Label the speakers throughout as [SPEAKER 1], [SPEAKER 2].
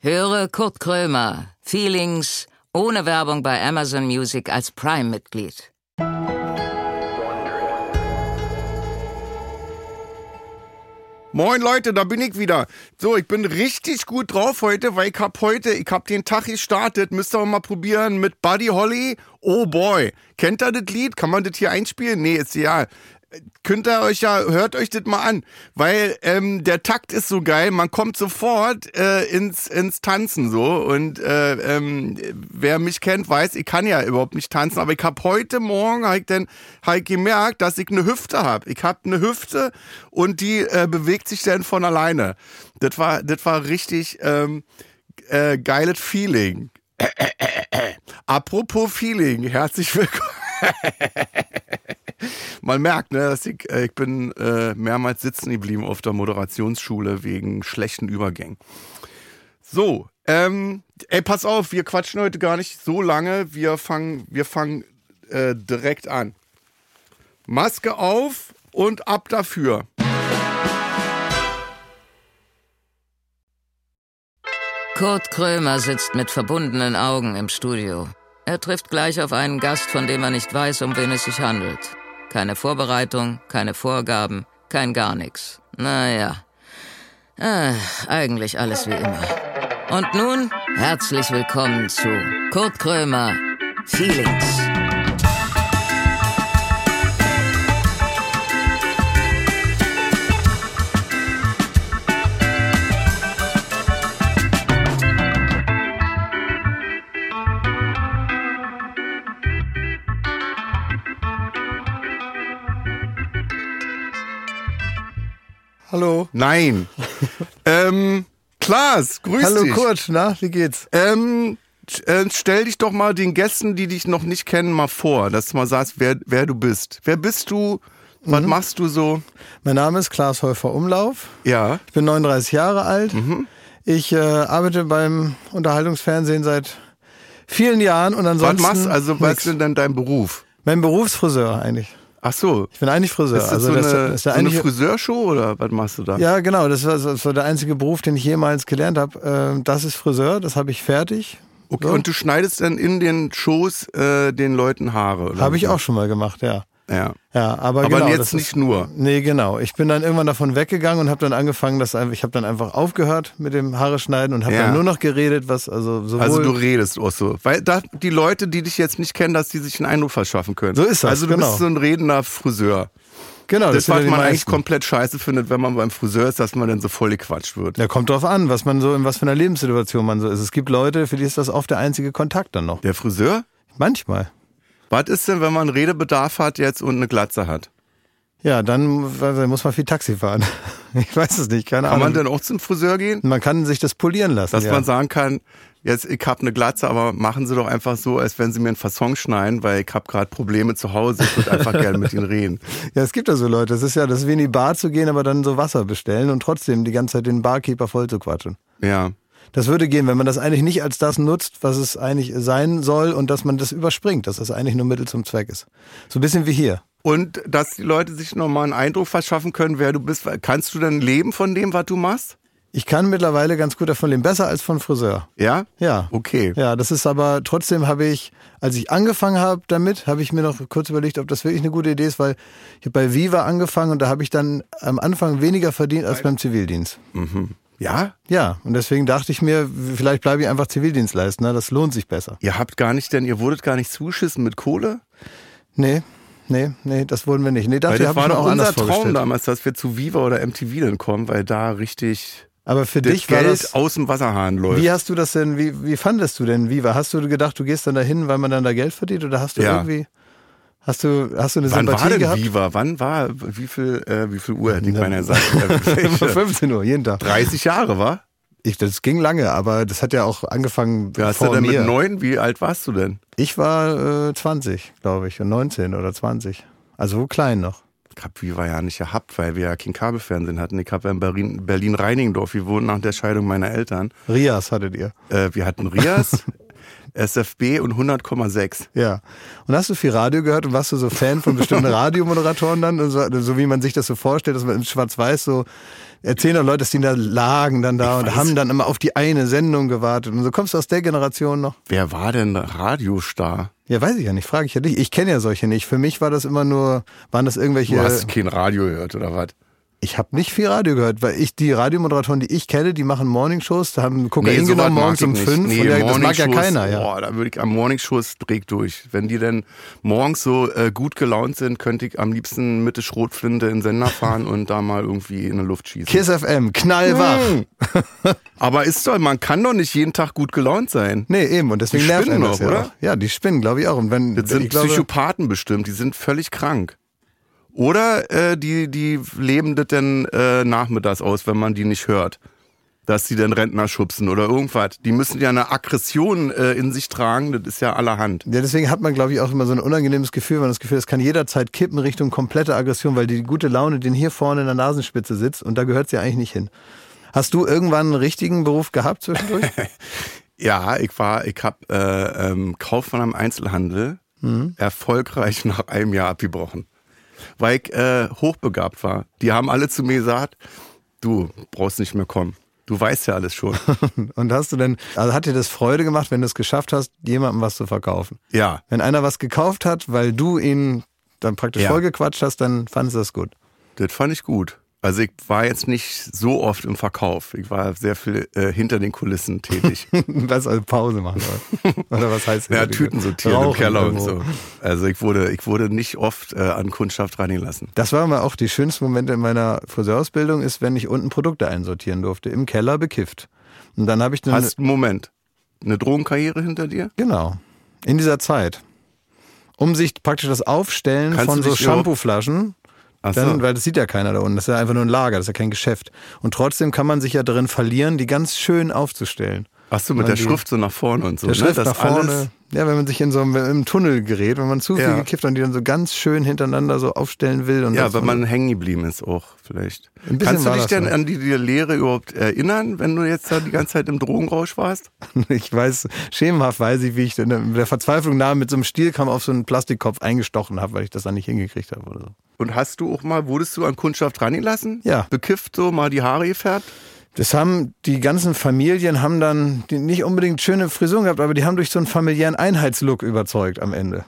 [SPEAKER 1] Höre Kurt Krömer, Feelings, ohne Werbung bei Amazon Music als Prime-Mitglied.
[SPEAKER 2] Moin Leute, da bin ich wieder. So, ich bin richtig gut drauf heute, weil ich hab heute, ich hab den Tag gestartet, müsst ihr auch mal probieren mit Buddy Holly. Oh boy. Kennt ihr das Lied? Kann man das hier einspielen? Nee, ist ja. äh, Könnt ihr euch ja, hört euch das mal an, weil ähm, der Takt ist so geil, man kommt sofort äh, ins, ins Tanzen so und äh, ähm, wer mich kennt, weiß, ich kann ja überhaupt nicht tanzen, aber ich hab heute Morgen, hab ich denn, hab ich gemerkt, dass ich eine Hüfte hab. Ich hab eine Hüfte und die äh, bewegt sich dann von alleine. Das war, das war richtig ähm, äh, geiles Feeling. Apropos Feeling, herzlich willkommen. Man merkt, ne, dass ich, äh, ich bin äh, mehrmals sitzen geblieben auf der Moderationsschule wegen schlechten Übergängen. So, ähm, ey, pass auf, wir quatschen heute gar nicht so lange. Wir fangen, wir fangen äh, direkt an. Maske auf und ab dafür.
[SPEAKER 1] Kurt Krömer sitzt mit verbundenen Augen im Studio. Er trifft gleich auf einen Gast, von dem er nicht weiß, um wen es sich handelt. Keine Vorbereitung, keine Vorgaben, kein gar nichts. Naja, äh, eigentlich alles wie immer. Und nun herzlich willkommen zu Kurt Krömer, Feelings.
[SPEAKER 3] Hallo.
[SPEAKER 2] Nein. ähm, Klaas, grüß
[SPEAKER 3] Hallo
[SPEAKER 2] dich.
[SPEAKER 3] Kurt, na, wie geht's?
[SPEAKER 2] Ähm, äh, stell dich doch mal den Gästen, die dich noch nicht kennen, mal vor, dass du mal sagst, wer, wer du bist. Wer bist du? Was
[SPEAKER 3] Mhm.
[SPEAKER 2] machst du so?
[SPEAKER 3] Mein Name ist Klaas Häufer Umlauf.
[SPEAKER 2] Ja.
[SPEAKER 3] Ich bin 39 Jahre alt.
[SPEAKER 2] Mhm.
[SPEAKER 3] Ich äh, arbeite beim Unterhaltungsfernsehen seit vielen Jahren und
[SPEAKER 2] Was
[SPEAKER 3] ansonsten.
[SPEAKER 2] machst also was ist
[SPEAKER 3] nix.
[SPEAKER 2] denn dann dein Beruf?
[SPEAKER 3] Mein Berufsfriseur eigentlich.
[SPEAKER 2] Ach so.
[SPEAKER 3] Ich bin eigentlich Friseur.
[SPEAKER 2] Ist das
[SPEAKER 3] also
[SPEAKER 2] so,
[SPEAKER 3] das,
[SPEAKER 2] eine,
[SPEAKER 3] das ist der
[SPEAKER 2] so eine
[SPEAKER 3] eigentliche-
[SPEAKER 2] Friseurshow oder was machst du da?
[SPEAKER 3] Ja, genau. Das war, das war der einzige Beruf, den ich jemals gelernt habe. Ähm, das ist Friseur. Das habe ich fertig.
[SPEAKER 2] Okay. Und du schneidest dann in den Shows äh, den Leuten Haare, oder?
[SPEAKER 3] Habe ich
[SPEAKER 2] so?
[SPEAKER 3] auch schon mal gemacht, ja.
[SPEAKER 2] Ja.
[SPEAKER 3] Ja,
[SPEAKER 2] Aber
[SPEAKER 3] aber, genau, das
[SPEAKER 2] jetzt
[SPEAKER 3] ist-
[SPEAKER 2] nicht nur.
[SPEAKER 3] Nee, genau. Ich bin dann irgendwann davon weggegangen und habe dann angefangen, dass einfach- ich habe dann einfach aufgehört mit dem Haare schneiden und habe
[SPEAKER 2] Ja.
[SPEAKER 3] dann nur noch geredet, was also sowohl
[SPEAKER 2] Also du redest auch so. Weil da, die Leute, die dich jetzt nicht kennen, dass die sich einen Eindruck verschaffen können.
[SPEAKER 3] So ist das,
[SPEAKER 2] Also du
[SPEAKER 3] genau.
[SPEAKER 2] bist so ein redender Friseur.
[SPEAKER 3] genau,
[SPEAKER 2] Das,
[SPEAKER 3] sind
[SPEAKER 2] was
[SPEAKER 3] ja die
[SPEAKER 2] man eigentlich
[SPEAKER 3] meisten.
[SPEAKER 2] komplett scheiße findet, wenn man beim Friseur ist, dass man dann so voll gequatscht wird.
[SPEAKER 3] Ja, kommt drauf an, was man so in was für einer Lebenssituation man so ist. Es gibt Leute, für die ist das oft der einzige Kontakt dann noch.
[SPEAKER 2] Der Friseur?
[SPEAKER 3] Manchmal.
[SPEAKER 2] Was ist denn, wenn man Redebedarf hat jetzt und eine Glatze hat?
[SPEAKER 3] Ja, dann also, muss man viel Taxi fahren. Ich weiß es nicht, keine
[SPEAKER 2] Kann
[SPEAKER 3] Ahnung.
[SPEAKER 2] man denn auch zum Friseur gehen?
[SPEAKER 3] man kann sich das polieren lassen.
[SPEAKER 2] Dass
[SPEAKER 3] ja.
[SPEAKER 2] man sagen kann, jetzt ich habe eine Glatze, aber machen Sie doch einfach so, als wenn Sie mir einen Fasson schneiden, weil ich habe gerade Probleme zu Hause. Ich würde einfach gerne mit Ihnen reden.
[SPEAKER 3] Ja, es gibt ja so Leute. Das ist ja, das ist wie in die Bar zu gehen, aber dann so Wasser bestellen und trotzdem die ganze Zeit den Barkeeper voll zu quatschen.
[SPEAKER 2] Ja.
[SPEAKER 3] Das würde gehen, wenn man das eigentlich nicht als das nutzt, was es eigentlich sein soll und dass man das überspringt, dass das eigentlich nur Mittel zum Zweck ist. So ein bisschen wie hier.
[SPEAKER 2] Und dass die Leute sich nochmal einen Eindruck verschaffen können, wer du bist. Kannst du denn leben von dem, was du machst?
[SPEAKER 3] Ich kann mittlerweile ganz gut davon leben, besser als von Friseur.
[SPEAKER 2] Ja?
[SPEAKER 3] Ja.
[SPEAKER 2] Okay.
[SPEAKER 3] Ja, das ist aber trotzdem habe ich, als ich angefangen habe damit, habe ich mir noch kurz überlegt, ob das wirklich eine gute Idee ist, weil ich habe bei Viva angefangen und da habe ich dann am Anfang weniger verdient als beim Zivildienst.
[SPEAKER 2] Ja?
[SPEAKER 3] Ja, und deswegen dachte ich mir, vielleicht bleibe ich einfach Zivildienstleister, ne? das lohnt sich besser.
[SPEAKER 2] Ihr habt gar nicht, denn ihr wurdet gar nicht zuschissen mit Kohle?
[SPEAKER 3] Nee, nee, nee, das wurden wir nicht. Nee,
[SPEAKER 2] Weil
[SPEAKER 3] dafür
[SPEAKER 2] das
[SPEAKER 3] habe
[SPEAKER 2] war
[SPEAKER 3] ich mir
[SPEAKER 2] doch
[SPEAKER 3] auch anders
[SPEAKER 2] unser Traum
[SPEAKER 3] vorgestellt.
[SPEAKER 2] damals, dass wir zu Viva oder MTV dann kommen, weil da richtig
[SPEAKER 3] Aber für
[SPEAKER 2] das
[SPEAKER 3] dich war
[SPEAKER 2] Geld
[SPEAKER 3] das.
[SPEAKER 2] aus dem Wasserhahn läuft.
[SPEAKER 3] Wie hast du das denn, wie, wie fandest du denn Viva? Hast du gedacht, du gehst dann dahin, weil man dann da Geld verdient? Oder hast du
[SPEAKER 2] Ja.
[SPEAKER 3] irgendwie, hast du, hast du eine
[SPEAKER 2] Wann
[SPEAKER 3] Sympathie
[SPEAKER 2] war denn
[SPEAKER 3] gehabt?
[SPEAKER 2] Viva? Wann war, wie viel, äh, wie viel Uhr hätte ich meiner gesagt? Äh,
[SPEAKER 3] Vor
[SPEAKER 2] welche?
[SPEAKER 3] 15 Uhr, jeden Tag.
[SPEAKER 2] 30 Jahre, war?
[SPEAKER 3] Ich, das ging lange, aber das hat ja auch angefangen
[SPEAKER 2] Wie hast
[SPEAKER 3] vor
[SPEAKER 2] du denn
[SPEAKER 3] mir.
[SPEAKER 2] mit neun, wie alt warst du denn?
[SPEAKER 3] ich war äh, 20, glaube ich, und 19 oder 20. Also klein noch.
[SPEAKER 2] Ich hab Viva ja nicht gehabt, weil wir ja kein Kabelfernsehen hatten. Ich habe ja in Berlin- Berlin-Reinigendorf gewohnt nach der Scheidung meiner Eltern.
[SPEAKER 3] Rias hattet ihr.
[SPEAKER 2] Äh, wir hatten Rias. SFB und 100,6.
[SPEAKER 3] Ja. Und hast du viel Radio gehört und warst du so Fan von bestimmten Radiomoderatoren dann? Und So, so wie man sich das so vorstellt, dass man in Schwarz-Weiß so erzählen doch Leute, dass die da lagen dann da und haben dann immer auf die eine Sendung gewartet. Und so kommst du aus der Generation noch.
[SPEAKER 2] Wer war denn Radiostar?
[SPEAKER 3] Ja, weiß ich ja nicht, frage ich ja dich. Ich kenne ja solche nicht. Für mich war das immer nur, waren das irgendwelche.
[SPEAKER 2] Du hast kein Radio gehört oder was?
[SPEAKER 3] Ich habe nicht viel Radio gehört, weil ich die Radiomoderatoren, die ich kenne, die machen Morningshows, da haben Kokain
[SPEAKER 2] sowas
[SPEAKER 3] genommen
[SPEAKER 2] mag
[SPEAKER 3] morgens
[SPEAKER 2] ich
[SPEAKER 3] um
[SPEAKER 2] nicht.
[SPEAKER 3] fünf und ja, das mag ja
[SPEAKER 2] Morningshows,
[SPEAKER 3] keiner, ja.
[SPEAKER 2] Boah, da würde ich am Morningshow direkt durch. Wenn die denn morgens so äh, gut gelaunt sind, könnte ich am liebsten mit der Schrotflinte in den Sender fahren und da mal irgendwie in die Luft schießen.
[SPEAKER 3] Kiss FM, knallwach.
[SPEAKER 2] Hm. Aber ist doch, man kann doch nicht jeden Tag gut gelaunt sein.
[SPEAKER 3] Nee, eben, und deswegen
[SPEAKER 2] Die
[SPEAKER 3] nervt
[SPEAKER 2] spinnen
[SPEAKER 3] einen das
[SPEAKER 2] doch,
[SPEAKER 3] ja
[SPEAKER 2] oder?
[SPEAKER 3] auch. Ja, die spinnen, glaube ich auch. Und wenn,
[SPEAKER 2] Das sind
[SPEAKER 3] ich glaube,
[SPEAKER 2] Psychopathen bestimmt, die sind völlig krank. Oder äh, die, die leben das denn äh, nachmittags aus, wenn man die nicht hört. Dass sie dann Rentner schubsen oder irgendwas. Die müssen ja eine Aggression äh, in sich tragen, das ist ja allerhand.
[SPEAKER 3] ja, deswegen hat man, glaube ich, auch immer so ein unangenehmes Gefühl, wenn man das Gefühl, das kann jederzeit kippen Richtung komplette Aggression, weil die gute Laune den hier vorne in der Nasenspitze sitzt und da gehört sie eigentlich nicht hin. Hast du irgendwann einen richtigen Beruf gehabt zwischendurch?
[SPEAKER 2] Ja, ich war, ich hab äh, ähm, Kaufmann am Einzelhandel
[SPEAKER 3] Mhm.
[SPEAKER 2] erfolgreich nach einem Jahr abgebrochen. Weil ich äh, hochbegabt war. Die haben alle zu mir gesagt, du brauchst nicht mehr kommen. Du weißt ja alles schon.
[SPEAKER 3] und hast du denn, also hat dir das Freude gemacht, wenn du es geschafft hast, jemandem was zu verkaufen?
[SPEAKER 2] Ja.
[SPEAKER 3] Wenn einer was gekauft hat, weil du ihn dann praktisch
[SPEAKER 2] Ja.
[SPEAKER 3] vollgequatscht hast, dann fandest du das gut.
[SPEAKER 2] Das fand ich gut. Also ich war jetzt nicht so oft im Verkauf. Ich war sehr viel äh, hinter den Kulissen tätig.
[SPEAKER 3] Was also Pause machen soll. Oder was heißt
[SPEAKER 2] ja,
[SPEAKER 3] das?
[SPEAKER 2] Tüten sortieren im
[SPEAKER 3] Rauchen
[SPEAKER 2] Keller und
[SPEAKER 3] irgendwo.
[SPEAKER 2] so. Also ich wurde, ich wurde nicht oft äh, an Kundschaft reingelassen.
[SPEAKER 3] Das waren mal auch die schönsten Momente in meiner Friseurausbildung, ist, wenn ich unten Produkte einsortieren durfte. Im Keller bekifft. Und dann habe ich dann.
[SPEAKER 2] Hast, Moment, eine Drogenkarriere hinter dir?
[SPEAKER 3] Genau. In dieser Zeit. Um sich praktisch das Aufstellen
[SPEAKER 2] Kannst
[SPEAKER 3] von
[SPEAKER 2] du
[SPEAKER 3] so
[SPEAKER 2] dich überhaupt-
[SPEAKER 3] Shampooflaschen.
[SPEAKER 2] Ach
[SPEAKER 3] Dann,
[SPEAKER 2] so.
[SPEAKER 3] Weil das sieht ja keiner da unten. Das ist ja einfach nur ein Lager, das ist ja kein Geschäft. Und trotzdem kann man sich ja darin verlieren, die ganz schön aufzustellen.
[SPEAKER 2] Ach so, mit
[SPEAKER 3] Weil
[SPEAKER 2] der
[SPEAKER 3] die-
[SPEAKER 2] Schrift so nach vorne und so.
[SPEAKER 3] Der Schrift
[SPEAKER 2] ne?
[SPEAKER 3] nach
[SPEAKER 2] Das
[SPEAKER 3] vorne.
[SPEAKER 2] Alles,
[SPEAKER 3] ja, wenn man sich in so einem im Tunnel gerät, wenn man zu viel
[SPEAKER 2] Ja.
[SPEAKER 3] gekifft hat und die dann so ganz schön hintereinander so aufstellen will. Und
[SPEAKER 2] ja,
[SPEAKER 3] das
[SPEAKER 2] wenn
[SPEAKER 3] und-
[SPEAKER 2] man hängen geblieben ist auch vielleicht.
[SPEAKER 3] bisschen
[SPEAKER 2] Kannst du
[SPEAKER 3] war
[SPEAKER 2] dich
[SPEAKER 3] das
[SPEAKER 2] denn
[SPEAKER 3] noch.
[SPEAKER 2] an die, die Lehre überhaupt erinnern, wenn du jetzt da die ganze Zeit im Drogenrausch warst?
[SPEAKER 3] Ich weiß, schemenhaft weiß ich, wie ich in der- in der Verzweiflung nahe mit so einem Stielkamm auf so einen Plastikkopf eingestochen habe, weil ich das dann nicht hingekriegt habe oder so.
[SPEAKER 2] Und hast du auch mal, wurdest du an Kundschaft rangelassen?
[SPEAKER 3] Ja.
[SPEAKER 2] Bekifft so, mal die Haare gefärbt?
[SPEAKER 3] Das haben die ganzen Familien haben dann die nicht unbedingt schöne Frisuren gehabt, aber die haben durch so einen familiären Einheitslook überzeugt am Ende.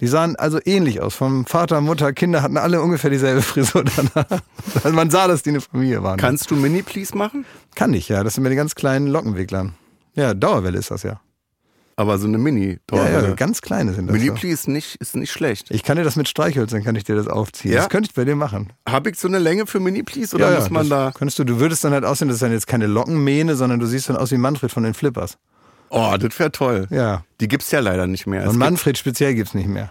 [SPEAKER 3] Die sahen also ähnlich aus. Vom Vater, Mutter, Kinder hatten alle ungefähr dieselbe Frisur danach. Also man sah, dass die eine Familie waren.
[SPEAKER 2] Kannst du Mini-Please machen?
[SPEAKER 3] Kann ich, ja. Das sind mir die ganz kleinen Lockenwicklern. Ja, Dauerwelle ist das ja.
[SPEAKER 2] Aber so eine mini
[SPEAKER 3] Ja, ja, ganz kleine sind das. Ja.
[SPEAKER 2] Mini-Please ist nicht, ist nicht schlecht.
[SPEAKER 3] Ich kann dir das mit Streichhölzern, kann ich dir das aufziehen.
[SPEAKER 2] Ja?
[SPEAKER 3] Das könnte ich bei dir machen.
[SPEAKER 2] Habe ich so eine Länge für Mini-Please oder muss man da...
[SPEAKER 3] das Könntest du, du würdest dann halt aussehen, das ist dann jetzt keine Lockenmähne, sondern du siehst dann aus wie Manfred von den Flippers.
[SPEAKER 2] Oh, das wäre toll.
[SPEAKER 3] Ja.
[SPEAKER 2] Die gibt's ja leider nicht mehr. Es
[SPEAKER 3] Und Manfred speziell gibt's nicht mehr.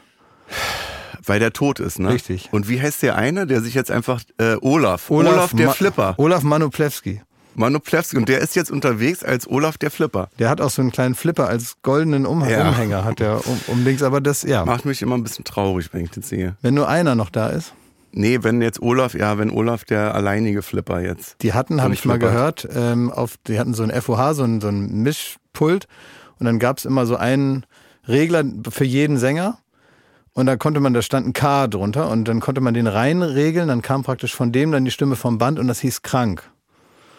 [SPEAKER 2] gibt, weil der tot ist, ne?
[SPEAKER 3] Richtig.
[SPEAKER 2] Und wie heißt der eine, der sich jetzt einfach... Äh, Olaf. Olaf. der
[SPEAKER 3] Ma-
[SPEAKER 2] Flipper.
[SPEAKER 3] Olaf Manuplewski.
[SPEAKER 2] Manuplewski. Und der ist jetzt unterwegs als Olaf der Flipper.
[SPEAKER 3] Der hat auch so einen kleinen Flipper als goldenen Umh
[SPEAKER 2] Ja.
[SPEAKER 3] Umhänger, hat der um, um links. Aber das, ja,
[SPEAKER 2] Macht mich immer ein bisschen traurig, wenn ich den sehe.
[SPEAKER 3] wenn nur einer noch da ist.
[SPEAKER 2] Nee, wenn jetzt Olaf... Ja, wenn Olaf der alleinige Flipper jetzt...
[SPEAKER 3] Die hatten,
[SPEAKER 2] Vom
[SPEAKER 3] habe ich mal
[SPEAKER 2] Flipper.
[SPEAKER 3] gehört, ähm, auf, die hatten so ein FOH, so ein, so ein Mischpult. Und dann gab's immer so einen Regler für jeden Sänger. Und da konnte man, da stand ein K drunter und dann konnte man den reinregeln, dann kam praktisch von dem dann die Stimme vom Band und das hieß krank.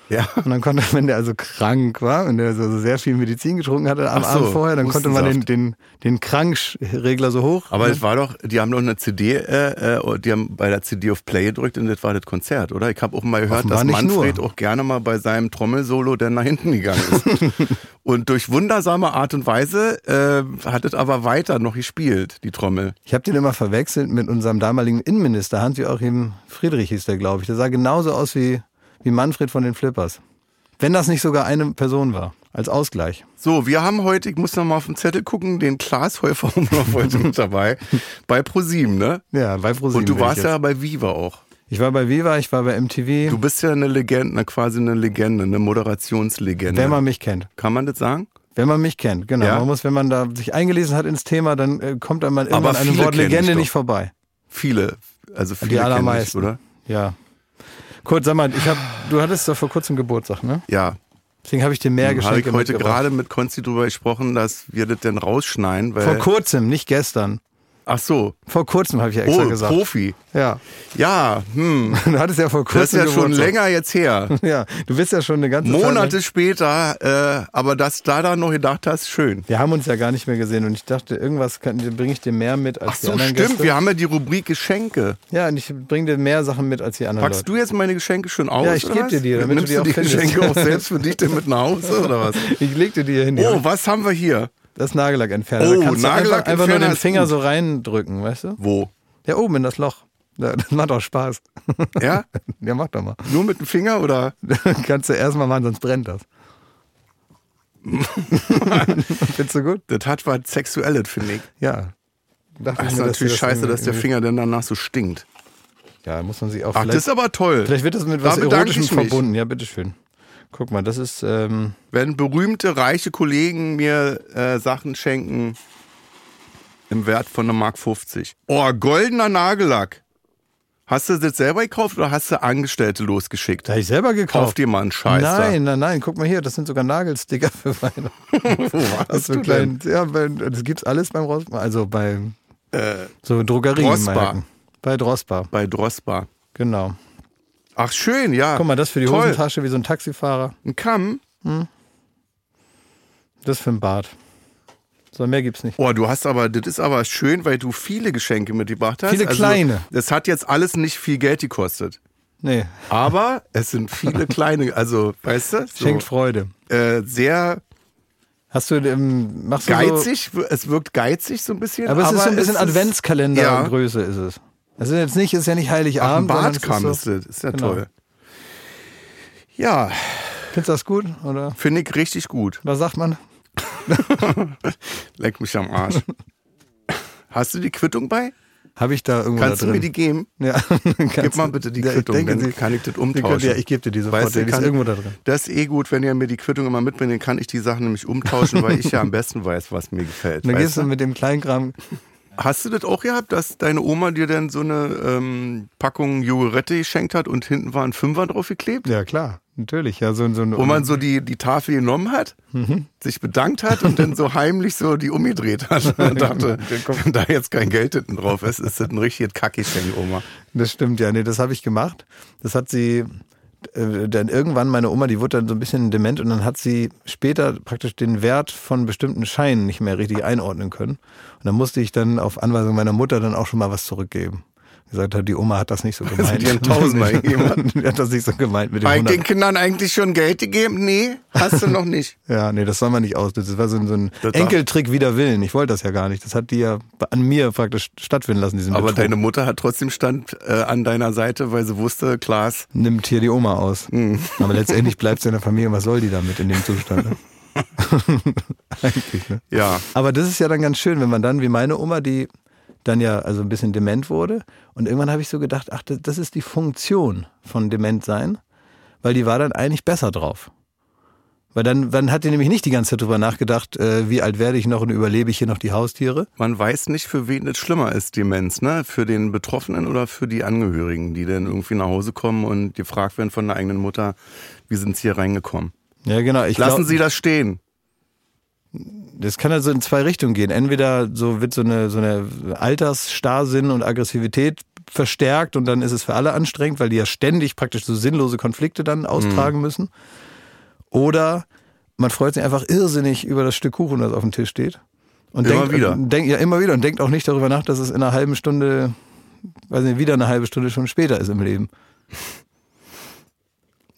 [SPEAKER 2] Ja.
[SPEAKER 3] Und dann konnte, wenn der also krank war, wenn der so so sehr viel Medizin getrunken hatte am
[SPEAKER 2] Ach so,
[SPEAKER 3] Abend vorher, dann konnte man den,
[SPEAKER 2] Hustensaft.
[SPEAKER 3] den, den Krankregler so hoch.
[SPEAKER 2] Aber
[SPEAKER 3] ne?
[SPEAKER 2] es war doch, die haben doch eine CD, äh, äh, die haben bei der CD auf Play gedrückt und das war das Konzert, oder? Ich habe auch mal gehört,
[SPEAKER 3] Offenbar
[SPEAKER 2] dass
[SPEAKER 3] nicht nur.
[SPEAKER 2] Manfred auch gerne mal bei seinem Trommelsolo dann nach hinten gegangen ist. und durch wundersame Art und Weise äh, hat es aber weiter noch gespielt, die Trommel.
[SPEAKER 3] Ich habe den immer verwechselt mit unserem damaligen Innenminister, Hans-Joachim Friedrich hieß der, glaube ich. Der sah genauso aus wie, wie Manfred von den Flippers. Wenn das nicht sogar eine Person war, als Ausgleich.
[SPEAKER 2] So, wir haben heute, ich muss noch mal auf den Zettel gucken, den Klaas Häufer haben wir noch heute mit dabei, bei ProSieben, ne?
[SPEAKER 3] Ja, bei ProSieben.
[SPEAKER 2] Und du
[SPEAKER 3] bin ich
[SPEAKER 2] warst
[SPEAKER 3] jetzt.
[SPEAKER 2] ja bei Viva auch.
[SPEAKER 3] Ich war bei Viva, ich war bei MTV.
[SPEAKER 2] Du bist ja eine Legende, na, quasi eine Legende, eine Moderationslegende.
[SPEAKER 3] wenn man mich kennt.
[SPEAKER 2] Kann man das sagen?
[SPEAKER 3] Wenn man mich kennt, genau.
[SPEAKER 2] Ja.
[SPEAKER 3] Man muss, wenn man da sich eingelesen hat ins Thema, dann äh, kommt an man irgendwann einem
[SPEAKER 2] viele
[SPEAKER 3] Wort
[SPEAKER 2] kennen dich
[SPEAKER 3] Legende
[SPEAKER 2] doch.
[SPEAKER 3] nicht vorbei.
[SPEAKER 2] Viele, also viele
[SPEAKER 3] Die
[SPEAKER 2] kennen dich,
[SPEAKER 3] allermeisten.
[SPEAKER 2] oder?
[SPEAKER 3] Ja. Kurt, sag mal, ich hab, du hattest doch vor kurzem Geburtstag, ne?
[SPEAKER 2] Ja,
[SPEAKER 3] Deswegen habe ich dir mehr
[SPEAKER 2] Habe Hm, ich
[SPEAKER 3] Geschenke
[SPEAKER 2] heute
[SPEAKER 3] mitgebracht.
[SPEAKER 2] gerade äh, mit Konsti drüber gesprochen, dass wir das denn rausschneiden, weil.
[SPEAKER 3] Vor kurzem, nicht gestern.
[SPEAKER 2] Ach so.
[SPEAKER 3] Vor kurzem habe ich ja extra
[SPEAKER 2] Oh,
[SPEAKER 3] gesagt.
[SPEAKER 2] Profi.
[SPEAKER 3] Ja,
[SPEAKER 2] Ja, hm.
[SPEAKER 3] du hattest ja vor kurzem
[SPEAKER 2] Das ist ja schon
[SPEAKER 3] Geburtstag.
[SPEAKER 2] länger jetzt her.
[SPEAKER 3] Ja, du bist ja schon eine ganze Zeit.
[SPEAKER 2] Monate später, äh, aber dass du da dann noch gedacht hast, schön.
[SPEAKER 3] Wir haben uns ja gar nicht mehr gesehen und ich dachte, irgendwas kann- bringe ich dir mehr mit als
[SPEAKER 2] Ach
[SPEAKER 3] die
[SPEAKER 2] so,
[SPEAKER 3] anderen
[SPEAKER 2] stimmt.
[SPEAKER 3] Gäste.
[SPEAKER 2] Wir haben ja die Rubrik Geschenke.
[SPEAKER 3] Ja, und ich bringe dir mehr Sachen mit als die anderen
[SPEAKER 2] Packst du jetzt meine Geschenke schon aus?
[SPEAKER 3] Ja, ich
[SPEAKER 2] oder
[SPEAKER 3] geb
[SPEAKER 2] was?
[SPEAKER 3] dir die, damit du
[SPEAKER 2] Nimmst
[SPEAKER 3] die
[SPEAKER 2] du
[SPEAKER 3] auch
[SPEAKER 2] die
[SPEAKER 3] findest.
[SPEAKER 2] Geschenke auch selbst für dich denn mit nach Hause oder was?
[SPEAKER 3] Leute. Ich leg dir die hier hin.
[SPEAKER 2] Oh,
[SPEAKER 3] ja.
[SPEAKER 2] was haben wir hier?
[SPEAKER 3] Das Nagellackentferner.
[SPEAKER 2] Oh,
[SPEAKER 3] da kannst du einfach,
[SPEAKER 2] Nagellackentferner
[SPEAKER 3] einfach nur den
[SPEAKER 2] ist
[SPEAKER 3] Finger
[SPEAKER 2] gut.
[SPEAKER 3] so reindrücken, weißt du?
[SPEAKER 2] Wo?
[SPEAKER 3] Ja, oben in das Loch. Ja, Das macht doch Spaß.
[SPEAKER 2] Ja?
[SPEAKER 3] Ja, mach doch mal.
[SPEAKER 2] Nur mit dem Finger oder?
[SPEAKER 3] Kannst du erstmal machen, sonst brennt das. Findest du gut?
[SPEAKER 2] Das hat was Sexuelles, finde ich.
[SPEAKER 3] Ja.
[SPEAKER 2] Das ist
[SPEAKER 3] Dachte ich mir, dass
[SPEAKER 2] natürlich
[SPEAKER 3] dir das
[SPEAKER 2] scheiße, dass der
[SPEAKER 3] irgendwie-
[SPEAKER 2] Finger dann danach so stinkt.
[SPEAKER 3] Ja, muss man sich auch
[SPEAKER 2] Ach, das ist
[SPEAKER 3] vielleicht,
[SPEAKER 2] aber toll.
[SPEAKER 3] vielleicht wird das mit
[SPEAKER 2] Da
[SPEAKER 3] was
[SPEAKER 2] bedanke
[SPEAKER 3] Erotischem
[SPEAKER 2] ich mich.
[SPEAKER 3] verbunden. Ja, bitteschön. Guck mal, das ist. Ähm,
[SPEAKER 2] Wenn berühmte, reiche Kollegen mir äh, Sachen schenken im Wert von einer Mark 50. Oh, goldener Nagellack. Hast du das selber gekauft oder hast du Angestellte losgeschickt?
[SPEAKER 3] da habe ich selber gekauft.
[SPEAKER 2] Kauf dir mal einen Scheiß
[SPEAKER 3] Nein, nein, nein, guck mal hier, das sind sogar Nagelsticker für Weihnachten.
[SPEAKER 2] da. Wo warst
[SPEAKER 3] so
[SPEAKER 2] du denn?
[SPEAKER 3] klein, ja, weil- das gibt's alles beim Rossbar, also bei
[SPEAKER 2] Äh,
[SPEAKER 3] so
[SPEAKER 2] Drossbar.
[SPEAKER 3] Drogerien. Bei Drossbar,
[SPEAKER 2] Bei Drospa.
[SPEAKER 3] genau.
[SPEAKER 2] Ach, schön, ja.
[SPEAKER 3] Guck mal, das für die
[SPEAKER 2] Toll.
[SPEAKER 3] Hosentasche wie so ein Taxifahrer,
[SPEAKER 2] Ein Kamm.
[SPEAKER 3] das für ein Bart. So, mehr gibt's nicht.
[SPEAKER 2] Oh, du hast aber, das ist aber schön, weil du viele Geschenke mitgebracht hast. Also,
[SPEAKER 3] Viele kleine.
[SPEAKER 2] Das hat jetzt alles nicht viel Geld gekostet.
[SPEAKER 3] Nee,
[SPEAKER 2] Aber es sind viele kleine, also, weißt du? So,
[SPEAKER 3] schenkt Freude.
[SPEAKER 2] äh, sehr
[SPEAKER 3] Hast du, ähm, machst du
[SPEAKER 2] geizig, es wirkt geizig so ein bisschen.
[SPEAKER 3] So, aber es ist so ein bisschen
[SPEAKER 2] es ist- Ja.
[SPEAKER 3] Adventskalender-Größe ist es. Es ist jetzt nicht, es ist ja nicht
[SPEAKER 2] Ach, ein
[SPEAKER 3] Heiligabend. sondern
[SPEAKER 2] Bart
[SPEAKER 3] es
[SPEAKER 2] kam
[SPEAKER 3] ist
[SPEAKER 2] ist,
[SPEAKER 3] so,
[SPEAKER 2] das. Ist ja
[SPEAKER 3] Genau.
[SPEAKER 2] toll. Ja,
[SPEAKER 3] Findest du das gut, oder?
[SPEAKER 2] finde ich richtig gut.
[SPEAKER 3] Was sagt man?
[SPEAKER 2] Leck mich am Arsch. Hast du die Quittung bei?
[SPEAKER 3] Habe ich da irgendwo
[SPEAKER 2] Kannst
[SPEAKER 3] da
[SPEAKER 2] du mir
[SPEAKER 3] drin?
[SPEAKER 2] die geben?
[SPEAKER 3] Ja,
[SPEAKER 2] Gib mal bitte die Quittung,
[SPEAKER 3] Ich denke,
[SPEAKER 2] dann
[SPEAKER 3] sie,
[SPEAKER 2] kann ich das
[SPEAKER 3] die
[SPEAKER 2] umtauschen.
[SPEAKER 3] könnt, ja, ich gebe dir die sofort,
[SPEAKER 2] Weißt du,
[SPEAKER 3] die ist
[SPEAKER 2] kann-
[SPEAKER 3] irgendwo da drin.
[SPEAKER 2] Das ist eh gut, wenn ihr mir die Quittung immer mitbringt, dann kann ich die Sachen nämlich umtauschen, weil ich ja am besten weiß, was mir gefällt.
[SPEAKER 3] Und dann
[SPEAKER 2] weißt
[SPEAKER 3] gehst du
[SPEAKER 2] du?
[SPEAKER 3] mit dem Kleinkram,
[SPEAKER 2] Hast du das auch gehabt, dass deine Oma dir dann so eine ähm, Packung Jogurette geschenkt hat und hinten war ein Fünfer drauf geklebt?
[SPEAKER 3] ja klar, natürlich, ja, so, so ein,
[SPEAKER 2] Wo man so die, die Tafel genommen hat, sich bedankt hat und dann so heimlich so die umgedreht hat. Und dachte,
[SPEAKER 3] genau.
[SPEAKER 2] wenn da jetzt kein Geld hinten drauf ist, ist das ein richtiges Kackgeschenk, Oma.
[SPEAKER 3] das stimmt, ja, nee, das habe ich gemacht. Das hat sie, äh, dann irgendwann, meine Oma, die wurde dann so ein bisschen dement und dann hat sie später praktisch den Wert von bestimmten Scheinen nicht mehr richtig einordnen können. Und dann musste ich dann auf Anweisung meiner Mutter dann auch schon mal was zurückgeben. Die Gesagt hat, die Oma hat das nicht so gemeint.
[SPEAKER 2] dir ein Tausender gegeben hat.
[SPEAKER 3] Die hat das nicht so gemeint mit dem
[SPEAKER 2] Bei den
[SPEAKER 3] 100.
[SPEAKER 2] Kindern eigentlich schon Geld gegeben? Nee, hast du noch nicht.
[SPEAKER 3] Ja, nee, das soll man nicht aus. Das war so ein, so ein
[SPEAKER 2] Das darf-
[SPEAKER 3] Enkeltrick wider Willen. Ich wollte das ja gar nicht. Das hat die ja an mir praktisch stattfinden lassen, diesen
[SPEAKER 2] Aber
[SPEAKER 3] Betrug.
[SPEAKER 2] deine Mutter hat trotzdem Stand äh, an deiner Seite, weil sie wusste, Klaas,
[SPEAKER 3] nimmt hier die Oma aus. Aber letztendlich bleibt sie in der Familie. Was soll die damit in dem Zustand? Ne? Eigentlich, ne?
[SPEAKER 2] ja,
[SPEAKER 3] Aber das ist ja dann ganz schön, wenn man dann, wie meine Oma, die dann ja also ein bisschen dement wurde. Und irgendwann habe ich so gedacht, ach, das- das ist die Funktion von dement sein, weil die war dann eigentlich besser drauf. Weil dann, dann hat die nämlich nicht die ganze Zeit drüber nachgedacht, äh, wie alt werde ich noch und überlebe ich hier noch die Haustiere.
[SPEAKER 2] man weiß nicht, für wen das schlimmer ist, Demenz, ne? Für den Betroffenen oder für die Angehörigen, die dann irgendwie nach Hause kommen und gefragt werden von der eigenen Mutter, wie sind sie hier reingekommen?
[SPEAKER 3] Ja, genau. Ich
[SPEAKER 2] Lassen
[SPEAKER 3] glaub-
[SPEAKER 2] Sie das stehen.
[SPEAKER 3] Das kann also in zwei Richtungen gehen. Entweder so wird so eine, so eine Altersstarrsinn und Aggressivität verstärkt und dann ist es für alle anstrengend, weil die ja ständig praktisch so sinnlose Konflikte dann
[SPEAKER 2] Mhm.
[SPEAKER 3] austragen müssen. Oder man freut sich einfach irrsinnig über das Stück Kuchen, das auf dem Tisch steht. Und
[SPEAKER 2] Immer
[SPEAKER 3] denkt,
[SPEAKER 2] wieder.
[SPEAKER 3] und Denkt, ja, immer wieder und denkt auch nicht darüber nach, dass es in einer halben Stunde, weiß nicht, wieder eine halbe Stunde schon später ist im Leben.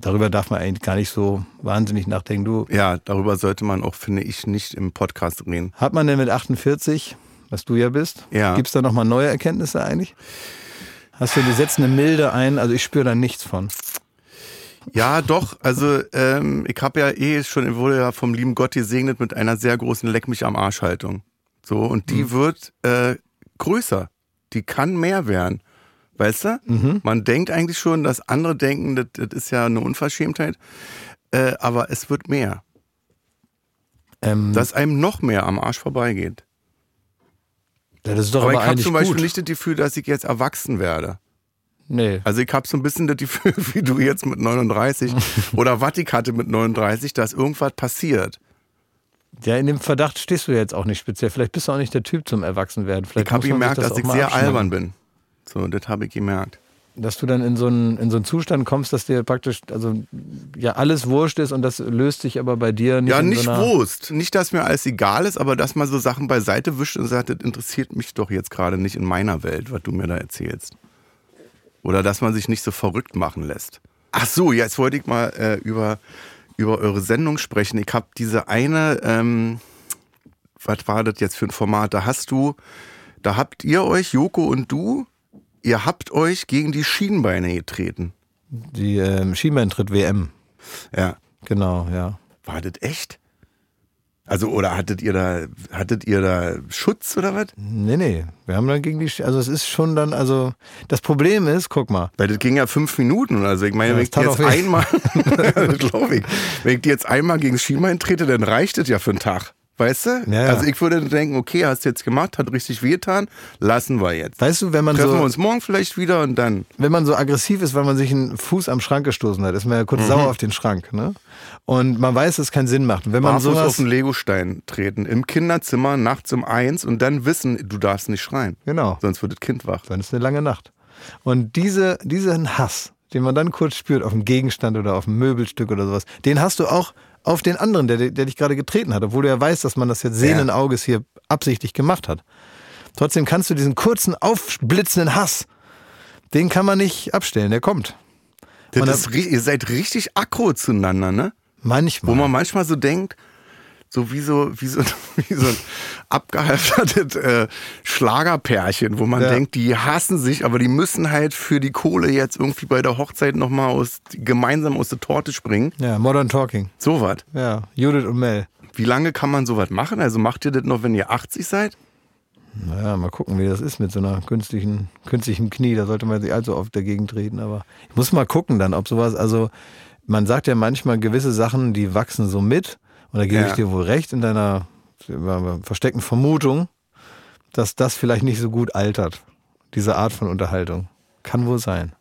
[SPEAKER 3] Darüber darf man eigentlich gar nicht so wahnsinnig nachdenken. Du,
[SPEAKER 2] Ja, darüber sollte man auch, finde ich, nicht im Podcast reden.
[SPEAKER 3] Hat man denn mit 48, was du ja bist,
[SPEAKER 2] Ja.
[SPEAKER 3] gibt's da nochmal neue Erkenntnisse eigentlich? Hast du, die setzen eine Milde ein, also ich spüre da nichts von.
[SPEAKER 2] Ja, doch. Also ähm, ich habe ja eh schon, ich wurde ja vom lieben Gott gesegnet mit einer sehr großen Leck mich am Arsch Haltung. So und
[SPEAKER 3] Mhm.
[SPEAKER 2] die wird äh, größer. Die kann mehr werden. Weißt du?
[SPEAKER 3] Mhm.
[SPEAKER 2] Man denkt eigentlich schon, dass andere denken, das, das ist ja eine Unverschämtheit. Äh, aber es wird mehr.
[SPEAKER 3] Mhm. Ähm,
[SPEAKER 2] Dass einem noch mehr am Arsch vorbeigeht.
[SPEAKER 3] ja, das ist doch
[SPEAKER 2] Aber,
[SPEAKER 3] aber,
[SPEAKER 2] ich habe
[SPEAKER 3] eigentlich
[SPEAKER 2] zum Beispiel
[SPEAKER 3] gut.
[SPEAKER 2] nicht das Gefühl, dass ich jetzt erwachsen werde.
[SPEAKER 3] Nee.
[SPEAKER 2] Also ich habe so ein bisschen das Gefühl, wie du jetzt mit 39 oder was ich hatte mit 39, dass irgendwas passiert.
[SPEAKER 3] Ja, in dem Verdacht stehst du ja jetzt auch nicht speziell. Vielleicht bist du auch nicht der Typ zum Erwachsenwerden. Vielleicht
[SPEAKER 2] Ich habe
[SPEAKER 3] muss man sich
[SPEAKER 2] gemerkt, dass
[SPEAKER 3] auch
[SPEAKER 2] ich
[SPEAKER 3] mal
[SPEAKER 2] sehr
[SPEAKER 3] abschneiden.
[SPEAKER 2] albern bin. So, das habe ich gemerkt.
[SPEAKER 3] Dass du dann in so, einen, in so einen Zustand kommst, dass dir praktisch, also ja, alles wurscht ist und das löst sich aber bei dir nicht.
[SPEAKER 2] Ja,
[SPEAKER 3] in
[SPEAKER 2] nicht
[SPEAKER 3] so einer,
[SPEAKER 2] Wurst. Nicht, dass mir alles egal ist, aber dass man so Sachen beiseite wischt und sagt, das interessiert mich doch jetzt gerade nicht in meiner Welt, was du mir da erzählst. Oder dass man sich nicht so verrückt machen lässt. Ach so, jetzt wollte ich mal äh, über, über eure Sendung sprechen. Ich habe diese eine, ähm, was war das jetzt für ein Format? Da hast du, da habt ihr euch, Joko und du, ihr habt euch gegen die Schienbeine getreten.
[SPEAKER 3] Die ähm, Schienbeintritt WM.
[SPEAKER 2] Ja.
[SPEAKER 3] Genau, ja.
[SPEAKER 2] War das echt? Also, oder hattet ihr da, hattet ihr da Schutz oder was?
[SPEAKER 3] Nee, nee. Wir haben dann gegen die, Sch- also es ist schon dann, also das Problem ist, guck mal,
[SPEAKER 2] Weil das ging ja fünf Minuten. Also, ich meine,
[SPEAKER 3] Ja,
[SPEAKER 2] wenn
[SPEAKER 3] das
[SPEAKER 2] ich dir
[SPEAKER 3] tat
[SPEAKER 2] jetzt
[SPEAKER 3] auch weh.
[SPEAKER 2] einmal, das glaub ich, wenn ich dir jetzt einmal gegen das Schienbein trete, dann reicht das ja für einen Tag. Weißt du?
[SPEAKER 3] Ja, ja.
[SPEAKER 2] Also, ich würde denken, okay, hast du jetzt gemacht, hat richtig wehgetan, lassen wir jetzt.
[SPEAKER 3] weißt du, wenn man
[SPEAKER 2] Treffen
[SPEAKER 3] so.
[SPEAKER 2] wir uns morgen vielleicht wieder und dann.
[SPEAKER 3] wenn man so aggressiv ist, weil man sich einen Fuß am Schrank gestoßen hat, ist man ja kurz
[SPEAKER 2] Mhm.
[SPEAKER 3] sauer auf den Schrank. Ne? Und man weiß, dass es keinen Sinn macht. Und wenn man
[SPEAKER 2] Barfuß auf
[SPEAKER 3] sowas.
[SPEAKER 2] den Legostein treten, im Kinderzimmer nachts um eins und dann wissen, du darfst nicht schreien.
[SPEAKER 3] Genau,
[SPEAKER 2] Sonst wird das Kind wach.
[SPEAKER 3] dann ist eine lange Nacht. Und diese, diesen Hass, den man dann kurz spürt auf einen Gegenstand oder auf ein Möbelstück oder sowas, den hast du auch auf den anderen, der, der dich gerade getreten hat, obwohl du ja weißt, dass man das jetzt sehenden Auges hier absichtlich gemacht hat. Trotzdem kannst du diesen kurzen, aufblitzenden Hass, den kann man nicht abstellen, der kommt.
[SPEAKER 2] Das
[SPEAKER 3] Und da-
[SPEAKER 2] ist, ri- ihr seid richtig aggro zueinander, ne?
[SPEAKER 3] Manchmal.
[SPEAKER 2] Wo man manchmal so denkt, so wie so, wie so, wie so ein abgehalftertes äh, Schlagerpärchen, wo man
[SPEAKER 3] Ja.
[SPEAKER 2] denkt, die hassen sich, aber die müssen halt für die Kohle jetzt irgendwie bei der Hochzeit nochmal aus, gemeinsam aus der Torte springen.
[SPEAKER 3] ja, Modern Talking.
[SPEAKER 2] Sowas.
[SPEAKER 3] Ja, Judith und Mel.
[SPEAKER 2] Wie lange kann man sowas machen? Also macht ihr das noch, wenn ihr 80 seid?
[SPEAKER 3] Naja, mal gucken, wie das ist mit so einer künstlichen, künstlichen Knie. Da sollte man sich allzu oft dagegen treten. Aber ich muss mal gucken dann, ob sowas, also man sagt ja manchmal gewisse Sachen, die wachsen so mit. Und da gebe
[SPEAKER 2] Ja.
[SPEAKER 3] ich dir wohl recht in deiner versteckten Vermutung, dass das vielleicht nicht so gut altert. Diese Art von Unterhaltung. Kann wohl sein.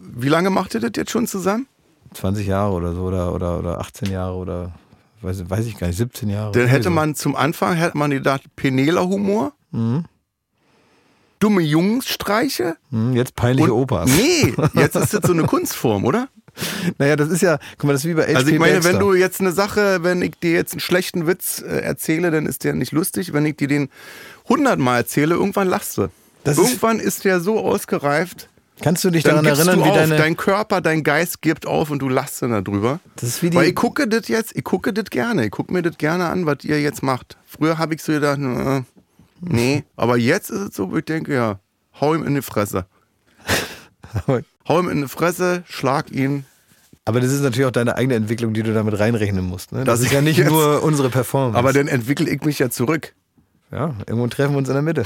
[SPEAKER 2] Wie lange macht ihr das jetzt schon zusammen?
[SPEAKER 3] 20 Jahre oder so oder, oder, oder 18 Jahre oder weiß, weiß ich gar nicht, 17 Jahre.
[SPEAKER 2] Dann
[SPEAKER 3] Irgendwie so.
[SPEAKER 2] hätte man zum Anfang hätte man gedacht, Penela-Humor,
[SPEAKER 3] Mhm.
[SPEAKER 2] dumme Jungsstreiche.
[SPEAKER 3] Hm, Jetzt peinliche
[SPEAKER 2] Und-
[SPEAKER 3] Opas.
[SPEAKER 2] Nee, jetzt ist das so eine Kunstform, oder?
[SPEAKER 3] Naja, das ist ja, guck mal, das ist wie bei HP
[SPEAKER 2] Also ich meine,
[SPEAKER 3] Baxter.
[SPEAKER 2] wenn du jetzt eine Sache, wenn ich dir jetzt einen schlechten Witz äh, erzähle, dann ist der nicht lustig. Wenn ich dir den hundertmal erzähle, irgendwann lachst du.
[SPEAKER 3] Das ist-
[SPEAKER 2] irgendwann ist, der so ausgereift,
[SPEAKER 3] Kannst du dich
[SPEAKER 2] dann
[SPEAKER 3] daran
[SPEAKER 2] gibst
[SPEAKER 3] erinnern,
[SPEAKER 2] du
[SPEAKER 3] wie
[SPEAKER 2] auf.
[SPEAKER 3] deine.
[SPEAKER 2] dein Körper, dein Geist gibt auf und du lachst dann darüber.
[SPEAKER 3] das ist wie
[SPEAKER 2] Weil
[SPEAKER 3] die.
[SPEAKER 2] ich gucke das jetzt, ich gucke das gerne, ich gucke mir das gerne an, was ihr jetzt macht. Früher habe ich so gedacht, äh, nee, aber jetzt ist es so, wo ich denke, ja, hau ihm in die Fresse. Hau ihm in die Fresse, schlag ihn.
[SPEAKER 3] Aber das ist natürlich auch deine eigene Entwicklung, die du damit reinrechnen musst. Ne? Das
[SPEAKER 2] Dass
[SPEAKER 3] ist ja
[SPEAKER 2] ich
[SPEAKER 3] nicht
[SPEAKER 2] jetzt-
[SPEAKER 3] nur unsere Performance.
[SPEAKER 2] Aber dann entwickle ich mich ja zurück.
[SPEAKER 3] ja, irgendwo treffen wir uns in der Mitte.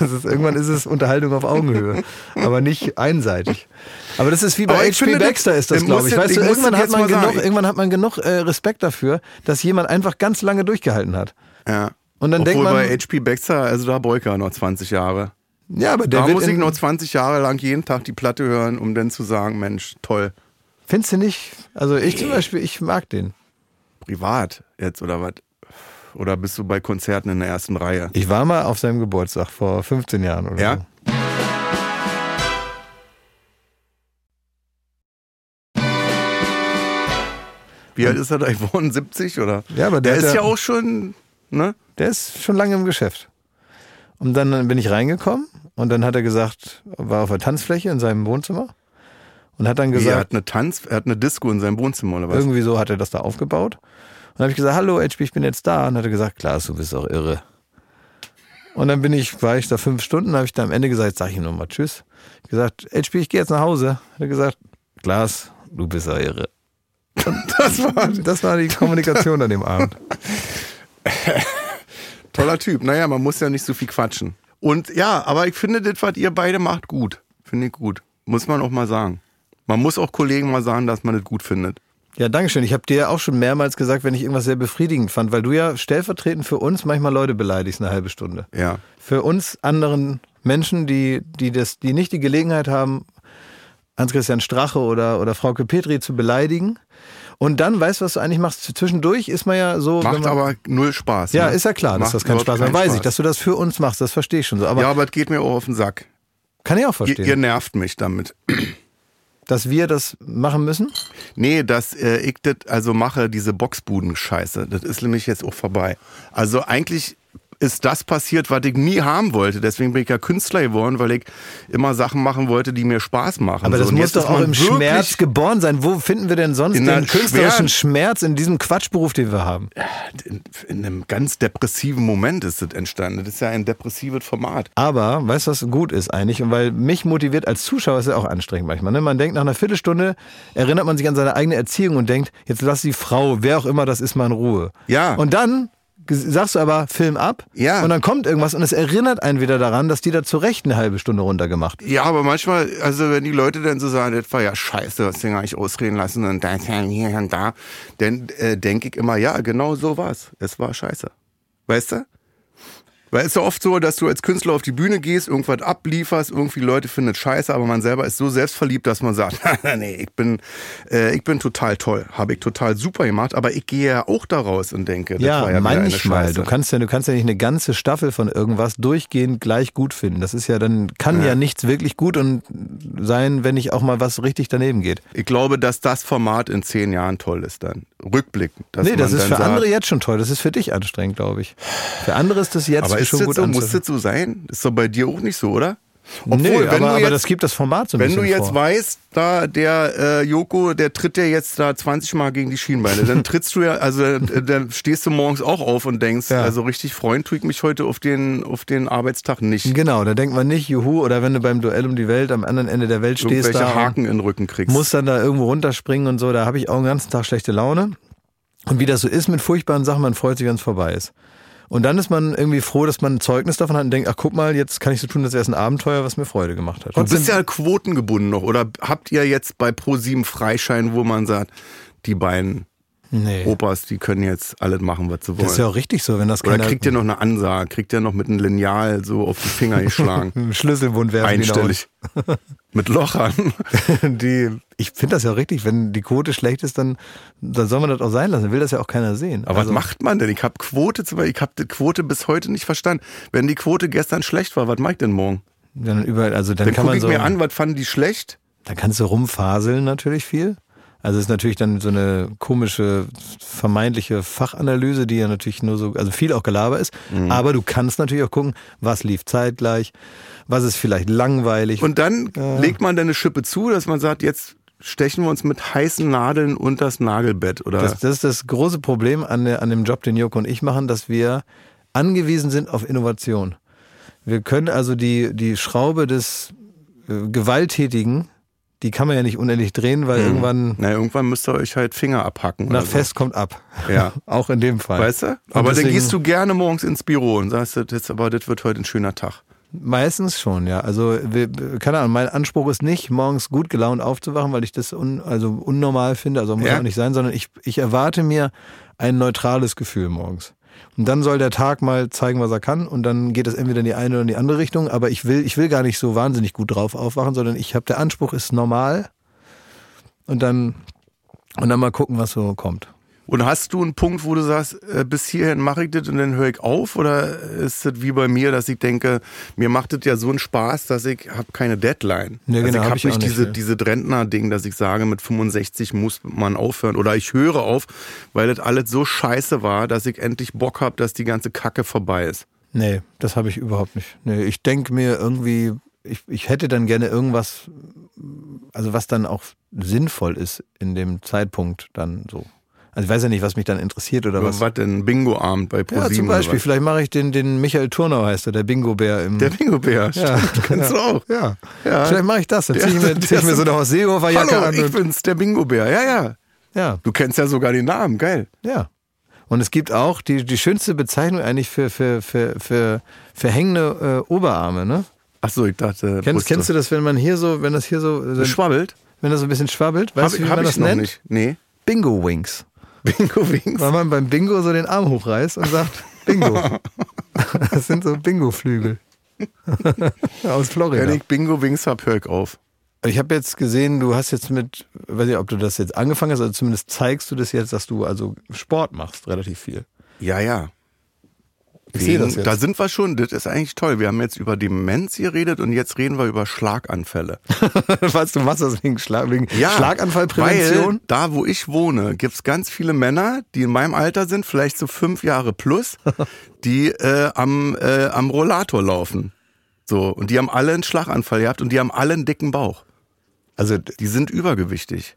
[SPEAKER 3] das ist, irgendwann ist es Unterhaltung auf Augenhöhe, aber nicht einseitig. Aber das ist wie
[SPEAKER 2] Aber
[SPEAKER 3] bei
[SPEAKER 2] ich
[SPEAKER 3] H.P.
[SPEAKER 2] finde,
[SPEAKER 3] Baxter ist das,
[SPEAKER 2] ich
[SPEAKER 3] glaube
[SPEAKER 2] muss
[SPEAKER 3] ich.
[SPEAKER 2] jetzt-
[SPEAKER 3] Weißt
[SPEAKER 2] ich
[SPEAKER 3] du,
[SPEAKER 2] muss
[SPEAKER 3] irgendwann
[SPEAKER 2] jetzt
[SPEAKER 3] hat, man
[SPEAKER 2] mal
[SPEAKER 3] genug,
[SPEAKER 2] sagen, ich-
[SPEAKER 3] irgendwann hat man genug äh, Respekt dafür, dass jemand einfach ganz lange durchgehalten hat.
[SPEAKER 2] Ja.
[SPEAKER 3] Und dann denkt
[SPEAKER 2] Obwohl
[SPEAKER 3] man-
[SPEAKER 2] bei HP Baxter, also da Boyka noch 20 Jahre.
[SPEAKER 3] Ja, aber der
[SPEAKER 2] Da
[SPEAKER 3] wird
[SPEAKER 2] muss
[SPEAKER 3] in,
[SPEAKER 2] ich noch 20 Jahre lang jeden Tag die Platte hören, um dann zu sagen, Mensch, toll,
[SPEAKER 3] Findest du nicht? Also ich
[SPEAKER 2] Äh.
[SPEAKER 3] zum Beispiel, ich mag den.
[SPEAKER 2] privat jetzt oder was? Oder bist du bei Konzerten in der ersten Reihe?
[SPEAKER 3] Ich war mal auf seinem Geburtstag vor 15 Jahren oder so.
[SPEAKER 2] Ja? Wie alt ist er da geworden? 70 oder?
[SPEAKER 3] Ja, aber
[SPEAKER 2] Der
[SPEAKER 3] hat
[SPEAKER 2] ist ja auch schon, ne?
[SPEAKER 3] Der ist schon lange im Geschäft. Und dann bin ich reingekommen und dann hat er gesagt, war auf der Tanzfläche in seinem Wohnzimmer und hat dann
[SPEAKER 2] Wie, Er hat
[SPEAKER 3] gesagt,
[SPEAKER 2] eine Tanz, er hat eine Disco in seinem Wohnzimmer oder was?
[SPEAKER 3] irgendwie so hat er das da aufgebaut. Und dann habe ich gesagt, hallo HP, ich bin jetzt da. Und hat er gesagt, klar, du bist auch irre. Und dann bin ich, war ich da fünf Stunden, habe ich da am Ende gesagt, sag ich ihm nochmal Tschüss. Ich gesagt, HP, ich gehe jetzt nach Hause. Hat er gesagt, Glas, du bist auch irre.
[SPEAKER 2] Das war
[SPEAKER 3] Das war die Kommunikation an dem Abend.
[SPEAKER 2] Toller Typ. Naja, man muss ja nicht so viel quatschen. Und ja, aber ich finde das, was ihr beide macht, gut. Finde ich gut. Muss man auch mal sagen. Man muss auch Kollegen mal sagen, dass man das gut findet.
[SPEAKER 3] Ja, Dankeschön. Ich habe dir ja auch schon mehrmals gesagt, wenn ich irgendwas sehr befriedigend fand, weil du ja stellvertretend für uns manchmal Leute beleidigst eine halbe Stunde.
[SPEAKER 2] Ja.
[SPEAKER 3] Für uns anderen Menschen, die, die, das, die nicht die Gelegenheit haben, Hans-Christian Strache oder, oder Frauke Petri zu beleidigen. Und dann weißt du, was du eigentlich machst. Zwischendurch ist man ja so. wenn
[SPEAKER 2] Macht
[SPEAKER 3] man,
[SPEAKER 2] aber null Spaß.
[SPEAKER 3] ja,
[SPEAKER 2] ne?
[SPEAKER 3] ist ja klar, dass
[SPEAKER 2] Macht
[SPEAKER 3] das kein
[SPEAKER 2] überhaupt
[SPEAKER 3] Spaß ist.
[SPEAKER 2] keinen
[SPEAKER 3] Weiß ich,
[SPEAKER 2] Spaß.
[SPEAKER 3] dass du das für uns machst, das verstehe ich schon so. Aber
[SPEAKER 2] ja, aber es geht mir auch auf den Sack.
[SPEAKER 3] kann ich auch
[SPEAKER 2] Ihr,
[SPEAKER 3] verstehen,
[SPEAKER 2] ihr nervt mich damit.
[SPEAKER 3] dass wir das machen müssen.
[SPEAKER 2] Nee, dass äh, ich das also mache, diese Boxbuden-Scheiße, das ist nämlich jetzt auch vorbei. Also eigentlich ist das passiert, was ich nie haben wollte. Deswegen bin ich ja Künstler geworden, weil ich immer Sachen machen wollte, die mir Spaß machen.
[SPEAKER 3] Aber
[SPEAKER 2] So,
[SPEAKER 3] das
[SPEAKER 2] und
[SPEAKER 3] muss
[SPEAKER 2] jetzt
[SPEAKER 3] doch
[SPEAKER 2] ist
[SPEAKER 3] auch
[SPEAKER 2] man
[SPEAKER 3] im
[SPEAKER 2] wirklich-
[SPEAKER 3] Schmerz geboren sein. Wo finden wir denn sonst
[SPEAKER 2] In
[SPEAKER 3] den
[SPEAKER 2] einem
[SPEAKER 3] künstlerischen
[SPEAKER 2] schweren-
[SPEAKER 3] Schmerz in diesem Quatschberuf, den wir haben?
[SPEAKER 2] In, in einem ganz depressiven Moment ist das entstanden. Das ist ja ein depressives Format.
[SPEAKER 3] Aber, weißt du, was gut ist eigentlich? Und weil mich motiviert als Zuschauer, ist ja auch anstrengend manchmal. Ne? Man denkt, nach einer Viertelstunde erinnert man sich an seine eigene Erziehung und denkt, jetzt lass die Frau, wer auch immer das ist, mal in Ruhe.
[SPEAKER 2] Ja.
[SPEAKER 3] Und dann ges- sagst du aber, Film ab.
[SPEAKER 2] Ja.
[SPEAKER 3] Und dann kommt irgendwas und es erinnert einen wieder daran, dass die da zu Recht eine halbe Stunde runtergemacht.
[SPEAKER 2] Ja, aber manchmal, also wenn die Leute dann so sagen, das war ja scheiße, was den gar nicht ausreden lassen und da, hier und da, dann äh, denke ich immer, ja, genau so war's. Es war scheiße. Weißt du? Weil es ist ja oft so, dass du als Künstler auf die Bühne gehst, irgendwas ablieferst, irgendwie Leute finden es scheiße, aber man selber ist so selbstverliebt, dass man sagt, nee, ich bin, äh, ich bin total toll, habe ich total super gemacht, aber ich gehe ja auch daraus und denke, das war ja wieder eine
[SPEAKER 3] manchmal.
[SPEAKER 2] Scheiße.
[SPEAKER 3] Du kannst ja, du kannst ja nicht eine ganze Staffel von irgendwas durchgehend gleich gut finden. Das ist ja dann, kann ja, nichts wirklich gut und sein, wenn nicht auch mal was richtig daneben geht.
[SPEAKER 2] Ich glaube, dass das Format in zehn Jahren toll ist dann. Rückblickend. dass
[SPEAKER 3] nee, das
[SPEAKER 2] man
[SPEAKER 3] ist
[SPEAKER 2] dann
[SPEAKER 3] für
[SPEAKER 2] sagt,
[SPEAKER 3] andere jetzt schon toll. Das ist für dich anstrengend, glaube ich. Für andere ist das jetzt
[SPEAKER 2] Aber ist
[SPEAKER 3] schon
[SPEAKER 2] das
[SPEAKER 3] gut
[SPEAKER 2] so, muss
[SPEAKER 3] anzusehen.
[SPEAKER 2] das so sein? Ist doch bei dir auch nicht so, oder?
[SPEAKER 3] Nee,
[SPEAKER 2] Obwohl, wenn
[SPEAKER 3] aber,
[SPEAKER 2] du
[SPEAKER 3] aber
[SPEAKER 2] jetzt,
[SPEAKER 3] das gibt das Format so ein
[SPEAKER 2] wenn
[SPEAKER 3] bisschen
[SPEAKER 2] du jetzt
[SPEAKER 3] vor.
[SPEAKER 2] weißt, da der äh, Joko, der tritt ja jetzt da 20 Mal gegen die Schienbeine, dann trittst du ja, also äh, dann stehst du morgens auch auf und denkst,
[SPEAKER 3] Ja.
[SPEAKER 2] also richtig freuen tue ich mich heute auf den, auf den Arbeitstag nicht.
[SPEAKER 3] Genau, da denkt man nicht, juhu, oder wenn du beim Duell um die Welt am anderen Ende der Welt stehst,
[SPEAKER 2] Irgendwelche
[SPEAKER 3] da
[SPEAKER 2] Haken in den Rücken kriegst.
[SPEAKER 3] muss dann da irgendwo runterspringen und so, da habe ich auch den ganzen Tag schlechte Laune. Und wie das so ist mit furchtbaren Sachen, man freut sich, wenn es vorbei ist. Und dann ist man irgendwie froh, dass man ein Zeugnis davon hat und denkt, ach guck mal, jetzt kann ich so tun, als wäre es ein Abenteuer, was mir Freude gemacht hat.
[SPEAKER 2] du bist ja quotengebunden noch, oder habt ihr jetzt bei Pro7 Freischein, wo man sagt, die beiden
[SPEAKER 3] nee,
[SPEAKER 2] Opas, die können jetzt alles machen, was sie wollen.
[SPEAKER 3] das ist ja auch richtig so, wenn das
[SPEAKER 2] Oh, Oder
[SPEAKER 3] keiner
[SPEAKER 2] kriegt ihr noch eine Ansage? Kriegt ihr noch mit einem Lineal so auf die Finger geschlagen?
[SPEAKER 3] einen Schlüsselbund werfen die nach unten.
[SPEAKER 2] Einstellig. mit Lochern.
[SPEAKER 3] die, ich finde das ja richtig, wenn die Quote schlecht ist, dann, dann soll man das auch sein lassen, will das ja auch keiner sehen. Also,
[SPEAKER 2] Aber was macht man denn? Ich habe Quote zum Beispiel, ich habe die Quote bis heute nicht verstanden. Wenn die Quote gestern schlecht war, was mach ich denn morgen?
[SPEAKER 3] Dann überall, also dann,
[SPEAKER 2] Dann
[SPEAKER 3] kann
[SPEAKER 2] gucke
[SPEAKER 3] man
[SPEAKER 2] ich
[SPEAKER 3] so,
[SPEAKER 2] mir an, was fanden die schlecht?
[SPEAKER 3] dann kannst du rumfaseln natürlich viel. Also es ist natürlich dann so eine komische, vermeintliche Fachanalyse, die ja natürlich nur so, also viel auch Gelaber ist.
[SPEAKER 2] Mhm.
[SPEAKER 3] Aber du kannst natürlich auch gucken, was lief zeitgleich, was ist vielleicht langweilig.
[SPEAKER 2] Und dann legt man dann eine Schippe zu, dass man sagt, jetzt stechen wir uns mit heißen Nadeln unter das Nagelbett. Oder
[SPEAKER 3] Das, das ist das große Problem an, der, an dem Job, den Joko und ich machen, dass wir angewiesen sind auf Innovation. Wir können also die, die Schraube des äh, Gewalttätigen, die kann man ja nicht unendlich drehen, weil
[SPEAKER 2] Mhm.
[SPEAKER 3] irgendwann
[SPEAKER 2] na, irgendwann müsst ihr euch halt Finger abhacken.
[SPEAKER 3] nach
[SPEAKER 2] oder so.
[SPEAKER 3] Fest kommt ab.
[SPEAKER 2] Ja.
[SPEAKER 3] Auch in dem Fall.
[SPEAKER 2] Weißt du?
[SPEAKER 3] Und
[SPEAKER 2] Aber dann
[SPEAKER 3] deswegen-
[SPEAKER 2] gehst du gerne morgens ins Büro und sagst, das ist, aber das wird heute ein schöner Tag.
[SPEAKER 3] Meistens schon, ja. Also, wir, keine Ahnung, mein Anspruch ist nicht, morgens gut gelaunt aufzuwachen, weil ich das un, also unnormal finde, also muss
[SPEAKER 2] Ja.
[SPEAKER 3] auch nicht sein, sondern ich, ich erwarte mir ein neutrales Gefühl morgens. Und dann soll der Tag mal zeigen, was er kann und dann geht es entweder in die eine oder in die andere Richtung, aber ich will, ich will gar nicht so wahnsinnig gut drauf aufwachen, sondern ich habe, der Anspruch ist normal und dann, und dann mal gucken, was so kommt.
[SPEAKER 2] Und hast du einen Punkt, wo du sagst, äh, bis hierhin mache ich das und dann höre ich auf? Oder ist das wie bei mir, dass ich denke, mir macht das ja so einen Spaß, dass ich habe keine Deadline.
[SPEAKER 3] Ja, genau,
[SPEAKER 2] also ich
[SPEAKER 3] hab
[SPEAKER 2] habe
[SPEAKER 3] ich auch
[SPEAKER 2] nicht
[SPEAKER 3] nicht,
[SPEAKER 2] diese,
[SPEAKER 3] ja.
[SPEAKER 2] diese Rentner-Ding, dass ich sage, mit 65 muss man aufhören. Oder ich höre auf, weil das alles so scheiße war, dass ich endlich Bock habe, dass die ganze Kacke vorbei ist.
[SPEAKER 3] Nee, das habe ich überhaupt nicht. Nee, ich denke mir irgendwie, ich, ich hätte dann gerne irgendwas, also was dann auch sinnvoll ist in dem Zeitpunkt dann so. Also ich weiß ja nicht, was mich dann interessiert oder was.
[SPEAKER 2] Was, denn? Bingo-Abend bei ProSieben?
[SPEAKER 3] Ja, zum
[SPEAKER 2] oder
[SPEAKER 3] Beispiel,
[SPEAKER 2] was?
[SPEAKER 3] vielleicht mache ich den, den Michael Turnau heißt er, der Bingo-Bär im.
[SPEAKER 2] Der Bingo-Bär,
[SPEAKER 3] Ja. genau.
[SPEAKER 2] stimmt, kannst du auch.
[SPEAKER 3] ja.
[SPEAKER 2] Ja.
[SPEAKER 3] Vielleicht mache ich das. Dann
[SPEAKER 2] Der-
[SPEAKER 3] ziehe ich mir,
[SPEAKER 2] der
[SPEAKER 3] zieh ich mir
[SPEAKER 2] ist-
[SPEAKER 3] so eine Horst Seehofer Jacke
[SPEAKER 2] Hallo,
[SPEAKER 3] an.
[SPEAKER 2] ich
[SPEAKER 3] und,
[SPEAKER 2] bin's, der Bingo-Bär. Ja, ja.
[SPEAKER 3] ja.
[SPEAKER 2] Du kennst ja sogar den Namen, geil.
[SPEAKER 3] Ja. Und es gibt auch die, die schönste Bezeichnung eigentlich für, für, für, für, für hängende äh, Oberarme, ne?
[SPEAKER 2] Achso, ich dachte.
[SPEAKER 3] Kennst, kennst du das, wenn man hier so, wenn das hier so, so ein
[SPEAKER 2] Schwabbelt?
[SPEAKER 3] Wenn das so ein bisschen schwabbelt, weißt du, wie
[SPEAKER 2] hab
[SPEAKER 3] man
[SPEAKER 2] ich
[SPEAKER 3] das
[SPEAKER 2] noch
[SPEAKER 3] nennt?
[SPEAKER 2] nicht. Nee.
[SPEAKER 3] Bingo Wings.
[SPEAKER 2] Bingo Wings.
[SPEAKER 3] Weil man beim Bingo so den Arm hochreißt und sagt Bingo. Das sind so Bingo-Flügel. aus Florida.
[SPEAKER 2] Wenn ich Bingo Wings hab, hör ich auf.
[SPEAKER 3] Ich habe jetzt gesehen, du hast jetzt mit, weiß nicht, ob du das jetzt angefangen hast, also zumindest zeigst du das jetzt, dass du also Sport machst, relativ viel.
[SPEAKER 2] Ja, ja.
[SPEAKER 3] Ich sehe das
[SPEAKER 2] Wegen- Da
[SPEAKER 3] jetzt.
[SPEAKER 2] sind wir schon, das ist eigentlich toll. Wir haben jetzt über Demenz geredet und jetzt reden wir über Schlaganfälle.
[SPEAKER 3] Was, du machst das wegen, Schlag, wegen Schlaganfallprävention?
[SPEAKER 2] Weil da, wo ich wohne, gibt's ganz viele Männer, die in meinem Alter sind, vielleicht so fünf Jahre plus, die äh, am, äh, am Rollator laufen. So, und die haben alle einen Schlaganfall gehabt und die haben alle einen dicken Bauch.
[SPEAKER 3] Also,
[SPEAKER 2] Die sind übergewichtig.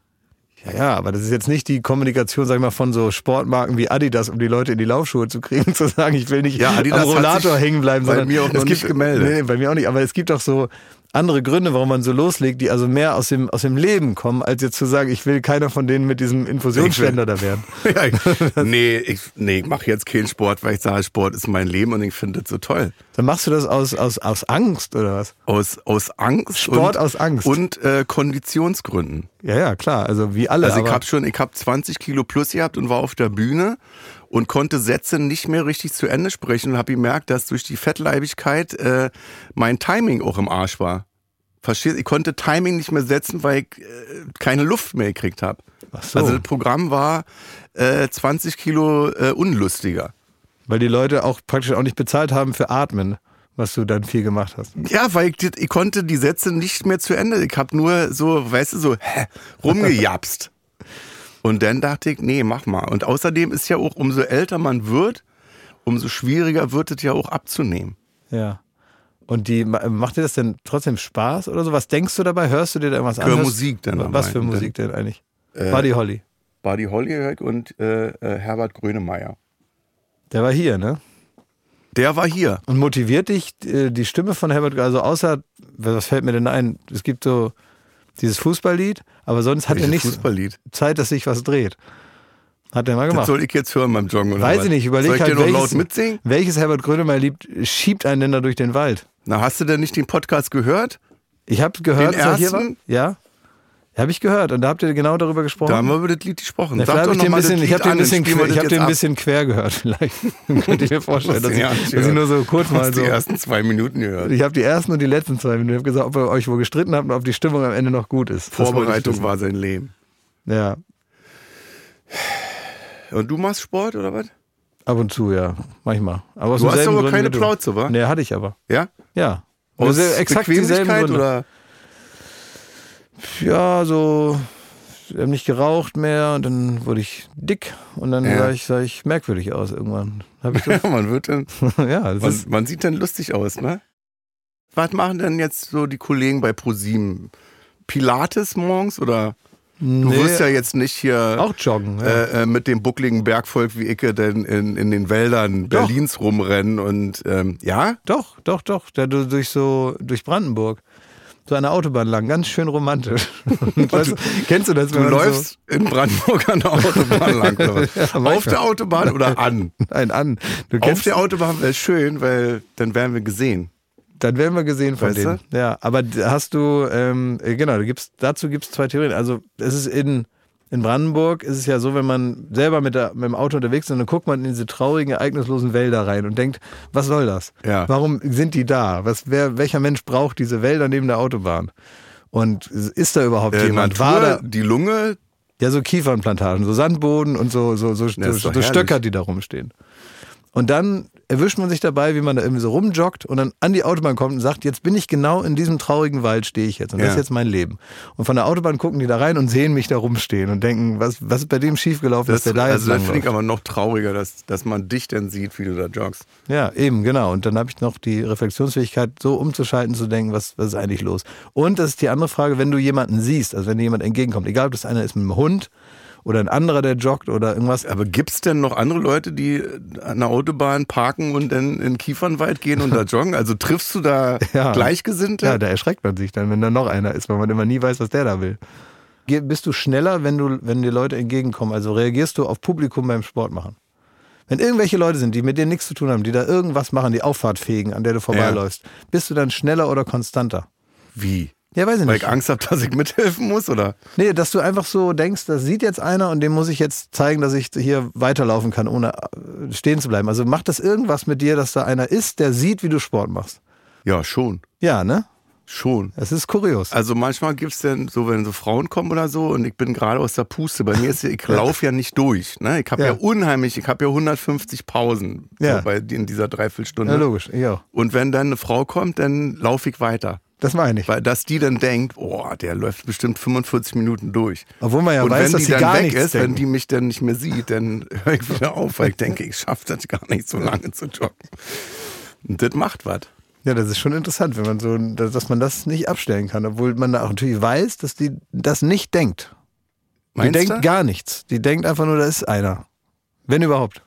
[SPEAKER 3] ja, ja, aber das ist jetzt nicht die Kommunikation, sag ich mal, von so Sportmarken wie Adidas, um die Leute in die Laufschuhe zu kriegen, zu sagen, ich will nicht
[SPEAKER 2] Ja, Adidas
[SPEAKER 3] am
[SPEAKER 2] hat
[SPEAKER 3] Rollator
[SPEAKER 2] sich
[SPEAKER 3] hängen bleiben.
[SPEAKER 2] bei
[SPEAKER 3] sondern
[SPEAKER 2] mir auch
[SPEAKER 3] es
[SPEAKER 2] noch
[SPEAKER 3] gibt,
[SPEAKER 2] nicht gemeldet.
[SPEAKER 3] Nee, bei mir auch nicht, aber es gibt auch so andere Gründe, warum man so loslegt, die also mehr aus dem, aus dem Leben kommen, als jetzt zu sagen, ich will keiner von denen mit diesem Infusionsspender da werden.
[SPEAKER 2] ja, ich, nee, ich, nee, ich mache jetzt keinen Sport, weil ich sage, Sport ist mein Leben und ich finde das so toll.
[SPEAKER 3] Dann machst du das aus, aus, aus Angst oder was?
[SPEAKER 2] Aus, aus Angst. und,
[SPEAKER 3] Sport aus Angst.
[SPEAKER 2] Und äh, Konditionsgründen.
[SPEAKER 3] Ja, ja, klar. Also wie alle.
[SPEAKER 2] Also ich
[SPEAKER 3] aber-
[SPEAKER 2] habe schon, ich habe 20 Kilo plus gehabt und war auf der Bühne und konnte Sätze nicht mehr richtig zu Ende sprechen und habe gemerkt, dass durch die Fettleibigkeit äh, mein Timing auch im Arsch war. Verstehst? Ich konnte Timing nicht mehr setzen, weil ich äh, keine Luft mehr gekriegt habe.
[SPEAKER 3] Ach so.
[SPEAKER 2] Also das Programm war äh, 20 Kilo äh, unlustiger.
[SPEAKER 3] weil die Leute auch praktisch auch nicht bezahlt haben für Atmen, was du dann viel gemacht hast.
[SPEAKER 2] Ja, weil ich, das- ich konnte die Sätze nicht mehr zu Ende. Ich habe nur so, weißt du, so hä, rumgejapst. Und dann dachte ich, nee, mach mal. Und außerdem ist ja auch, umso älter man wird, umso schwieriger wird es ja auch abzunehmen.
[SPEAKER 3] Ja. Und die ma- macht dir das denn trotzdem Spaß oder so? Was denkst du dabei? Hörst du dir da irgendwas
[SPEAKER 2] Ich
[SPEAKER 3] an?
[SPEAKER 2] höre Musik dann ne? am
[SPEAKER 3] Was für
[SPEAKER 2] meisten.
[SPEAKER 3] Musik denn eigentlich?
[SPEAKER 2] Äh.
[SPEAKER 3] Buddy Holly.
[SPEAKER 2] Buddy Hollyhock und äh, äh, Herbert Grönemeyer.
[SPEAKER 3] Der war hier, ne?
[SPEAKER 2] Der war hier.
[SPEAKER 3] Und motiviert dich äh, die Stimme von Herbert, also außer, was fällt mir denn ein? Es gibt so dieses Fußballlied, aber sonst hat er
[SPEAKER 2] Welches
[SPEAKER 3] nicht
[SPEAKER 2] Fußballlied.
[SPEAKER 3] Zeit, dass sich was dreht. Hat er mal
[SPEAKER 2] Das
[SPEAKER 3] gemacht.
[SPEAKER 2] soll ich jetzt hören beim Joggen oder
[SPEAKER 3] Weiß
[SPEAKER 2] was?
[SPEAKER 3] ich nicht, überleg
[SPEAKER 2] Soll ich
[SPEAKER 3] halt,
[SPEAKER 2] dir noch laut
[SPEAKER 3] welches-
[SPEAKER 2] mitsingen?
[SPEAKER 3] Welches Herbert Grönemeyer liebt, schiebt einen denn da durch den Wald?
[SPEAKER 2] Na, hast du denn nicht den Podcast gehört?
[SPEAKER 3] Ich habe gehört,
[SPEAKER 2] Den
[SPEAKER 3] dass er hier war.
[SPEAKER 2] ersten?
[SPEAKER 3] Ja. Habe ich gehört. Und da habt ihr genau darüber
[SPEAKER 2] Da haben
[SPEAKER 3] gesprochen.
[SPEAKER 2] wir über das Lied gesprochen.
[SPEAKER 3] Na, vielleicht hab ich den ein bisschen, ich habe den ein bisschen, quer, ich hab den ein
[SPEAKER 2] bisschen.
[SPEAKER 3] bisschen quer gehört, vielleicht. Könnte ich mir vorstellen,
[SPEAKER 2] Hast
[SPEAKER 3] dass
[SPEAKER 2] du ja
[SPEAKER 3] ich,
[SPEAKER 2] nicht
[SPEAKER 3] dass ich
[SPEAKER 2] gehört.
[SPEAKER 3] nur so kurz
[SPEAKER 2] Du hast
[SPEAKER 3] mal so.
[SPEAKER 2] die ersten zwei Minuten gehört.
[SPEAKER 3] Ich habe die ersten und die letzten zwei Minuten. Ich habe gesagt, ob ihr euch wohl gestritten habt und ob die Stimmung am Ende noch gut ist. Das wollte ich
[SPEAKER 2] Vorbereitung war sein Leben.
[SPEAKER 3] wissen. Ja,
[SPEAKER 2] Und du machst Sport oder was?
[SPEAKER 3] ab und zu, ja. Manchmal. Aber aus
[SPEAKER 2] Du hast
[SPEAKER 3] denselben
[SPEAKER 2] aber
[SPEAKER 3] Gründen
[SPEAKER 2] keine
[SPEAKER 3] wie du.
[SPEAKER 2] Plauze, wa?
[SPEAKER 3] Nee, hatte ich aber.
[SPEAKER 2] Ja?
[SPEAKER 3] Ja.
[SPEAKER 2] Aus
[SPEAKER 3] Also dieselben
[SPEAKER 2] Bequemlichkeit
[SPEAKER 3] Gründe.
[SPEAKER 2] oder?
[SPEAKER 3] ja, so, wir haben nicht geraucht mehr und dann wurde ich dick und dann
[SPEAKER 2] Ja.
[SPEAKER 3] sah, ich, sah ich merkwürdig aus irgendwann. Hab ich
[SPEAKER 2] Ja, man wird dann,
[SPEAKER 3] das, ja, das
[SPEAKER 2] man,
[SPEAKER 3] ist,
[SPEAKER 2] man sieht dann lustig aus, ne? Was machen denn jetzt so die Kollegen bei ProSieben? Pilates morgens oder? Du
[SPEAKER 3] nee,
[SPEAKER 2] wirst ja jetzt nicht hier
[SPEAKER 3] auch joggen. Ja.
[SPEAKER 2] äh, äh, mit dem buckligen Bergvolk wie Icke denn in, in den Wäldern
[SPEAKER 3] Doch.
[SPEAKER 2] Berlins rumrennen und ähm, ja?
[SPEAKER 3] Doch, doch, doch. Da du- durch so durch Brandenburg. So eine Autobahn lang, ganz schön romantisch. weißt, du, kennst du das?
[SPEAKER 2] Du läufst in Brandenburg an der Autobahn lang. oder was?
[SPEAKER 3] manchmal.
[SPEAKER 2] Auf der Autobahn oder an?
[SPEAKER 3] so ein an. Du
[SPEAKER 2] Auf
[SPEAKER 3] kennst,
[SPEAKER 2] der Autobahn wäre schön, weil dann wären wir gesehen.
[SPEAKER 3] dann werden wir gesehen von
[SPEAKER 2] Weißt
[SPEAKER 3] denen. Ja, aber d- hast du, ähm, äh, genau, da gibt's, dazu gibt es zwei Theorien. Also es ist in, in Brandenburg ist es ja so, wenn man selber mit, der, mit dem Auto unterwegs ist, dann guckt man in diese traurigen, ereignislosen Wälder rein und denkt, was soll das?
[SPEAKER 2] Ja.
[SPEAKER 3] Warum sind die da? Was, wer, welcher Mensch braucht diese Wälder neben der Autobahn? Und ist da überhaupt
[SPEAKER 2] Äh,
[SPEAKER 3] jemand?
[SPEAKER 2] Natur,
[SPEAKER 3] War da,
[SPEAKER 2] die Lunge,
[SPEAKER 3] Ja, so Kiefernplantagen, so Sandboden und so, so, so,
[SPEAKER 2] Ja, ist
[SPEAKER 3] so,
[SPEAKER 2] doch
[SPEAKER 3] so
[SPEAKER 2] herrlich.
[SPEAKER 3] Stöcker, die da rumstehen. Und dann erwischt man sich dabei, wie man da irgendwie so rumjoggt und dann an die Autobahn kommt und sagt, jetzt bin ich genau in diesem traurigen Wald stehe ich jetzt und das
[SPEAKER 2] Ja.
[SPEAKER 3] ist jetzt mein Leben. Und von der Autobahn gucken die da rein und sehen mich da rumstehen und denken, was, was ist bei dem schiefgelaufen, dass
[SPEAKER 2] das,
[SPEAKER 3] der da jetzt
[SPEAKER 2] also das finde ich
[SPEAKER 3] langläuft.
[SPEAKER 2] aber noch trauriger, dass, dass man dich dann sieht, wie du da joggst.
[SPEAKER 3] Ja, eben, genau. Und dann habe ich noch die Reflexionsfähigkeit, so umzuschalten, zu denken, was, was ist eigentlich los. Und das ist die andere Frage, wenn du jemanden siehst, also wenn dir jemand entgegenkommt, egal ob das einer ist mit einem Hund oder ein anderer, der joggt oder irgendwas,
[SPEAKER 2] Aber gibt es denn noch andere Leute, die an der Autobahn parken und dann in den Kiefernwald gehen und da joggen? Also triffst du da
[SPEAKER 3] Ja.
[SPEAKER 2] Gleichgesinnte?
[SPEAKER 3] Ja, da erschreckt man sich dann, wenn da noch einer ist, weil man immer nie weiß, was der da will. Ge- Bist du schneller, wenn, du, wenn dir Leute entgegenkommen? Also reagierst du auf Publikum beim Sport machen? Wenn irgendwelche Leute sind, die mit dir nichts zu tun haben, die da irgendwas machen, die Auffahrt fegen, an der du vorbeiläufst, bist du dann schneller oder konstanter?
[SPEAKER 2] Wie?
[SPEAKER 3] Ja, weiß ich
[SPEAKER 2] Weil ich
[SPEAKER 3] nicht.
[SPEAKER 2] Angst habe, dass ich mithelfen muss? Oder?
[SPEAKER 3] Nee, dass du einfach so denkst, das sieht jetzt einer und dem muss ich jetzt zeigen, dass ich hier weiterlaufen kann, ohne äh, stehen zu bleiben. Also macht das irgendwas mit dir, dass da einer ist, der sieht, wie du Sport machst.
[SPEAKER 2] Ja, schon.
[SPEAKER 3] Ja, ne?
[SPEAKER 2] Schon.
[SPEAKER 3] Es ist kurios.
[SPEAKER 2] Also manchmal gibt es dann so, wenn so Frauen kommen oder so und ich bin gerade aus der Puste. Bei mir ist ja- ich laufe ja nicht durch. Ne? Ich habe ja.
[SPEAKER 3] Ja.
[SPEAKER 2] unheimlich, ich habe ja 150 Pausen
[SPEAKER 3] Ja.
[SPEAKER 2] so bei, in dieser Dreiviertelstunde.
[SPEAKER 3] Ja, logisch, ich auch.
[SPEAKER 2] Und wenn dann eine Frau kommt, dann laufe ich weiter.
[SPEAKER 3] Das meine ich.
[SPEAKER 2] Weil dass die dann denkt, oh, der läuft bestimmt 45 Minuten durch.
[SPEAKER 3] Obwohl man ja
[SPEAKER 2] und
[SPEAKER 3] weiß,
[SPEAKER 2] wenn
[SPEAKER 3] dass
[SPEAKER 2] die
[SPEAKER 3] sie
[SPEAKER 2] dann
[SPEAKER 3] gar
[SPEAKER 2] weg
[SPEAKER 3] nichts
[SPEAKER 2] ist, wenn
[SPEAKER 3] denken.
[SPEAKER 2] die mich dann nicht mehr sieht, dann höre ich wieder auf, weil ich denke, ich schaffe das gar nicht so lange zu joggen. Und das macht was.
[SPEAKER 3] Ja, das ist schon interessant, wenn man so, dass man das nicht abstellen kann, obwohl man da auch natürlich weiß, dass die das nicht denkt. Die
[SPEAKER 2] Meinst
[SPEAKER 3] denkt
[SPEAKER 2] du?
[SPEAKER 3] gar nichts. Die denkt einfach nur, da ist einer. Wenn überhaupt.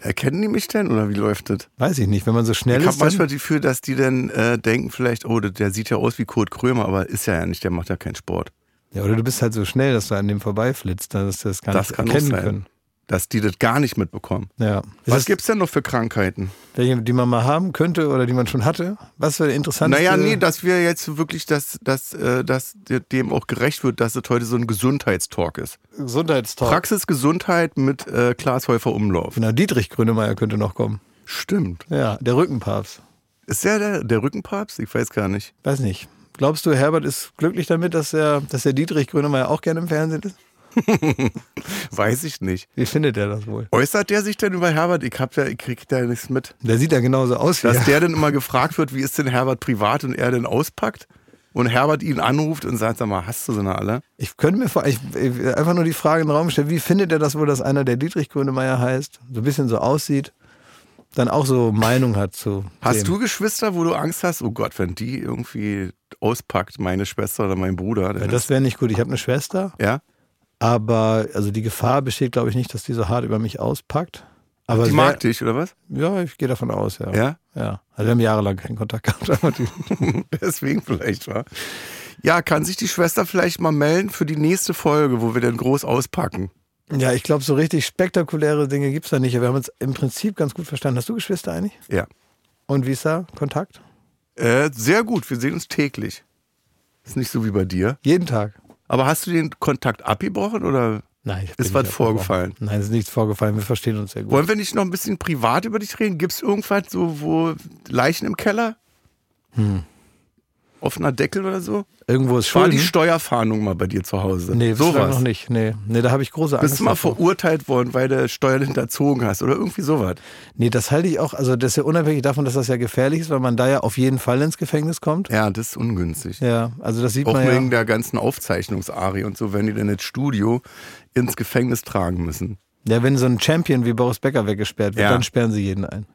[SPEAKER 2] Erkennen die mich denn oder wie läuft das?
[SPEAKER 3] Weiß ich nicht. Wenn man so schnell
[SPEAKER 2] Ich habe
[SPEAKER 3] ist, dann,
[SPEAKER 2] manchmal das Gefühl, dass die dann äh, denken vielleicht, oh, der, der sieht ja aus wie Kurt Krömer, aber ist er ja nicht, der macht ja keinen Sport.
[SPEAKER 3] ja, oder du bist halt so schnell, dass du an dem vorbeiflitzt, dass du das gar
[SPEAKER 2] Das
[SPEAKER 3] nicht
[SPEAKER 2] kann auch
[SPEAKER 3] erkennen
[SPEAKER 2] sein.
[SPEAKER 3] können.
[SPEAKER 2] Dass die das gar nicht mitbekommen.
[SPEAKER 3] Ja. Ist
[SPEAKER 2] Was
[SPEAKER 3] es
[SPEAKER 2] gibt's denn noch für Krankheiten?
[SPEAKER 3] welche, die man mal haben könnte oder die man schon hatte? Was für interessant.
[SPEAKER 2] Naja, nee, dass wir jetzt wirklich, dass, dass, äh, dass dem auch gerecht wird, dass es heute so ein Gesundheitstalk ist.
[SPEAKER 3] Gesundheitstalk.
[SPEAKER 2] Praxis Gesundheit mit äh, Klaas Häufer Umlauf.
[SPEAKER 3] Na, Dietrich Grönemeyer könnte noch kommen.
[SPEAKER 2] Stimmt.
[SPEAKER 3] Ja, der Rückenpapst.
[SPEAKER 2] Ist der der, der Rückenpapst? Ich weiß gar nicht.
[SPEAKER 3] Weiß nicht. Glaubst du, Herbert ist glücklich damit, dass er, dass der Dietrich Grönemeyer auch gerne im Fernsehen ist?
[SPEAKER 2] Weiß ich nicht.
[SPEAKER 3] Wie findet er das wohl?
[SPEAKER 2] Äußert der sich denn über Herbert? Ich, hab da, ich krieg da nichts mit.
[SPEAKER 3] Der sieht ja genauso aus wie
[SPEAKER 2] Dass
[SPEAKER 3] er.
[SPEAKER 2] der dann immer gefragt wird, wie ist denn Herbert privat und er denn auspackt? Und Herbert ihn anruft und sagt, sag mal, hast du so eine alle?
[SPEAKER 3] Ich könnte mir vor, ich, ich, einfach nur die Frage in den Raum stellen, wie findet er das wohl, dass einer, der Dietrich Grönemeyer heißt, so ein bisschen so aussieht, dann auch so Meinung hat zu.
[SPEAKER 2] Hast
[SPEAKER 3] dem.
[SPEAKER 2] du Geschwister, wo du Angst hast? Oh Gott, wenn die irgendwie auspackt, meine Schwester oder mein Bruder.
[SPEAKER 3] Ja,
[SPEAKER 2] Dann
[SPEAKER 3] das wäre nicht gut. Ich habe eine Schwester,
[SPEAKER 2] ja?
[SPEAKER 3] aber also die Gefahr besteht, glaube ich, nicht, dass die so hart über mich auspackt. Aber
[SPEAKER 2] Die
[SPEAKER 3] es
[SPEAKER 2] mag dich, oder was?
[SPEAKER 3] wär, ja, ich gehe davon aus, ja.
[SPEAKER 2] Ja?
[SPEAKER 3] Ja. Also wir haben jahrelang keinen Kontakt gehabt. Aber die,
[SPEAKER 2] Deswegen vielleicht, wa? Ja, kann sich die Schwester vielleicht mal melden für die nächste Folge, wo wir dann groß auspacken.
[SPEAKER 3] ja, ich glaube, so richtig spektakuläre Dinge gibt es da nicht. Aber wir haben uns im Prinzip ganz gut verstanden. Hast du Geschwister eigentlich?
[SPEAKER 2] Ja.
[SPEAKER 3] Und wie ist da Kontakt?
[SPEAKER 2] Äh, sehr gut, wir sehen uns täglich. Ist nicht so wie bei dir.
[SPEAKER 3] Jeden Tag.
[SPEAKER 2] Aber hast du den Kontakt abgebrochen oder
[SPEAKER 3] Nein, ich hab
[SPEAKER 2] ist
[SPEAKER 3] dir
[SPEAKER 2] was
[SPEAKER 3] nicht
[SPEAKER 2] vorgefallen?
[SPEAKER 3] abgebrochen. Nein, es ist nichts vorgefallen. Wir verstehen uns sehr gut.
[SPEAKER 2] Wollen wir nicht noch ein bisschen privat über dich reden? Gibt es irgendwas so, wo Leichen im Keller?
[SPEAKER 3] Hm.
[SPEAKER 2] Offener Deckel oder so?
[SPEAKER 3] Irgendwo ist
[SPEAKER 2] War
[SPEAKER 3] Schulden.
[SPEAKER 2] die Steuerfahndung mal bei dir zu Hause?
[SPEAKER 3] ne? nee,
[SPEAKER 2] so
[SPEAKER 3] so
[SPEAKER 2] was.
[SPEAKER 3] noch nicht. Nee, nee da habe ich große Angst.
[SPEAKER 2] Bist du mal
[SPEAKER 3] davor.
[SPEAKER 2] verurteilt worden, weil du Steuern hinterzogen hast oder irgendwie sowas?
[SPEAKER 3] Nee, das halte ich auch. Also, das ist ja unabhängig davon, dass das ja gefährlich ist, weil man da ja auf jeden Fall ins Gefängnis kommt.
[SPEAKER 2] Ja, das ist ungünstig.
[SPEAKER 3] Ja, also, das sieht
[SPEAKER 2] Auch
[SPEAKER 3] man ja.
[SPEAKER 2] wegen der ganzen Aufzeichnungsarie und so, wenn die dann ins Studio ins Gefängnis tragen müssen.
[SPEAKER 3] Ja, wenn so ein Champion wie Boris Becker weggesperrt wird,
[SPEAKER 2] Ja.
[SPEAKER 3] dann sperren sie jeden ein.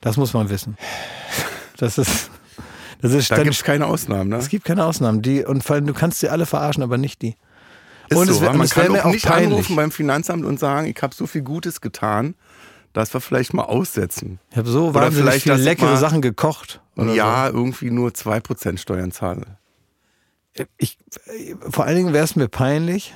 [SPEAKER 3] Das muss man wissen. Das ist. Das ist
[SPEAKER 2] Da
[SPEAKER 3] dann,
[SPEAKER 2] gibt es keine Ausnahmen, ne?
[SPEAKER 3] es gibt keine Ausnahmen. Die, und vor allem, du kannst sie alle verarschen, aber nicht die.
[SPEAKER 2] Ist
[SPEAKER 3] und
[SPEAKER 2] so,
[SPEAKER 3] es wär-
[SPEAKER 2] wa? man
[SPEAKER 3] es wär
[SPEAKER 2] kann
[SPEAKER 3] mir
[SPEAKER 2] auch
[SPEAKER 3] auch
[SPEAKER 2] nicht
[SPEAKER 3] peinlich.
[SPEAKER 2] anrufen beim Finanzamt und sagen, ich habe so viel Gutes getan, dass wir vielleicht mal aussetzen.
[SPEAKER 3] Ich habe so
[SPEAKER 2] Oder
[SPEAKER 3] wahnsinnig
[SPEAKER 2] vielleicht,
[SPEAKER 3] viele
[SPEAKER 2] dass ich
[SPEAKER 3] leckere
[SPEAKER 2] mal-
[SPEAKER 3] Sachen gekocht.
[SPEAKER 2] Im
[SPEAKER 3] oder
[SPEAKER 2] Jahr irgendwie nur 2% Steuern zahle.
[SPEAKER 3] ich, vor allen Dingen wäre es mir peinlich,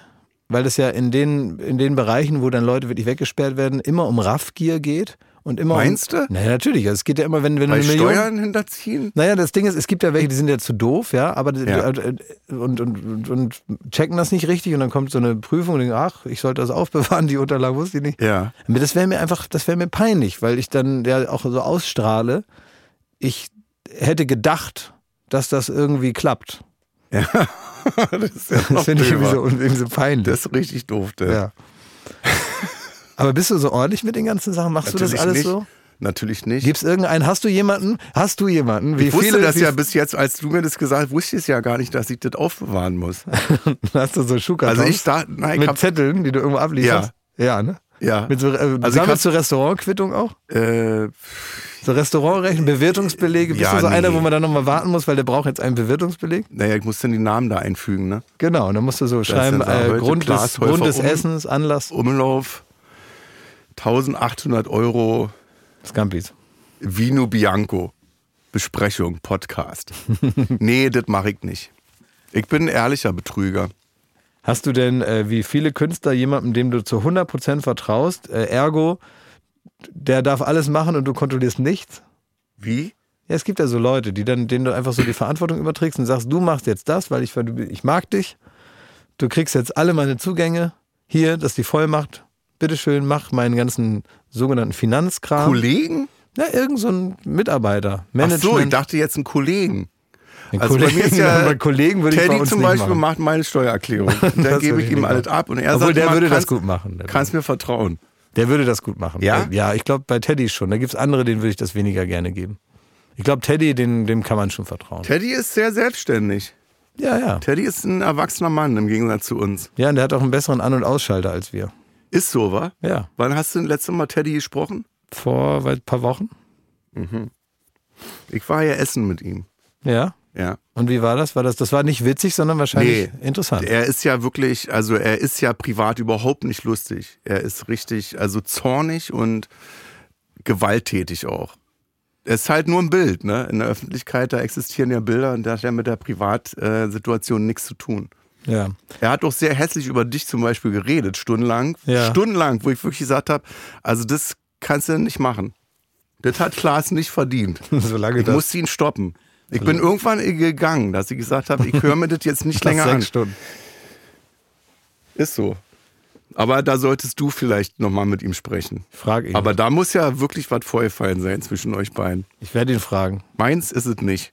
[SPEAKER 3] weil es ja in den, in den Bereichen, wo dann Leute wirklich weggesperrt werden, immer um Raffgier geht und immer
[SPEAKER 2] Meinst
[SPEAKER 3] um,
[SPEAKER 2] du?
[SPEAKER 3] Naja, natürlich. Also es geht ja immer, wenn, wenn du
[SPEAKER 2] Bei
[SPEAKER 3] eine Million...
[SPEAKER 2] Steuern hinterziehen?
[SPEAKER 3] Naja, das Ding ist, es gibt ja welche, die sind ja zu doof, ja, aber
[SPEAKER 2] Ja.
[SPEAKER 3] äh, Und, und, und, und checken das nicht richtig und dann kommt so eine Prüfung und denken, ach, ich sollte das aufbewahren, die Unterlagen wusste ich nicht.
[SPEAKER 2] Ja.
[SPEAKER 3] Aber Das wäre mir einfach, das wäre mir peinlich, weil ich dann ja auch so ausstrahle, ich hätte gedacht, dass das irgendwie klappt.
[SPEAKER 2] das ist ja noch
[SPEAKER 3] Das finde ich
[SPEAKER 2] dümmer.
[SPEAKER 3] irgendwie so, irgendwie so peinlich.
[SPEAKER 2] Das äh, ist richtig doof, der.
[SPEAKER 3] ja. Aber bist du so ordentlich mit den ganzen Sachen? Machst du das alles
[SPEAKER 2] nicht,
[SPEAKER 3] so?
[SPEAKER 2] Natürlich nicht.
[SPEAKER 3] Gibt's irgendeinen? Hast du jemanden? Hast du jemanden? Wie
[SPEAKER 2] ich wusste
[SPEAKER 3] viele,
[SPEAKER 2] das
[SPEAKER 3] wie,
[SPEAKER 2] ja bis jetzt, als du mir das gesagt hast, wusste ich es ja gar nicht, dass ich das aufbewahren muss.
[SPEAKER 3] Hast du so Schuhkartons
[SPEAKER 2] Also ich da, nein, ich
[SPEAKER 3] mit
[SPEAKER 2] hab,
[SPEAKER 3] Zetteln, die du irgendwo ablieferst? Ja. Ja, ne?
[SPEAKER 2] ja, Also
[SPEAKER 3] Mit so, äh,
[SPEAKER 2] ich
[SPEAKER 3] sammelst du Restaurantquittung auch?
[SPEAKER 2] äh,
[SPEAKER 3] So Restaurantrechen, Bewirtungsbelege? Bist
[SPEAKER 2] Ja,
[SPEAKER 3] du so einer,
[SPEAKER 2] nee.
[SPEAKER 3] wo man dann nochmal warten muss, weil der braucht jetzt einen Bewirtungsbeleg?
[SPEAKER 2] naja, ich muss dann die Namen da einfügen, ne?
[SPEAKER 3] Genau, und dann musst du so schreiben,
[SPEAKER 2] dann sagen,
[SPEAKER 3] äh,
[SPEAKER 2] heute
[SPEAKER 3] Grund,
[SPEAKER 2] Klaas
[SPEAKER 3] des, Grund
[SPEAKER 2] Häufer
[SPEAKER 3] des
[SPEAKER 2] um.
[SPEAKER 3] Essens, Anlass,
[SPEAKER 2] Umlauf, 1800 Euro,
[SPEAKER 3] Scampis.
[SPEAKER 2] Vino Bianco, Besprechung, Podcast. nee, das mache ich nicht. Ich bin ein ehrlicher Betrüger.
[SPEAKER 3] Hast du denn, äh, wie viele Künstler, jemanden, dem du zu 100% vertraust, äh, ergo, der darf alles machen und du kontrollierst nichts?
[SPEAKER 2] Wie?
[SPEAKER 3] Ja, es gibt ja so Leute, die dann, denen du einfach so die Verantwortung überträgst und sagst, du machst jetzt das, weil ich, ich mag dich. Du kriegst jetzt alle meine Zugänge. Hier, das ist die Vollmacht. Bitteschön, mach meinen ganzen sogenannten Finanzkram.
[SPEAKER 2] Kollegen?
[SPEAKER 3] Ja, irgend so ein Mitarbeiter,
[SPEAKER 2] Ach
[SPEAKER 3] Management.
[SPEAKER 2] so, ich dachte jetzt einen Kollegen.
[SPEAKER 3] Ein
[SPEAKER 2] Also
[SPEAKER 3] Kollegen,
[SPEAKER 2] bei mir ist ja
[SPEAKER 3] bei Kollegen würde ich bei
[SPEAKER 2] Teddy
[SPEAKER 3] uns
[SPEAKER 2] zum
[SPEAKER 3] nicht
[SPEAKER 2] Beispiel
[SPEAKER 3] machen.
[SPEAKER 2] macht meine Steuererklärung. Da
[SPEAKER 3] Das
[SPEAKER 2] gebe
[SPEAKER 3] würde
[SPEAKER 2] ich
[SPEAKER 3] ich
[SPEAKER 2] ihm
[SPEAKER 3] nicht
[SPEAKER 2] alles
[SPEAKER 3] machen.
[SPEAKER 2] ab und er
[SPEAKER 3] Obwohl,
[SPEAKER 2] sagt,
[SPEAKER 3] der
[SPEAKER 2] immer,
[SPEAKER 3] würde das
[SPEAKER 2] kannst-
[SPEAKER 3] gut machen. Der
[SPEAKER 2] Kannst mir vertrauen.
[SPEAKER 3] Der würde das gut machen.
[SPEAKER 2] Ja?
[SPEAKER 3] Ja, ich glaube bei Teddy schon. Da gibt's andere, denen würde ich das weniger gerne geben. Ich glaube, Teddy, den, dem kann man schon vertrauen.
[SPEAKER 2] Teddy ist sehr selbstständig.
[SPEAKER 3] Ja, ja.
[SPEAKER 2] Teddy ist ein erwachsener Mann im Gegensatz zu uns.
[SPEAKER 3] Ja, und der hat auch einen besseren An- und Ausschalter als wir.
[SPEAKER 2] Ist so, wa?
[SPEAKER 3] Ja.
[SPEAKER 2] Wann hast du das letzte Mal Teddy gesprochen?
[SPEAKER 3] Vor ein paar Wochen.
[SPEAKER 2] Ich war ja essen mit ihm.
[SPEAKER 3] Ja.
[SPEAKER 2] Ja.
[SPEAKER 3] Und wie war das? War das, das war nicht witzig, sondern wahrscheinlich
[SPEAKER 2] Nee.
[SPEAKER 3] interessant.
[SPEAKER 2] Er ist ja wirklich, also er ist ja privat überhaupt nicht lustig. Er ist richtig, also zornig und gewalttätig auch. Es ist halt nur ein Bild, ne? In der Öffentlichkeit, da existieren ja Bilder und das hat ja mit der Privatsituation nichts zu tun.
[SPEAKER 3] Ja.
[SPEAKER 2] Er hat auch sehr hässlich über dich zum Beispiel geredet, stundenlang.
[SPEAKER 3] Ja.
[SPEAKER 2] Stundenlang, wo ich wirklich gesagt habe, also das kannst du nicht machen. Das hat Klaas nicht verdient.
[SPEAKER 3] Solange
[SPEAKER 2] Ich
[SPEAKER 3] das-
[SPEAKER 2] musste ihn stoppen. Ich bin irgendwann gegangen, dass ich gesagt habe, ich höre mir das jetzt nicht länger
[SPEAKER 3] sechs
[SPEAKER 2] an.
[SPEAKER 3] Stunden.
[SPEAKER 2] Ist so. Aber da solltest du vielleicht nochmal mit ihm sprechen.
[SPEAKER 3] Frag ihn.
[SPEAKER 2] Aber da muss ja wirklich was vorgefallen sein zwischen euch beiden.
[SPEAKER 3] ich werde ihn fragen.
[SPEAKER 2] Meins ist es nicht.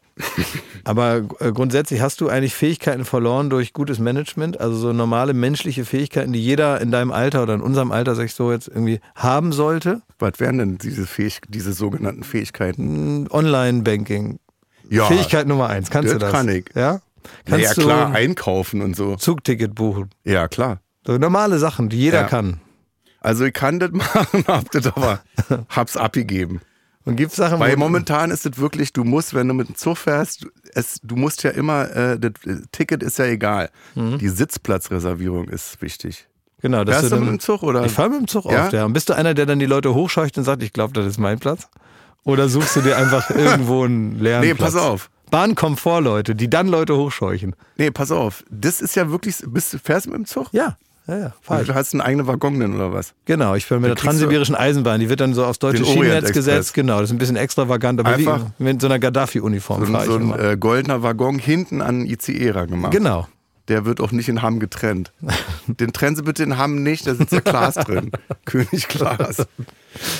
[SPEAKER 3] Aber äh, grundsätzlich hast du eigentlich Fähigkeiten verloren durch gutes Management, also so normale menschliche Fähigkeiten, die jeder in deinem Alter oder in unserem Alter, sag ich so jetzt irgendwie, haben sollte.
[SPEAKER 2] Was wären denn diese, Fähig diese sogenannten Fähigkeiten?
[SPEAKER 3] Online-Banking.
[SPEAKER 2] Ja,
[SPEAKER 3] Fähigkeit Nummer eins. Kannst
[SPEAKER 2] das
[SPEAKER 3] du das?
[SPEAKER 2] kann ich.
[SPEAKER 3] Ja?
[SPEAKER 2] na ja
[SPEAKER 3] Kannst
[SPEAKER 2] klar,
[SPEAKER 3] du ein
[SPEAKER 2] einkaufen und so.
[SPEAKER 3] Zugticket buchen?
[SPEAKER 2] Ja, klar.
[SPEAKER 3] So normale Sachen, die jeder
[SPEAKER 2] Ja.
[SPEAKER 3] kann.
[SPEAKER 2] Also ich kann das machen, hab das aber hab's abgegeben.
[SPEAKER 3] Und gibt Sachen,
[SPEAKER 2] Weil
[SPEAKER 3] wo-
[SPEAKER 2] momentan ist es wirklich, du musst, wenn du mit dem Zug fährst, du- es, du musst ja immer, äh, das äh, Ticket ist ja egal. Die Sitzplatzreservierung ist wichtig.
[SPEAKER 3] genau, Mhm. dass
[SPEAKER 2] Fährst du
[SPEAKER 3] du dann,
[SPEAKER 2] mit dem Zug oder?
[SPEAKER 3] Ich fahre mit dem Zug
[SPEAKER 2] Ja?
[SPEAKER 3] oft, ja. Und bist du einer, der dann die Leute hochscheucht und sagt, ich glaube, das ist mein Platz? Oder suchst du dir einfach irgendwo einen leeren
[SPEAKER 2] Nee,
[SPEAKER 3] Platz?
[SPEAKER 2] pass auf.
[SPEAKER 3] Bahnkomfortleute, die dann Leute hochscheuchen.
[SPEAKER 2] Nee, pass auf. Das ist ja wirklich, bist du fährst mit dem Zug?
[SPEAKER 3] Ja, ja, ja. Fahr ich.
[SPEAKER 2] Du hast einen eigenen Waggon denn oder was?
[SPEAKER 3] Genau, ich fahre mit der
[SPEAKER 2] kriegst du-
[SPEAKER 3] transsibirischen Eisenbahn, die wird dann so aufs deutsche
[SPEAKER 2] Den
[SPEAKER 3] Schienennetz
[SPEAKER 2] Orient-Express.
[SPEAKER 3] gesetzt. Genau, das ist ein bisschen extravagant, aber wie
[SPEAKER 2] Einfach-
[SPEAKER 3] mit so einer Gaddafi-Uniform
[SPEAKER 2] So,
[SPEAKER 3] fahre ich
[SPEAKER 2] so ein
[SPEAKER 3] immer.
[SPEAKER 2] äh, goldener Waggon hinten an einen ICE gemacht.
[SPEAKER 3] Genau.
[SPEAKER 2] Der wird auch nicht in Hamm getrennt. Den trennen sie bitte in Hamm nicht, da sitzt der Klaas drin. König Klaas.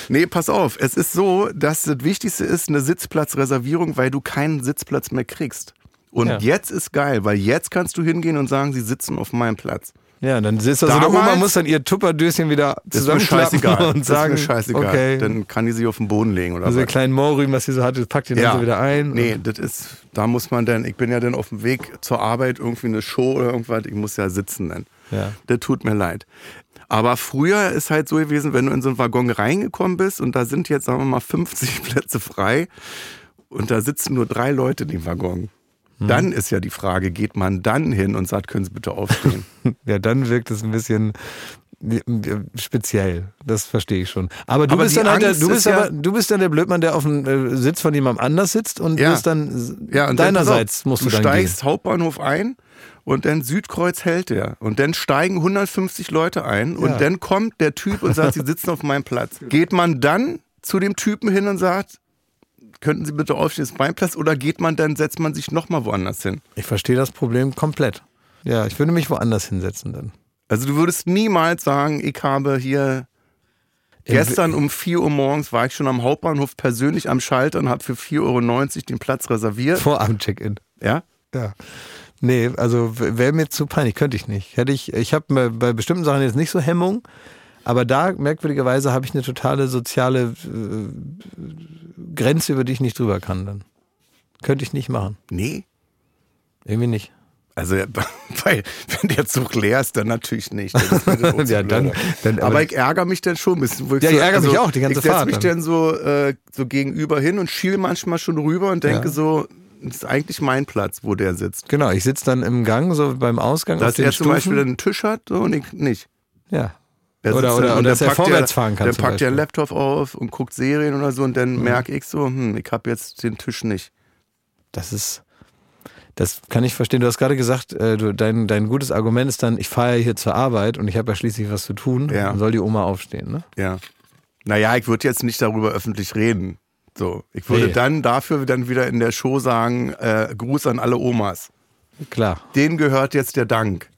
[SPEAKER 2] Nee, pass auf. Es ist so, dass das Wichtigste ist eine Sitzplatzreservierung, weil du keinen Sitzplatz mehr kriegst. Und
[SPEAKER 3] Ja.
[SPEAKER 2] jetzt ist geil, weil jetzt kannst du hingehen und sagen, sie sitzen auf meinem Platz.
[SPEAKER 3] Ja, dann sitzt da so eine
[SPEAKER 2] Damals-
[SPEAKER 3] Oma, muss dann ihr Tupperdöschen wieder
[SPEAKER 2] Das ist mir
[SPEAKER 3] zusammenklappen
[SPEAKER 2] scheißegal.
[SPEAKER 3] und sagen,
[SPEAKER 2] das ist mir scheißegal.
[SPEAKER 3] okay,
[SPEAKER 2] Dann kann die sich auf den Boden legen oder
[SPEAKER 3] also
[SPEAKER 2] was.
[SPEAKER 3] den kleinen Mohrrüben, was sie so hatte, packt ihr dann so wieder ein.
[SPEAKER 2] Nee, das ist, da muss man dann, ich bin ja dann auf dem Weg zur Arbeit, irgendwie eine Show oder irgendwas, ich muss ja sitzen dann.
[SPEAKER 3] Ja.
[SPEAKER 2] Das tut mir leid. Aber früher ist halt so gewesen, wenn du in so einen Waggon reingekommen bist und da sind jetzt, sagen wir mal, 50 Plätze frei und da sitzen nur drei Leute in dem Waggon.
[SPEAKER 3] Hm.
[SPEAKER 2] Dann ist ja die Frage, geht man dann hin und sagt, können Sie bitte aufstehen?
[SPEAKER 3] Ja, dann wirkt es ein bisschen äh, speziell. Das verstehe ich schon. Aber du
[SPEAKER 2] Aber
[SPEAKER 3] bist
[SPEAKER 2] die
[SPEAKER 3] dann halt der,
[SPEAKER 2] Angst
[SPEAKER 3] du bist
[SPEAKER 2] ist ja-
[SPEAKER 3] aber, du bist dann der Blödmann, der auf dem äh, Sitz von jemandem anders sitzt und
[SPEAKER 2] Ja.
[SPEAKER 3] bist dann
[SPEAKER 2] Ja, und dann pass auf,
[SPEAKER 3] deinerseits musst du,
[SPEAKER 2] du
[SPEAKER 3] dann
[SPEAKER 2] steigst Hauptbahnhof ein und dann Südkreuz hält der und dann steigen 150 Leute ein
[SPEAKER 3] Ja.
[SPEAKER 2] und dann kommt der Typ und sagt, sie sitzen auf meinem Platz. Geht man dann zu dem Typen hin und sagt, könnten Sie bitte aufstehen, ist mein Platz oder geht man dann setzt man sich noch mal woanders hin?
[SPEAKER 3] gehen. Ich verstehe das Problem komplett. Ja, ich würde mich woanders hinsetzen dann.
[SPEAKER 2] Also du würdest niemals sagen, ich habe hier Gestern um 4 Uhr morgens war ich schon am Hauptbahnhof persönlich am Schalter und habe für 4,90 Euro den Platz reserviert.
[SPEAKER 3] Vor am Check-in.
[SPEAKER 2] Ja?
[SPEAKER 3] Ja. Nee, also wäre mir zu peinlich, könnte ich nicht. Hätte ich, ich habe bei bestimmten Sachen jetzt nicht so Hemmung, aber da merkwürdigerweise habe ich eine totale soziale äh, Grenze, über die ich nicht drüber kann dann. Könnte ich nicht machen.
[SPEAKER 2] Nee.
[SPEAKER 3] Irgendwie nicht.
[SPEAKER 2] Also, weil, wenn der Zug leer ist, dann natürlich nicht. Das ist mir dann auch zu
[SPEAKER 3] Ja, dann-
[SPEAKER 2] blöd.
[SPEAKER 3] dann-
[SPEAKER 2] aber
[SPEAKER 3] aber-
[SPEAKER 2] ich ärgere mich dann schon ein bisschen. Wo
[SPEAKER 3] Ja, ich ärgere mich auch die ganze
[SPEAKER 2] also Ich setz
[SPEAKER 3] Fahrt
[SPEAKER 2] mich
[SPEAKER 3] dann.
[SPEAKER 2] dann so, äh, so gegenüber hin und schiele manchmal schon rüber und denke
[SPEAKER 3] Ja.
[SPEAKER 2] so, das ist eigentlich mein Platz, wo der sitzt.
[SPEAKER 3] Genau, ich sitze dann im Gang, so beim Ausgang. auf
[SPEAKER 2] Dass
[SPEAKER 3] den
[SPEAKER 2] er zum
[SPEAKER 3] Stufen.
[SPEAKER 2] Beispiel einen Tisch hat so, und ich nicht.
[SPEAKER 3] Ja.
[SPEAKER 2] Der
[SPEAKER 3] Oder-
[SPEAKER 2] sitzt
[SPEAKER 3] oder-
[SPEAKER 2] dann-
[SPEAKER 3] oder
[SPEAKER 2] der
[SPEAKER 3] dass er
[SPEAKER 2] packt ja-
[SPEAKER 3] vorwärts fahren kann
[SPEAKER 2] Der
[SPEAKER 3] zum
[SPEAKER 2] packt ja
[SPEAKER 3] Beispiel. Mhm.
[SPEAKER 2] Laptop auf und guckt Serien oder so und dann merke ich so, hm, ich habe jetzt den Tisch nicht.
[SPEAKER 3] Das ist, das kann ich verstehen. Du hast gerade gesagt, äh, du, dein, dein gutes Argument ist dann, ich fahre ja hier zur Arbeit und ich habe ja schließlich was zu tun.
[SPEAKER 2] Ja.
[SPEAKER 3] Dann soll die Oma aufstehen, ne?
[SPEAKER 2] Ja. Naja, ich würde jetzt nicht darüber öffentlich reden. So, ich würde
[SPEAKER 3] Nee.
[SPEAKER 2] dann dafür dann wieder in der Show sagen, äh, Gruß an alle Omas.
[SPEAKER 3] Klar.
[SPEAKER 2] Denen gehört jetzt der Dank.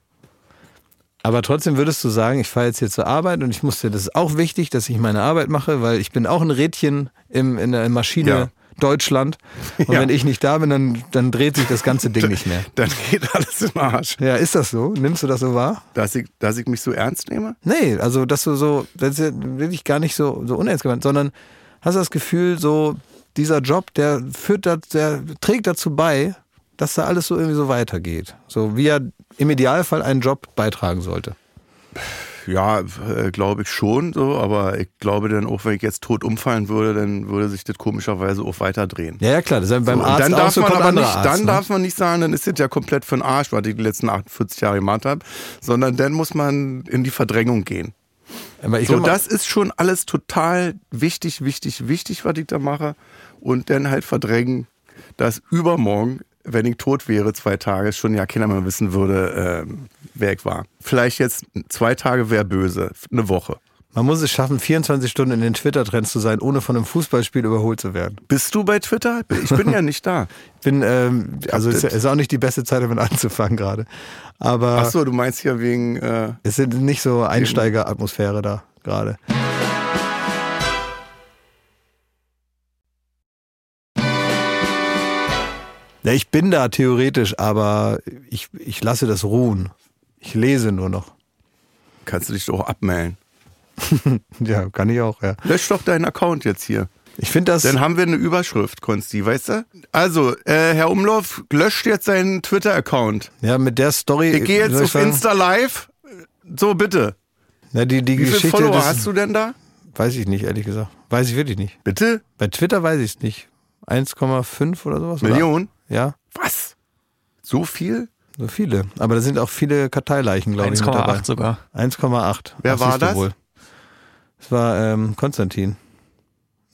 [SPEAKER 3] Aber trotzdem würdest du sagen, ich fahre jetzt hier zur Arbeit und ich muss dir, das ist auch wichtig, dass ich meine Arbeit mache, weil ich bin auch ein Rädchen im, in der Maschine
[SPEAKER 2] Ja.
[SPEAKER 3] Deutschland. Und
[SPEAKER 2] Ja.
[SPEAKER 3] wenn ich nicht da bin, dann, dann dreht sich das ganze Ding nicht mehr.
[SPEAKER 2] Dann geht alles im Arsch.
[SPEAKER 3] Ja, ist das so? Nimmst du das so wahr?
[SPEAKER 2] Dass ich, dass ich mich so ernst nehme?
[SPEAKER 3] Nee, also dass du so, das ist ja wirklich gar nicht so, so unernst gemeint, sondern hast das Gefühl, so dieser Job, der führt, da- der trägt dazu bei, dass da alles so irgendwie so weitergeht. So wie er im Idealfall einen Job beitragen sollte.
[SPEAKER 2] Ja, äh, glaube ich schon so, aber ich glaube dann auch, wenn ich jetzt tot umfallen würde, dann würde sich das komischerweise auch weiterdrehen.
[SPEAKER 3] Ja, ja klar, das ist ja beim
[SPEAKER 2] So, und
[SPEAKER 3] Arzt
[SPEAKER 2] dann
[SPEAKER 3] auch
[SPEAKER 2] darf
[SPEAKER 3] so
[SPEAKER 2] man
[SPEAKER 3] kommt
[SPEAKER 2] aber
[SPEAKER 3] ein
[SPEAKER 2] nicht,
[SPEAKER 3] anderer Arzt,
[SPEAKER 2] dann
[SPEAKER 3] ne?
[SPEAKER 2] darf man nicht sagen, dann ist das ja komplett für den Arsch, was ich die letzten 48 Jahre gemacht habe, sondern dann muss man in die Verdrängung gehen.
[SPEAKER 3] Aber ich
[SPEAKER 2] So,
[SPEAKER 3] glaub,
[SPEAKER 2] das ist schon alles total wichtig, wichtig, wichtig, was ich da mache. Und dann halt verdrängen, dass übermorgen, wenn ich tot wäre, zwei Tage, schon ja keiner mehr wissen würde, ähm, wer ich war. Vielleicht jetzt zwei Tage wäre böse, eine Woche.
[SPEAKER 3] man muss es schaffen, 24 Stunden in den Twitter-Trends zu sein, ohne von einem Fußballspiel überholt zu werden.
[SPEAKER 2] Bist du bei Twitter? Ich bin ja nicht da.
[SPEAKER 3] Bin, ähm, also
[SPEAKER 2] hab
[SPEAKER 3] ist, ja- ist auch nicht die beste Zeit, damit anzufangen gerade. Aber
[SPEAKER 2] Ach so, du meinst hier wegen. Äh,
[SPEAKER 3] es sind nicht so Einsteigeratmosphäre da gerade. Ja, ich bin da theoretisch, aber ich, ich lasse das ruhen. Ich lese nur noch.
[SPEAKER 2] kannst du dich doch abmelden.
[SPEAKER 3] Ja, kann ich auch, ja.
[SPEAKER 2] Lösch doch deinen Account jetzt hier.
[SPEAKER 3] Ich finde das.
[SPEAKER 2] Dann haben wir eine Überschrift, Konsti, weißt du? Also, äh, Herr Umlauf löscht jetzt seinen Twitter-Account.
[SPEAKER 3] Ja, mit der Story.
[SPEAKER 2] Ich gehe jetzt
[SPEAKER 3] Äh, soll
[SPEAKER 2] auf
[SPEAKER 3] sagen,
[SPEAKER 2] Insta Live. So, bitte.
[SPEAKER 3] Na, die, die
[SPEAKER 2] Wie viele
[SPEAKER 3] Geschichte.
[SPEAKER 2] Follower
[SPEAKER 3] das-
[SPEAKER 2] hast du denn da?
[SPEAKER 3] Weiß ich nicht, ehrlich gesagt. Weiß ich wirklich nicht.
[SPEAKER 2] Bitte?
[SPEAKER 3] Bei Twitter weiß ich es nicht. 1,5 oder sowas?
[SPEAKER 2] Millionen?
[SPEAKER 3] Oder? Ja,
[SPEAKER 2] Was? So viel?
[SPEAKER 3] so viele. Aber da sind auch viele Karteileichen, glaube ich, mit dabei.
[SPEAKER 4] 1,8 sogar.
[SPEAKER 3] 1,8.
[SPEAKER 2] Wer
[SPEAKER 3] Ach,
[SPEAKER 2] war
[SPEAKER 3] siehst du
[SPEAKER 2] das?
[SPEAKER 3] Das war ähm, Konstantin.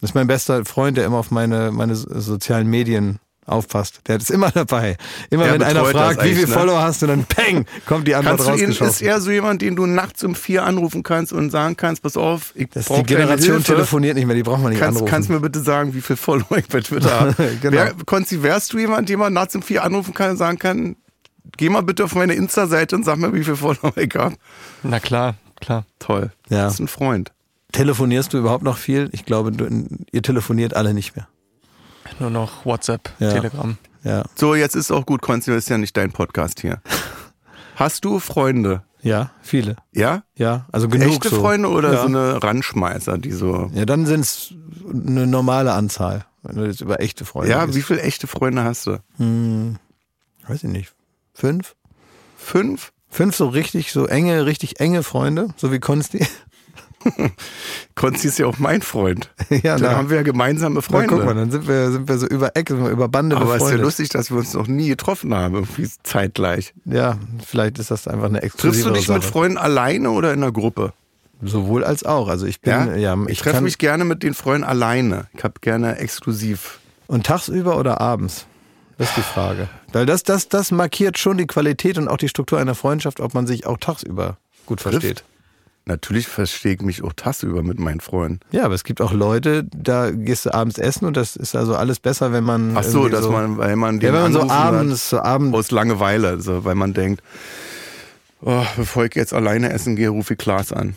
[SPEAKER 3] Das ist mein bester Freund, der immer auf meine, meine so- sozialen Medien aufpasst. Der ist immer dabei. Immer
[SPEAKER 2] Der
[SPEAKER 3] wenn einer
[SPEAKER 2] betreut das
[SPEAKER 3] fragt, wie
[SPEAKER 2] eigentlich,
[SPEAKER 3] viele
[SPEAKER 2] ne?
[SPEAKER 3] Follower hast du, dann peng, kommt die Antwort
[SPEAKER 2] Kannst du ihn, ist
[SPEAKER 3] rausgeschossen.
[SPEAKER 2] er so jemand, den du nachts um vier anrufen kannst und sagen kannst, pass auf, ich
[SPEAKER 3] das ist
[SPEAKER 2] brauch
[SPEAKER 3] die Generation
[SPEAKER 2] deine Hilfe.
[SPEAKER 3] telefoniert nicht mehr, die braucht man nicht
[SPEAKER 2] Kannst,
[SPEAKER 3] anrufen.
[SPEAKER 2] kannst du mir bitte sagen, wie viel Follower ich bei Twitter habe?
[SPEAKER 3] Genau.
[SPEAKER 2] Wer- Konsti, wärst du jemand, den man nachts um vier anrufen kann und sagen kann, geh mal bitte auf meine Insta-Seite und sag mir, wie viel Follower ich habe?
[SPEAKER 4] Na klar, klar.
[SPEAKER 2] Toll.
[SPEAKER 3] Ja.
[SPEAKER 2] Das ist ein Freund.
[SPEAKER 3] Telefonierst du überhaupt noch viel? Ich glaube, du, ihr telefoniert alle nicht mehr.
[SPEAKER 4] Nur noch WhatsApp,
[SPEAKER 3] Ja.
[SPEAKER 4] Telegram.
[SPEAKER 3] Ja.
[SPEAKER 2] So, jetzt ist auch gut, Konsti, das ist ja nicht dein Podcast hier. Hast du Freunde?
[SPEAKER 3] Ja, viele.
[SPEAKER 2] Ja?
[SPEAKER 3] Ja, also genug
[SPEAKER 2] Echte
[SPEAKER 3] so.
[SPEAKER 2] Freunde oder
[SPEAKER 3] ja.
[SPEAKER 2] so eine Randschmeißer, die so.
[SPEAKER 3] Ja, dann sind es eine normale Anzahl, wenn du jetzt über echte Freunde
[SPEAKER 2] Ja,
[SPEAKER 3] redest.
[SPEAKER 2] wie viele echte Freunde hast du?
[SPEAKER 3] Weiß ich nicht. Fünf?
[SPEAKER 2] Fünf?
[SPEAKER 3] Fünf so richtig, so enge, richtig enge Freunde, so wie Konsti.
[SPEAKER 2] Konsti ist ja auch mein Freund.
[SPEAKER 3] ja,
[SPEAKER 2] Dann haben wir ja gemeinsame
[SPEAKER 3] na,
[SPEAKER 2] Freunde.
[SPEAKER 3] guck mal, dann sind wir, sind wir so über Ecke, sind wir über Bande
[SPEAKER 2] Aber es ist ja
[SPEAKER 3] befreundet.
[SPEAKER 2] lustig, dass wir uns noch nie getroffen haben, irgendwie zeitgleich.
[SPEAKER 3] ja, vielleicht ist das einfach eine
[SPEAKER 2] Triffst du
[SPEAKER 3] exklusive
[SPEAKER 2] dich
[SPEAKER 3] Sache.
[SPEAKER 2] mit Freunden alleine oder in einer Gruppe?
[SPEAKER 3] Sowohl als auch. Also ich bin, ja,
[SPEAKER 2] ich,
[SPEAKER 3] ich
[SPEAKER 2] treffe
[SPEAKER 3] kann,
[SPEAKER 2] mich gerne mit den Freunden alleine. Ich habe gerne exklusiv.
[SPEAKER 3] Und tagsüber oder abends? Das ist die Frage. Weil das, das, das markiert schon die Qualität und auch die Struktur einer Freundschaft, ob man sich auch tagsüber gut versteht.
[SPEAKER 2] Natürlich verstehe ich mich auch tagsüber mit meinen Freunden.
[SPEAKER 3] Ja, aber es gibt auch Leute, da gehst du abends essen und das ist also alles besser, wenn man.
[SPEAKER 2] Ach so,
[SPEAKER 3] irgendwie
[SPEAKER 2] dass man, weil man den
[SPEAKER 3] Ja, wenn man so
[SPEAKER 2] anrufen hört.
[SPEAKER 3] abends, so abends.
[SPEAKER 2] aus Langeweile, also, weil man denkt, oh, bevor ich jetzt alleine essen gehe, rufe ich Klaas an.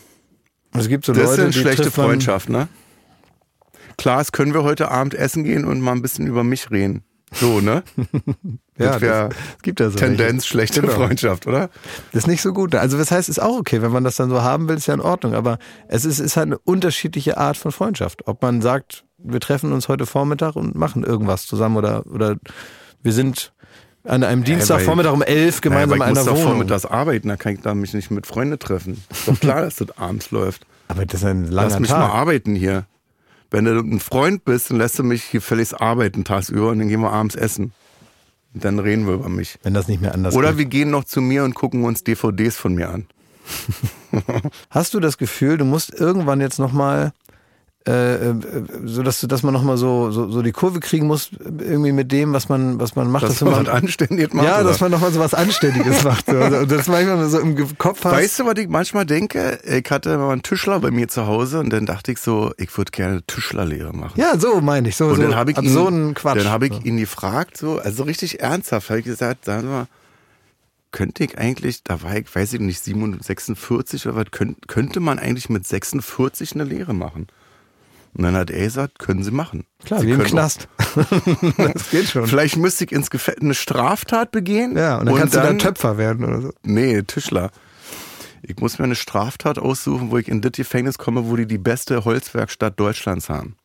[SPEAKER 3] Es gibt so
[SPEAKER 2] Das
[SPEAKER 3] Leute,
[SPEAKER 2] ist
[SPEAKER 3] die
[SPEAKER 2] eine schlechte
[SPEAKER 3] trifft man-
[SPEAKER 2] Freundschaft, ne? Klaas, können wir heute Abend essen gehen und mal ein bisschen über mich reden? So, ne?
[SPEAKER 3] Ja,
[SPEAKER 2] das wär
[SPEAKER 3] das, es gibt da so welche.
[SPEAKER 2] Tendenz schlechte
[SPEAKER 3] Genau.
[SPEAKER 2] Freundschaft, oder?
[SPEAKER 3] Das ist nicht so gut. Also, das heißt, ist auch okay, wenn man das dann so haben will, ist ja in Ordnung. Aber es ist, ist halt eine unterschiedliche Art von Freundschaft. Ob man sagt, wir treffen uns heute Vormittag und machen irgendwas zusammen oder, oder wir sind an einem Dienstagvormittag um elf gemeinsam
[SPEAKER 2] naja, aber
[SPEAKER 3] in
[SPEAKER 2] ich
[SPEAKER 3] einer
[SPEAKER 2] muss davor
[SPEAKER 3] Wohnung.
[SPEAKER 2] mit das arbeiten, da kann ich da mich nicht mit Freunden treffen. Ist doch klar, dass das abends läuft.
[SPEAKER 3] aber das ist ein
[SPEAKER 2] Lass
[SPEAKER 3] langer
[SPEAKER 2] mich mal
[SPEAKER 3] Tag.
[SPEAKER 2] arbeiten hier. Wenn du ein Freund bist, dann lässt du mich hier völlig arbeiten tagsüber und dann gehen wir abends essen. Und dann reden wir über mich.
[SPEAKER 3] Wenn das nicht mehr anders
[SPEAKER 2] Oder
[SPEAKER 3] geht.
[SPEAKER 2] wir gehen noch zu mir und gucken uns DVDs von mir an.
[SPEAKER 3] Hast du das Gefühl, du musst irgendwann jetzt nochmal, äh, äh, so dass, du- dass man nochmal so, so, so die Kurve kriegen muss, äh, irgendwie mit dem, was man, was man macht?
[SPEAKER 2] Dass
[SPEAKER 3] du
[SPEAKER 2] man
[SPEAKER 3] mal-
[SPEAKER 2] was anständig macht.
[SPEAKER 3] ja,
[SPEAKER 2] oder?
[SPEAKER 3] dass man nochmal so was Anständiges macht. So. Also, Und das manchmal so im Ge- Kopf hast.
[SPEAKER 2] Weißt du, was ich manchmal denke? Ich hatte mal einen Tischler bei mir zu Hause und dann dachte ich so, ich würde gerne Tischlerlehre machen.
[SPEAKER 3] Ja, so meine ich. So,
[SPEAKER 2] und
[SPEAKER 3] so
[SPEAKER 2] dann habe ich, ihn-
[SPEAKER 3] absurden Quatsch.
[SPEAKER 2] dann hab ich
[SPEAKER 3] So.
[SPEAKER 2] ihn gefragt, so, also richtig ernsthaft, habe ich gesagt, sagen wir mal, könnte ich eigentlich, da war ich, weiß ich nicht, 47, 46 oder was, könnt, könnte man eigentlich mit 46 eine Lehre machen? Und dann hat er gesagt, können Sie machen.
[SPEAKER 3] Klar,
[SPEAKER 2] Sie
[SPEAKER 3] wie im
[SPEAKER 2] können auch-
[SPEAKER 3] Knast. das geht schon.
[SPEAKER 2] Vielleicht müsste ich ins Gefängnis eine Straftat begehen.
[SPEAKER 3] Ja, und dann kannst du dann Töpfer werden oder so.
[SPEAKER 2] Nee, Tischler. Ich muss mir eine Straftat aussuchen, wo ich in das Gefängnis komme, wo die die beste Holzwerkstatt Deutschlands haben.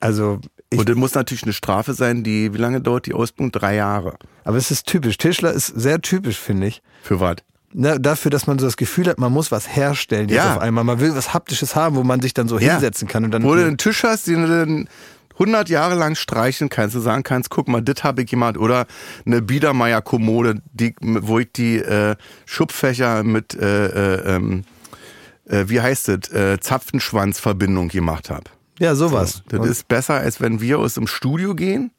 [SPEAKER 3] Also, ich,
[SPEAKER 2] Und das muss natürlich eine Strafe sein, die, wie lange dauert die Ausbildung? Drei Jahre.
[SPEAKER 3] aber es ist typisch. Tischler ist sehr typisch, finde ich.
[SPEAKER 2] Für was?
[SPEAKER 3] Na, dafür, dass man so das Gefühl hat, man muss was herstellen jetzt
[SPEAKER 2] Ja.
[SPEAKER 3] auf einmal. Man will was Haptisches haben, wo man sich dann so hinsetzen kann und dann.
[SPEAKER 2] Wo du einen Tisch hast, den du dann 100 Jahre lang streichen kannst, du sagen kannst, guck mal, das habe ich gemacht. Oder eine Biedermeier-Kommode, die, wo ich die äh, Schubfächer mit, äh, äh, ähm, äh, wie heißt das, äh, Zapfenschwanzverbindung gemacht habe.
[SPEAKER 3] ja, sowas.
[SPEAKER 2] Das
[SPEAKER 3] Und
[SPEAKER 2] ist besser, als wenn wir aus dem Studio gehen.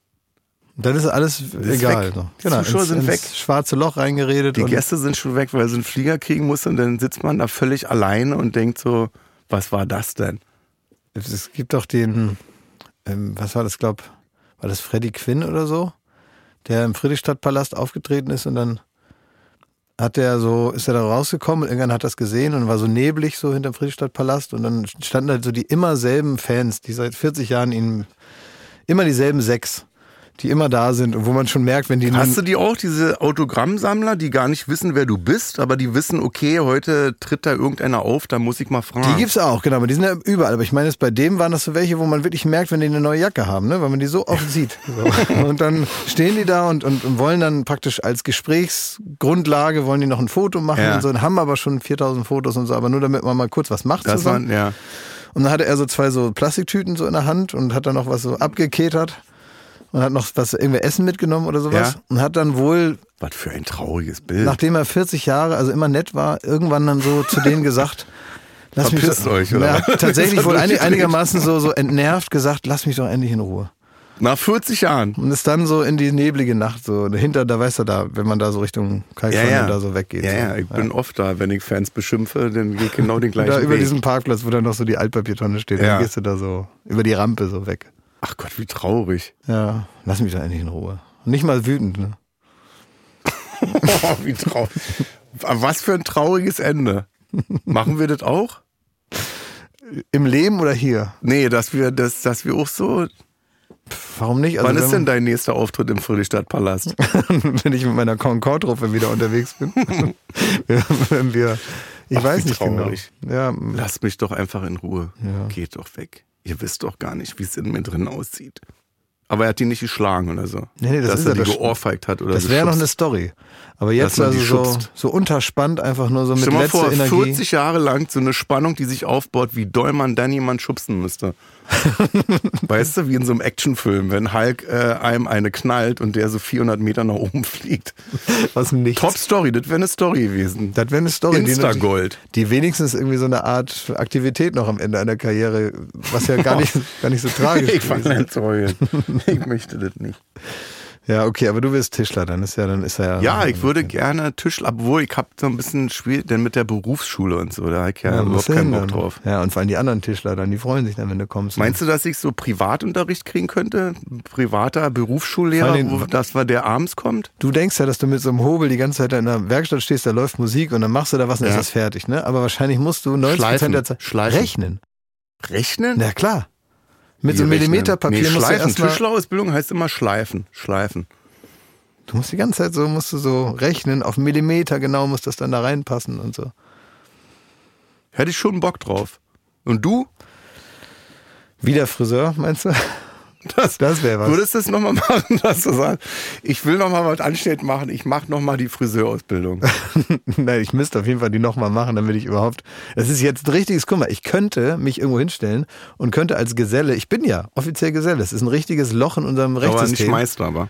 [SPEAKER 3] dann ist alles
[SPEAKER 2] ist
[SPEAKER 3] egal.
[SPEAKER 2] weg.
[SPEAKER 3] so.
[SPEAKER 2] Die Zuschauer sind weg.
[SPEAKER 3] Schwarze Loch reingeredet.
[SPEAKER 2] Die
[SPEAKER 3] und
[SPEAKER 2] Gäste sind schon weg, weil sie einen Flieger kriegen mussten. Und dann sitzt man da völlig alleine und denkt so, was war das denn?
[SPEAKER 3] es gibt doch den, ähm, was war das, glaub, war das Freddy Quinn oder so, der im Friedrichstadtpalast aufgetreten ist und dann hat der so, ist er da rausgekommen und irgendwann hat das gesehen und war so neblig so hinterm Friedrichstadtpalast und dann standen halt so die immer selben Fans, die seit 40 Jahren ihn, immer dieselben sechs, die immer da sind und wo man schon merkt, wenn die
[SPEAKER 2] Hast du die auch, diese Autogrammsammler, die gar nicht wissen, wer du bist, aber die wissen, okay, heute tritt da irgendeiner auf, da muss ich mal fragen.
[SPEAKER 3] Die gibt's auch, genau, aber die sind ja überall. Aber ich meine, jetzt bei dem waren das so welche, wo man wirklich merkt, wenn die eine neue Jacke haben, ne? weil man die so oft sieht. So. Und dann stehen die da und, und, und wollen dann praktisch als Gesprächsgrundlage, wollen die noch ein Foto machen
[SPEAKER 2] Ja.
[SPEAKER 3] und so und haben aber schon 4000 Fotos und so, aber nur damit man mal kurz was macht
[SPEAKER 2] das
[SPEAKER 3] zusammen.
[SPEAKER 2] waren, ja.
[SPEAKER 3] Und dann hatte er so zwei so Plastiktüten so in der Hand und hat dann noch was so abgeketert und hat noch was, irgendwie Essen mitgenommen oder sowas
[SPEAKER 2] Ja.
[SPEAKER 3] und hat dann wohl
[SPEAKER 2] Was für ein trauriges Bild.
[SPEAKER 3] nachdem er 40 Jahre, also immer nett war, irgendwann dann so zu denen gesagt, lass mich
[SPEAKER 2] Verpisst
[SPEAKER 3] doch,
[SPEAKER 2] euch, oder
[SPEAKER 3] Ja,
[SPEAKER 2] was?
[SPEAKER 3] tatsächlich
[SPEAKER 2] Das hat
[SPEAKER 3] wohl einig,
[SPEAKER 2] durchgedreht.
[SPEAKER 3] einigermaßen so, so entnervt gesagt, lass mich doch endlich in Ruhe.
[SPEAKER 2] Nach 40 Jahren.
[SPEAKER 3] Und ist dann so in die neblige Nacht, so hinter, da weißt du da, wenn man da so Richtung
[SPEAKER 2] Ja,
[SPEAKER 3] Kalkbrenner
[SPEAKER 2] ja.
[SPEAKER 3] da so weggeht.
[SPEAKER 2] ja,
[SPEAKER 3] so.
[SPEAKER 2] ja, ich bin oft da, wenn ich Fans beschimpfe, dann gehe ich genau den gleichen
[SPEAKER 3] Da über
[SPEAKER 2] Weg.
[SPEAKER 3] diesem Parkplatz, wo dann noch so die Altpapiertonne steht,
[SPEAKER 2] Ja.
[SPEAKER 3] dann gehst du da so über die Rampe so weg.
[SPEAKER 2] Ach Gott, wie traurig.
[SPEAKER 3] Ja, lass mich doch endlich in Ruhe. Und Nicht mal wütend, ne?
[SPEAKER 2] Oh, wie traurig. Was für ein trauriges Ende. Machen wir das auch?
[SPEAKER 3] Im Leben oder hier?
[SPEAKER 2] Nee, dass wir, dass, dass wir auch so.
[SPEAKER 3] Warum nicht? Also
[SPEAKER 2] Wann ist
[SPEAKER 3] wenn-
[SPEAKER 2] denn dein nächster Auftritt im Friedrichstadtpalast?
[SPEAKER 3] wenn ich mit meiner Concorde-Truppe wieder unterwegs bin. wenn wir, ich
[SPEAKER 2] Ach,
[SPEAKER 3] weiß
[SPEAKER 2] wie
[SPEAKER 3] nicht
[SPEAKER 2] traurig.
[SPEAKER 3] genau. Ja,
[SPEAKER 2] Lasst mich doch einfach in Ruhe.
[SPEAKER 3] Ja.
[SPEAKER 2] Geht doch weg. Ihr wisst doch gar nicht, wie es in mir drin aussieht. Aber er hat die nicht geschlagen oder so.
[SPEAKER 3] Nee, nee, das
[SPEAKER 2] dass
[SPEAKER 3] ist
[SPEAKER 2] er
[SPEAKER 3] ja
[SPEAKER 2] die
[SPEAKER 3] das-
[SPEAKER 2] geohrfeigt hat oder
[SPEAKER 3] das wäre noch eine
[SPEAKER 2] geschubst.
[SPEAKER 3] Story. Aber jetzt
[SPEAKER 2] Dass man
[SPEAKER 3] also
[SPEAKER 2] die
[SPEAKER 3] so,
[SPEAKER 2] schubst.
[SPEAKER 3] so unterspannt, einfach nur so mit
[SPEAKER 2] Stell mal vor,
[SPEAKER 3] letzter Energie.
[SPEAKER 2] 40 Jahre lang so eine Spannung, die sich aufbaut, wie doll man dann jemand schubsen müsste. weißt du, wie in so einem Actionfilm, wenn Hulk äh, einem eine knallt und der so 400 Meter nach oben fliegt.
[SPEAKER 3] Aus dem Nichts.
[SPEAKER 2] Top Story, das wäre eine Story gewesen.
[SPEAKER 3] Das wäre eine Story, die,
[SPEAKER 2] Instagold.
[SPEAKER 3] die wenigstens irgendwie so eine Art Aktivität noch am Ende einer Karriere, was ja gar nicht, gar nicht so tragisch
[SPEAKER 2] Ich fand
[SPEAKER 3] ist.
[SPEAKER 2] das toll. Ich möchte das nicht.
[SPEAKER 3] Ja, okay, aber du bist Tischler, dann ist ja, dann ist er ja.
[SPEAKER 2] Ja, ich würde gerne Tischler, obwohl ich habe so ein bisschen Spiel, denn mit der Berufsschule und so, da habe ich ja,
[SPEAKER 3] ja,
[SPEAKER 2] überhaupt
[SPEAKER 3] musst du
[SPEAKER 2] keinen
[SPEAKER 3] hin
[SPEAKER 2] Bock
[SPEAKER 3] dann.
[SPEAKER 2] drauf.
[SPEAKER 3] Ja, und vor allem die anderen Tischler dann, die freuen sich dann, wenn du kommst.
[SPEAKER 2] Meinst du, dass ich so Privatunterricht kriegen könnte? Ein Privater
[SPEAKER 3] Vor
[SPEAKER 2] Berufsschullehrer,
[SPEAKER 3] allen Dingen-
[SPEAKER 2] wo, dass war der abends kommt?
[SPEAKER 3] Du denkst ja, dass du mit so einem Hobel die ganze Zeit da in der Werkstatt stehst, da läuft Musik und dann machst du da was und
[SPEAKER 2] Ja.
[SPEAKER 3] ist das fertig, ne? Aber wahrscheinlich musst du 90
[SPEAKER 2] Schleifen,
[SPEAKER 3] der Zeit
[SPEAKER 2] schleifen.
[SPEAKER 3] rechnen.
[SPEAKER 2] Rechnen?
[SPEAKER 3] Na klar. Ne, Mit
[SPEAKER 2] Wie
[SPEAKER 3] so einem
[SPEAKER 2] rechnen?
[SPEAKER 3] Millimeterpapier
[SPEAKER 2] nee,
[SPEAKER 3] musst du
[SPEAKER 2] schleifen.
[SPEAKER 3] erstmal.
[SPEAKER 2] Tischlerausbildung heißt immer schleifen, schleifen.
[SPEAKER 3] Du musst die ganze Zeit so, musst du so rechnen, auf einen Millimeter genau muss das dann da reinpassen und so.
[SPEAKER 2] Hätte ich schon Bock drauf. Und du?
[SPEAKER 3] Wieder Friseur, meinst du?
[SPEAKER 2] Das,
[SPEAKER 3] Das wäre was.
[SPEAKER 2] Würdest du es nochmal machen, dass du sagst, ich will nochmal was ansteht machen, ich mache nochmal die Friseurausbildung.
[SPEAKER 3] Nein, ich müsste auf jeden Fall die nochmal machen, damit ich überhaupt. Das ist jetzt ein richtiges Kummer. Ich könnte mich irgendwo hinstellen und könnte als Geselle, ich bin ja offiziell Geselle, es ist ein richtiges Loch in unserem
[SPEAKER 2] Aber nicht
[SPEAKER 3] Rechtssystem.
[SPEAKER 2] Meister, aber.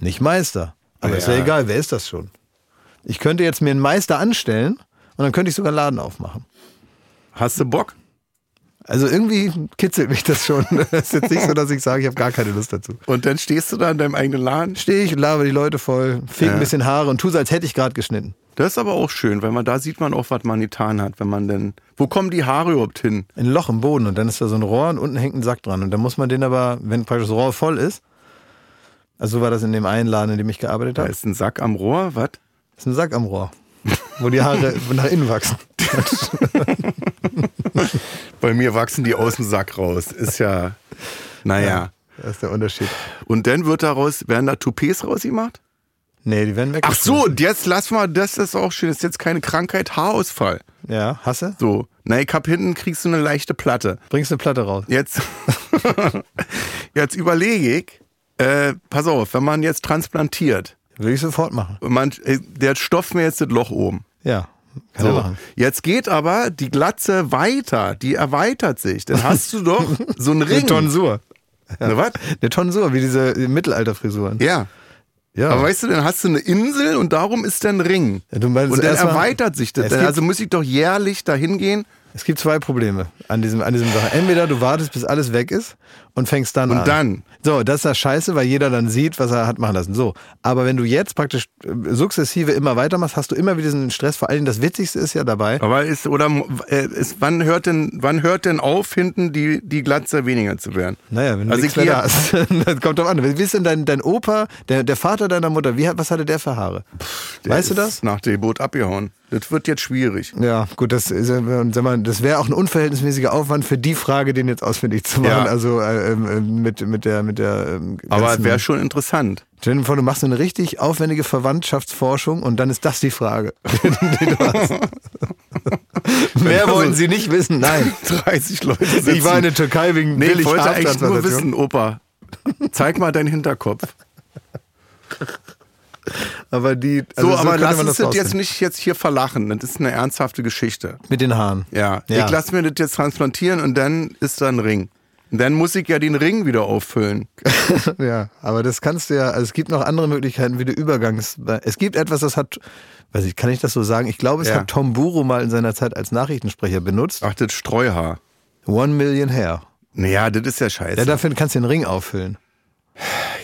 [SPEAKER 3] Nicht Meister. Aber ist ja
[SPEAKER 2] Naja.
[SPEAKER 3] egal, wer ist das schon? Ich könnte jetzt mir einen Meister anstellen und dann könnte ich sogar einen Laden aufmachen.
[SPEAKER 2] Hast du Bock?
[SPEAKER 3] Also irgendwie kitzelt mich das schon. Es ist jetzt nicht so, dass ich sage, ich habe gar keine Lust dazu.
[SPEAKER 2] Und dann stehst du da in deinem eigenen Laden.
[SPEAKER 3] Stehe ich und laber die Leute voll, fege
[SPEAKER 2] Ja.
[SPEAKER 3] ein bisschen Haare und tue so, als hätte ich gerade geschnitten.
[SPEAKER 2] Das ist aber auch schön, weil man da sieht man auch, was man getan hat, wenn man denn. Wo kommen die Haare überhaupt hin?
[SPEAKER 3] Ein Loch im Boden und dann ist da so ein Rohr und unten hängt ein Sack dran. Und dann muss man den aber, wenn praktisch das Rohr voll ist, also so war das in dem einen Laden, in dem ich gearbeitet
[SPEAKER 2] Da
[SPEAKER 3] habe,
[SPEAKER 2] ist ein Sack am Rohr, was?
[SPEAKER 3] Ist ein Sack am Rohr, wo die Haare nach innen wachsen.
[SPEAKER 2] Bei mir wachsen die aus dem Sack raus. Ist ja, naja.
[SPEAKER 3] Das ist der Unterschied.
[SPEAKER 2] Und dann wird daraus, werden da Toupets rausgemacht?
[SPEAKER 3] Nee, die werden weg.
[SPEAKER 2] Ach so, und jetzt lass mal, das ist auch schön. Das ist jetzt keine Krankheit, Haarausfall.
[SPEAKER 3] Ja, hasse?
[SPEAKER 2] So, na, ich hab hinten, kriegst du eine leichte Platte.
[SPEAKER 3] Bringst eine Platte raus.
[SPEAKER 2] Jetzt, jetzt überlege ich, äh, pass auf, wenn man jetzt transplantiert,
[SPEAKER 3] Will ich sofort machen.
[SPEAKER 2] und man, äh, der stopft mir jetzt das Loch oben.
[SPEAKER 3] Ja, kann er
[SPEAKER 2] So.
[SPEAKER 3] machen.
[SPEAKER 2] Jetzt geht aber die Glatze weiter, die erweitert sich. Dann hast du doch so einen Ring.
[SPEAKER 3] Eine Tonsur.
[SPEAKER 2] Ne, was?
[SPEAKER 3] Eine Tonsur, wie diese Mittelalterfrisuren.
[SPEAKER 2] Ja.
[SPEAKER 3] Ja.
[SPEAKER 2] Aber weißt du, dann hast du eine Insel und darum ist dann ein Ring.
[SPEAKER 3] Ja, du meinst
[SPEAKER 2] und dann
[SPEAKER 3] erst mal-
[SPEAKER 2] erweitert sich das.
[SPEAKER 3] Es
[SPEAKER 2] Dann
[SPEAKER 3] gibt-
[SPEAKER 2] also muss ich doch jährlich dahin gehen
[SPEAKER 3] Es gibt zwei Probleme an diesem, an diesem Sache. Entweder du wartest, bis alles weg ist und fängst dann
[SPEAKER 2] Und
[SPEAKER 3] an.
[SPEAKER 2] dann?
[SPEAKER 3] So, das ist das Scheiße, weil jeder dann sieht, was er hat machen lassen. So. Aber wenn du jetzt praktisch äh, sukzessive immer weitermachst, hast du immer wieder diesen Stress. Vor allem das Witzigste ist ja dabei.
[SPEAKER 2] Aber ist, oder äh, ist, wann hört denn, wann hört denn auf, hinten die, die Glatze weniger zu werden?
[SPEAKER 3] Naja, wenn du
[SPEAKER 2] Also
[SPEAKER 3] nichts
[SPEAKER 2] ich
[SPEAKER 3] mehr da hast, das kommt drauf an. Wie ist denn dein, dein Opa, der, der Vater deiner Mutter, wie hat, was hatte der für Haare?
[SPEAKER 2] Der
[SPEAKER 3] weißt du
[SPEAKER 2] ist
[SPEAKER 3] das?
[SPEAKER 2] Nach dem Boot abgehauen. Das wird jetzt schwierig.
[SPEAKER 3] Ja, gut, das, ist ja- und sag mal, das wäre auch ein unverhältnismäßiger Aufwand für die Frage, den jetzt ausfindig zu machen.
[SPEAKER 2] Ja.
[SPEAKER 3] Also äh, ähm, ähm, mit, mit der, mit der ähm,
[SPEAKER 2] Aber
[SPEAKER 3] ganzen-
[SPEAKER 2] wäre schon interessant.
[SPEAKER 3] Stell dir vor, du machst so eine richtig aufwendige Verwandtschaftsforschung und dann ist das die Frage, die du hast. Mehr
[SPEAKER 2] Also-
[SPEAKER 3] wollten sie nicht wissen, nein.
[SPEAKER 2] 30 Leute sitzen.
[SPEAKER 3] Ich war in der Türkei wegen
[SPEAKER 2] Nee, ich
[SPEAKER 3] billig
[SPEAKER 2] wollte eigentlich nur
[SPEAKER 3] Haartransplantation.
[SPEAKER 2] wissen, Opa. Zeig mal deinen Hinterkopf.
[SPEAKER 3] Aber die, also
[SPEAKER 2] So, aber
[SPEAKER 3] könnte
[SPEAKER 2] lass
[SPEAKER 3] man
[SPEAKER 2] uns das jetzt
[SPEAKER 3] rausfinden.
[SPEAKER 2] nicht jetzt hier verlachen. Das ist eine ernsthafte Geschichte.
[SPEAKER 3] Mit den Haaren.
[SPEAKER 2] Ja.
[SPEAKER 3] Ja.
[SPEAKER 2] Ich lasse mir das jetzt transplantieren und dann ist da ein Ring. Und dann muss ich ja den Ring wieder auffüllen.
[SPEAKER 3] ja, aber das kannst du ja, also es gibt noch andere Möglichkeiten wie der Übergangs. Es gibt etwas, das hat, weiß ich, kann ich das so sagen? Ich glaube, es
[SPEAKER 2] Ja.
[SPEAKER 3] hat Tom Buro mal in seiner Zeit als Nachrichtensprecher benutzt.
[SPEAKER 2] Ach, das Streuhaar.
[SPEAKER 3] One Million Hair.
[SPEAKER 2] Naja, das ist ja scheiße.
[SPEAKER 3] Ja, dafür kannst du den Ring auffüllen.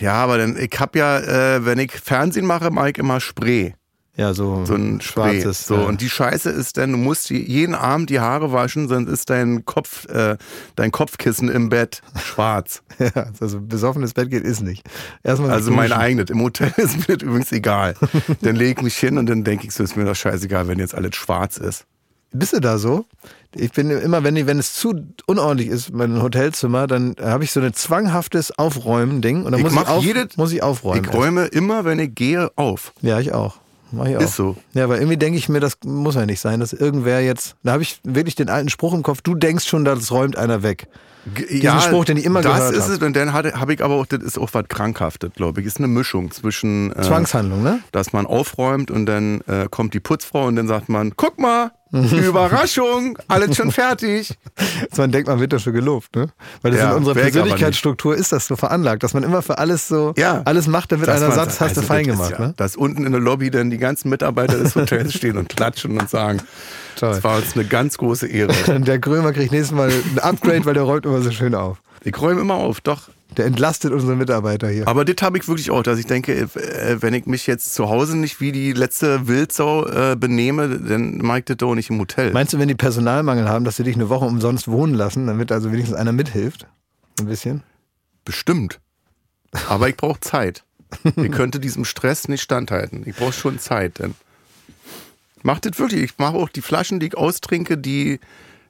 [SPEAKER 2] Ja, aber dann, ich hab ja, äh, wenn ich Fernsehen mache, mache ich immer Spray.
[SPEAKER 3] Ja, so,
[SPEAKER 2] So ein Spray.
[SPEAKER 3] schwarzes.
[SPEAKER 2] so,
[SPEAKER 3] ja.
[SPEAKER 2] Und die Scheiße ist dann, du musst die, jeden Abend die Haare waschen, sonst ist dein Kopf, äh, dein Kopfkissen im Bett schwarz.
[SPEAKER 3] Ja, also besoffenes Bett geht ist nicht. Erstmal
[SPEAKER 2] Also
[SPEAKER 3] duschen.
[SPEAKER 2] mein eigenes. Im Hotel ist mir das übrigens egal. dann leg ich mich hin und dann denke ich so, ist mir doch scheißegal, wenn jetzt alles schwarz ist.
[SPEAKER 3] Bist du da so? Ich bin immer, wenn, die- wenn es zu unordentlich ist, mein Hotelzimmer, dann habe ich so ein zwanghaftes Aufräumen-Ding. Und dann
[SPEAKER 2] Ich
[SPEAKER 3] muss,
[SPEAKER 2] mach
[SPEAKER 3] ich auf,
[SPEAKER 2] jedes-
[SPEAKER 3] muss ich aufräumen.
[SPEAKER 2] Ich räume immer, wenn ich gehe, auf.
[SPEAKER 3] Ja, ich auch. Mach ich auch.
[SPEAKER 2] Ist so.
[SPEAKER 3] Ja, weil irgendwie denke ich mir, das muss ja nicht sein, dass irgendwer jetzt. Da habe ich wirklich den alten Spruch im Kopf, du denkst schon, das räumt einer weg.
[SPEAKER 2] Diesen
[SPEAKER 3] Spruch, den ich immer
[SPEAKER 2] das
[SPEAKER 3] gehört
[SPEAKER 2] Das ist
[SPEAKER 3] hab.
[SPEAKER 2] es. Und dann habe ich aber auch, das ist auch was Krankhaftes, glaube ich. Ist eine Mischung zwischen... äh,
[SPEAKER 3] Zwangshandlung, ne?
[SPEAKER 2] dass man aufräumt und dann äh, kommt die Putzfrau und dann sagt man, guck mal, Überraschung, alles schon fertig.
[SPEAKER 3] Dass man denkt, man wird dafür gelobt, ne? Weil das
[SPEAKER 2] Ja,
[SPEAKER 3] in unserer
[SPEAKER 2] weg aber nicht.
[SPEAKER 3] Persönlichkeitsstruktur ist das so veranlagt, dass man immer für alles so
[SPEAKER 2] Ja.
[SPEAKER 3] alles macht, damit
[SPEAKER 2] Dass
[SPEAKER 3] einer
[SPEAKER 2] man
[SPEAKER 3] Satz
[SPEAKER 2] sagt,
[SPEAKER 3] hast du
[SPEAKER 2] also
[SPEAKER 3] fein
[SPEAKER 2] das ist
[SPEAKER 3] gemacht,
[SPEAKER 2] ja,
[SPEAKER 3] ne?
[SPEAKER 2] Dass unten in der Lobby dann die ganzen Mitarbeiter des Hotels stehen und klatschen und sagen,
[SPEAKER 3] Toll.
[SPEAKER 2] das war uns eine ganz große Ehre.
[SPEAKER 3] Der Krömer kriegt nächstes Mal ein Upgrade, weil der räumt immer so schön auf.
[SPEAKER 2] Ich räume immer auf, doch.
[SPEAKER 3] Der entlastet unsere Mitarbeiter hier.
[SPEAKER 2] Aber das habe ich wirklich auch, dass ich denke, äh, wenn ich mich jetzt zu Hause nicht wie die letzte Wildsau äh, benehme, dann mag ich das doch nicht im Hotel.
[SPEAKER 3] Meinst du, wenn die Personalmangel haben, dass sie dich eine Woche umsonst wohnen lassen, damit also wenigstens einer mithilft? Ein bisschen?
[SPEAKER 2] Bestimmt. Aber ich brauche Zeit. Ich könnte diesem Stress nicht standhalten. Ich brauche schon Zeit. Denn macht das wirklich. Ich mache auch die Flaschen, die ich austrinke, die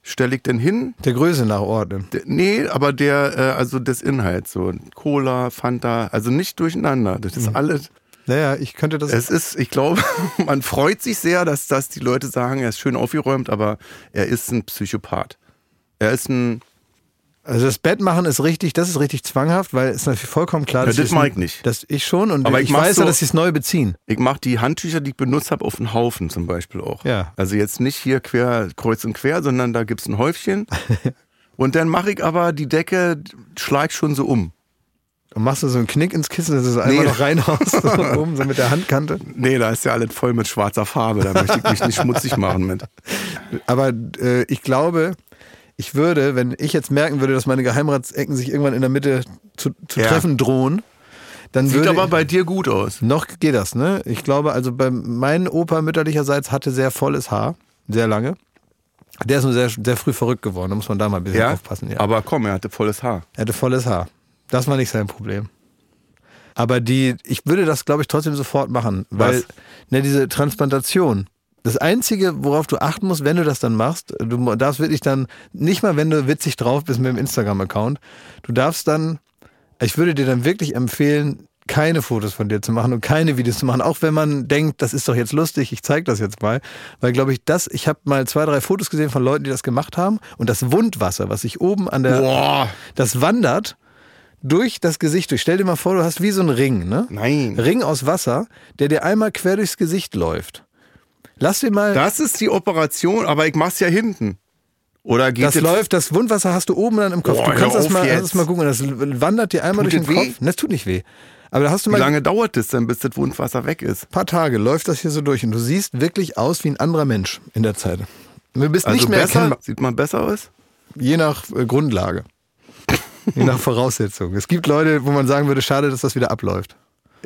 [SPEAKER 2] stelle ich denn hin.
[SPEAKER 3] Der Größe nach ordnen.
[SPEAKER 2] D- Nee, aber der, äh, also des Inhalts. So Cola, Fanta, also nicht durcheinander. Das ist alles.
[SPEAKER 3] Naja, ich könnte das.
[SPEAKER 2] Es ist, ich glaube, man freut sich sehr, dass, dass die Leute sagen, er ist schön aufgeräumt, aber er ist ein Psychopath. Er ist ein.
[SPEAKER 3] Also das Bett machen ist richtig, das ist richtig zwanghaft, weil es ist natürlich vollkommen klar,
[SPEAKER 2] Ja,
[SPEAKER 3] dass
[SPEAKER 2] das
[SPEAKER 3] ich's-
[SPEAKER 2] mag ich nicht.
[SPEAKER 3] Dass ich schon und
[SPEAKER 2] Aber
[SPEAKER 3] ich,
[SPEAKER 2] ich mach's
[SPEAKER 3] weiß ja,
[SPEAKER 2] so-
[SPEAKER 3] dass sie es neu beziehen.
[SPEAKER 2] Ich mache die Handtücher, die ich benutzt habe, auf den Haufen zum Beispiel auch.
[SPEAKER 3] Ja.
[SPEAKER 2] Also jetzt nicht hier quer, kreuz und quer, sondern da gibt's ein Häufchen. und dann mache ich aber die Decke, schlag ich schon so um.
[SPEAKER 3] Und machst du so einen Knick ins Kissen, dass du so einmal
[SPEAKER 2] Nee.
[SPEAKER 3] noch reinhaust, so oben so mit der Handkante.
[SPEAKER 2] Nee, da ist ja alles voll mit schwarzer Farbe, da möchte ich mich nicht schmutzig machen mit.
[SPEAKER 3] Aber äh, ich glaube, ich würde, wenn ich jetzt merken würde, dass meine Geheimratsecken sich irgendwann in der Mitte zu, zu
[SPEAKER 2] Ja.
[SPEAKER 3] treffen drohen, dann
[SPEAKER 2] Sieht
[SPEAKER 3] würde
[SPEAKER 2] aber bei dir gut aus.
[SPEAKER 3] noch geht das, ne? Ich glaube, also bei meinem Opa mütterlicherseits hatte sehr volles Haar, sehr lange. Der ist nur sehr, sehr früh verrückt geworden, da muss man da mal ein bisschen
[SPEAKER 2] Ja?
[SPEAKER 3] aufpassen. Ja.
[SPEAKER 2] Aber komm, er hatte volles Haar.
[SPEAKER 3] Er hatte volles Haar. Das war nicht sein Problem. Aber die, ich würde das, glaube ich, trotzdem sofort machen. Weil,
[SPEAKER 2] Was?
[SPEAKER 3] ne, diese Transplantation. Das Einzige, worauf du achten musst, wenn du das dann machst, du mo- darfst wirklich dann, nicht mal wenn du witzig drauf bist mit dem Instagram-Account, du darfst dann, ich würde dir dann wirklich empfehlen, keine Fotos von dir zu machen und keine Videos zu machen, auch wenn man denkt, das ist doch jetzt lustig, ich zeige das jetzt mal, weil glaube ich, das, ich habe mal zwei, drei Fotos gesehen von Leuten, die das gemacht haben und das Wundwasser, was sich oben an der,
[SPEAKER 2] Boah,
[SPEAKER 3] das wandert durch das Gesicht durch. Stell dir mal vor, du hast wie so einen Ring, ne?
[SPEAKER 2] nein.
[SPEAKER 3] Ring aus Wasser, der dir einmal quer durchs Gesicht läuft. Lass dir mal,
[SPEAKER 2] Das ist die Operation, aber ich mach's ja hinten. Oder geht
[SPEAKER 3] das
[SPEAKER 2] jetzt-
[SPEAKER 3] läuft, das Wundwasser hast du oben dann im Kopf.
[SPEAKER 2] Boah,
[SPEAKER 3] du kannst
[SPEAKER 2] hör
[SPEAKER 3] das
[SPEAKER 2] auf
[SPEAKER 3] mal,
[SPEAKER 2] jetzt.
[SPEAKER 3] kannst das mal gucken, das wandert dir einmal
[SPEAKER 2] Tut
[SPEAKER 3] durch den
[SPEAKER 2] das weh?
[SPEAKER 3] Kopf. Ne, Das tut nicht weh. Aber da hast du
[SPEAKER 2] Wie
[SPEAKER 3] mal
[SPEAKER 2] lange dauert es denn, bis das Wundwasser weg ist?
[SPEAKER 3] ein paar Tage, läuft das hier so durch und du siehst wirklich aus wie ein anderer Mensch in der Zeit. Du bist
[SPEAKER 2] Also
[SPEAKER 3] nicht mehr
[SPEAKER 2] besser?
[SPEAKER 3] erkennbar,
[SPEAKER 2] Sieht man besser aus?
[SPEAKER 3] je nach äh, Grundlage, je nach Voraussetzung. Es gibt Leute, wo man sagen würde, schade, dass das wieder abläuft.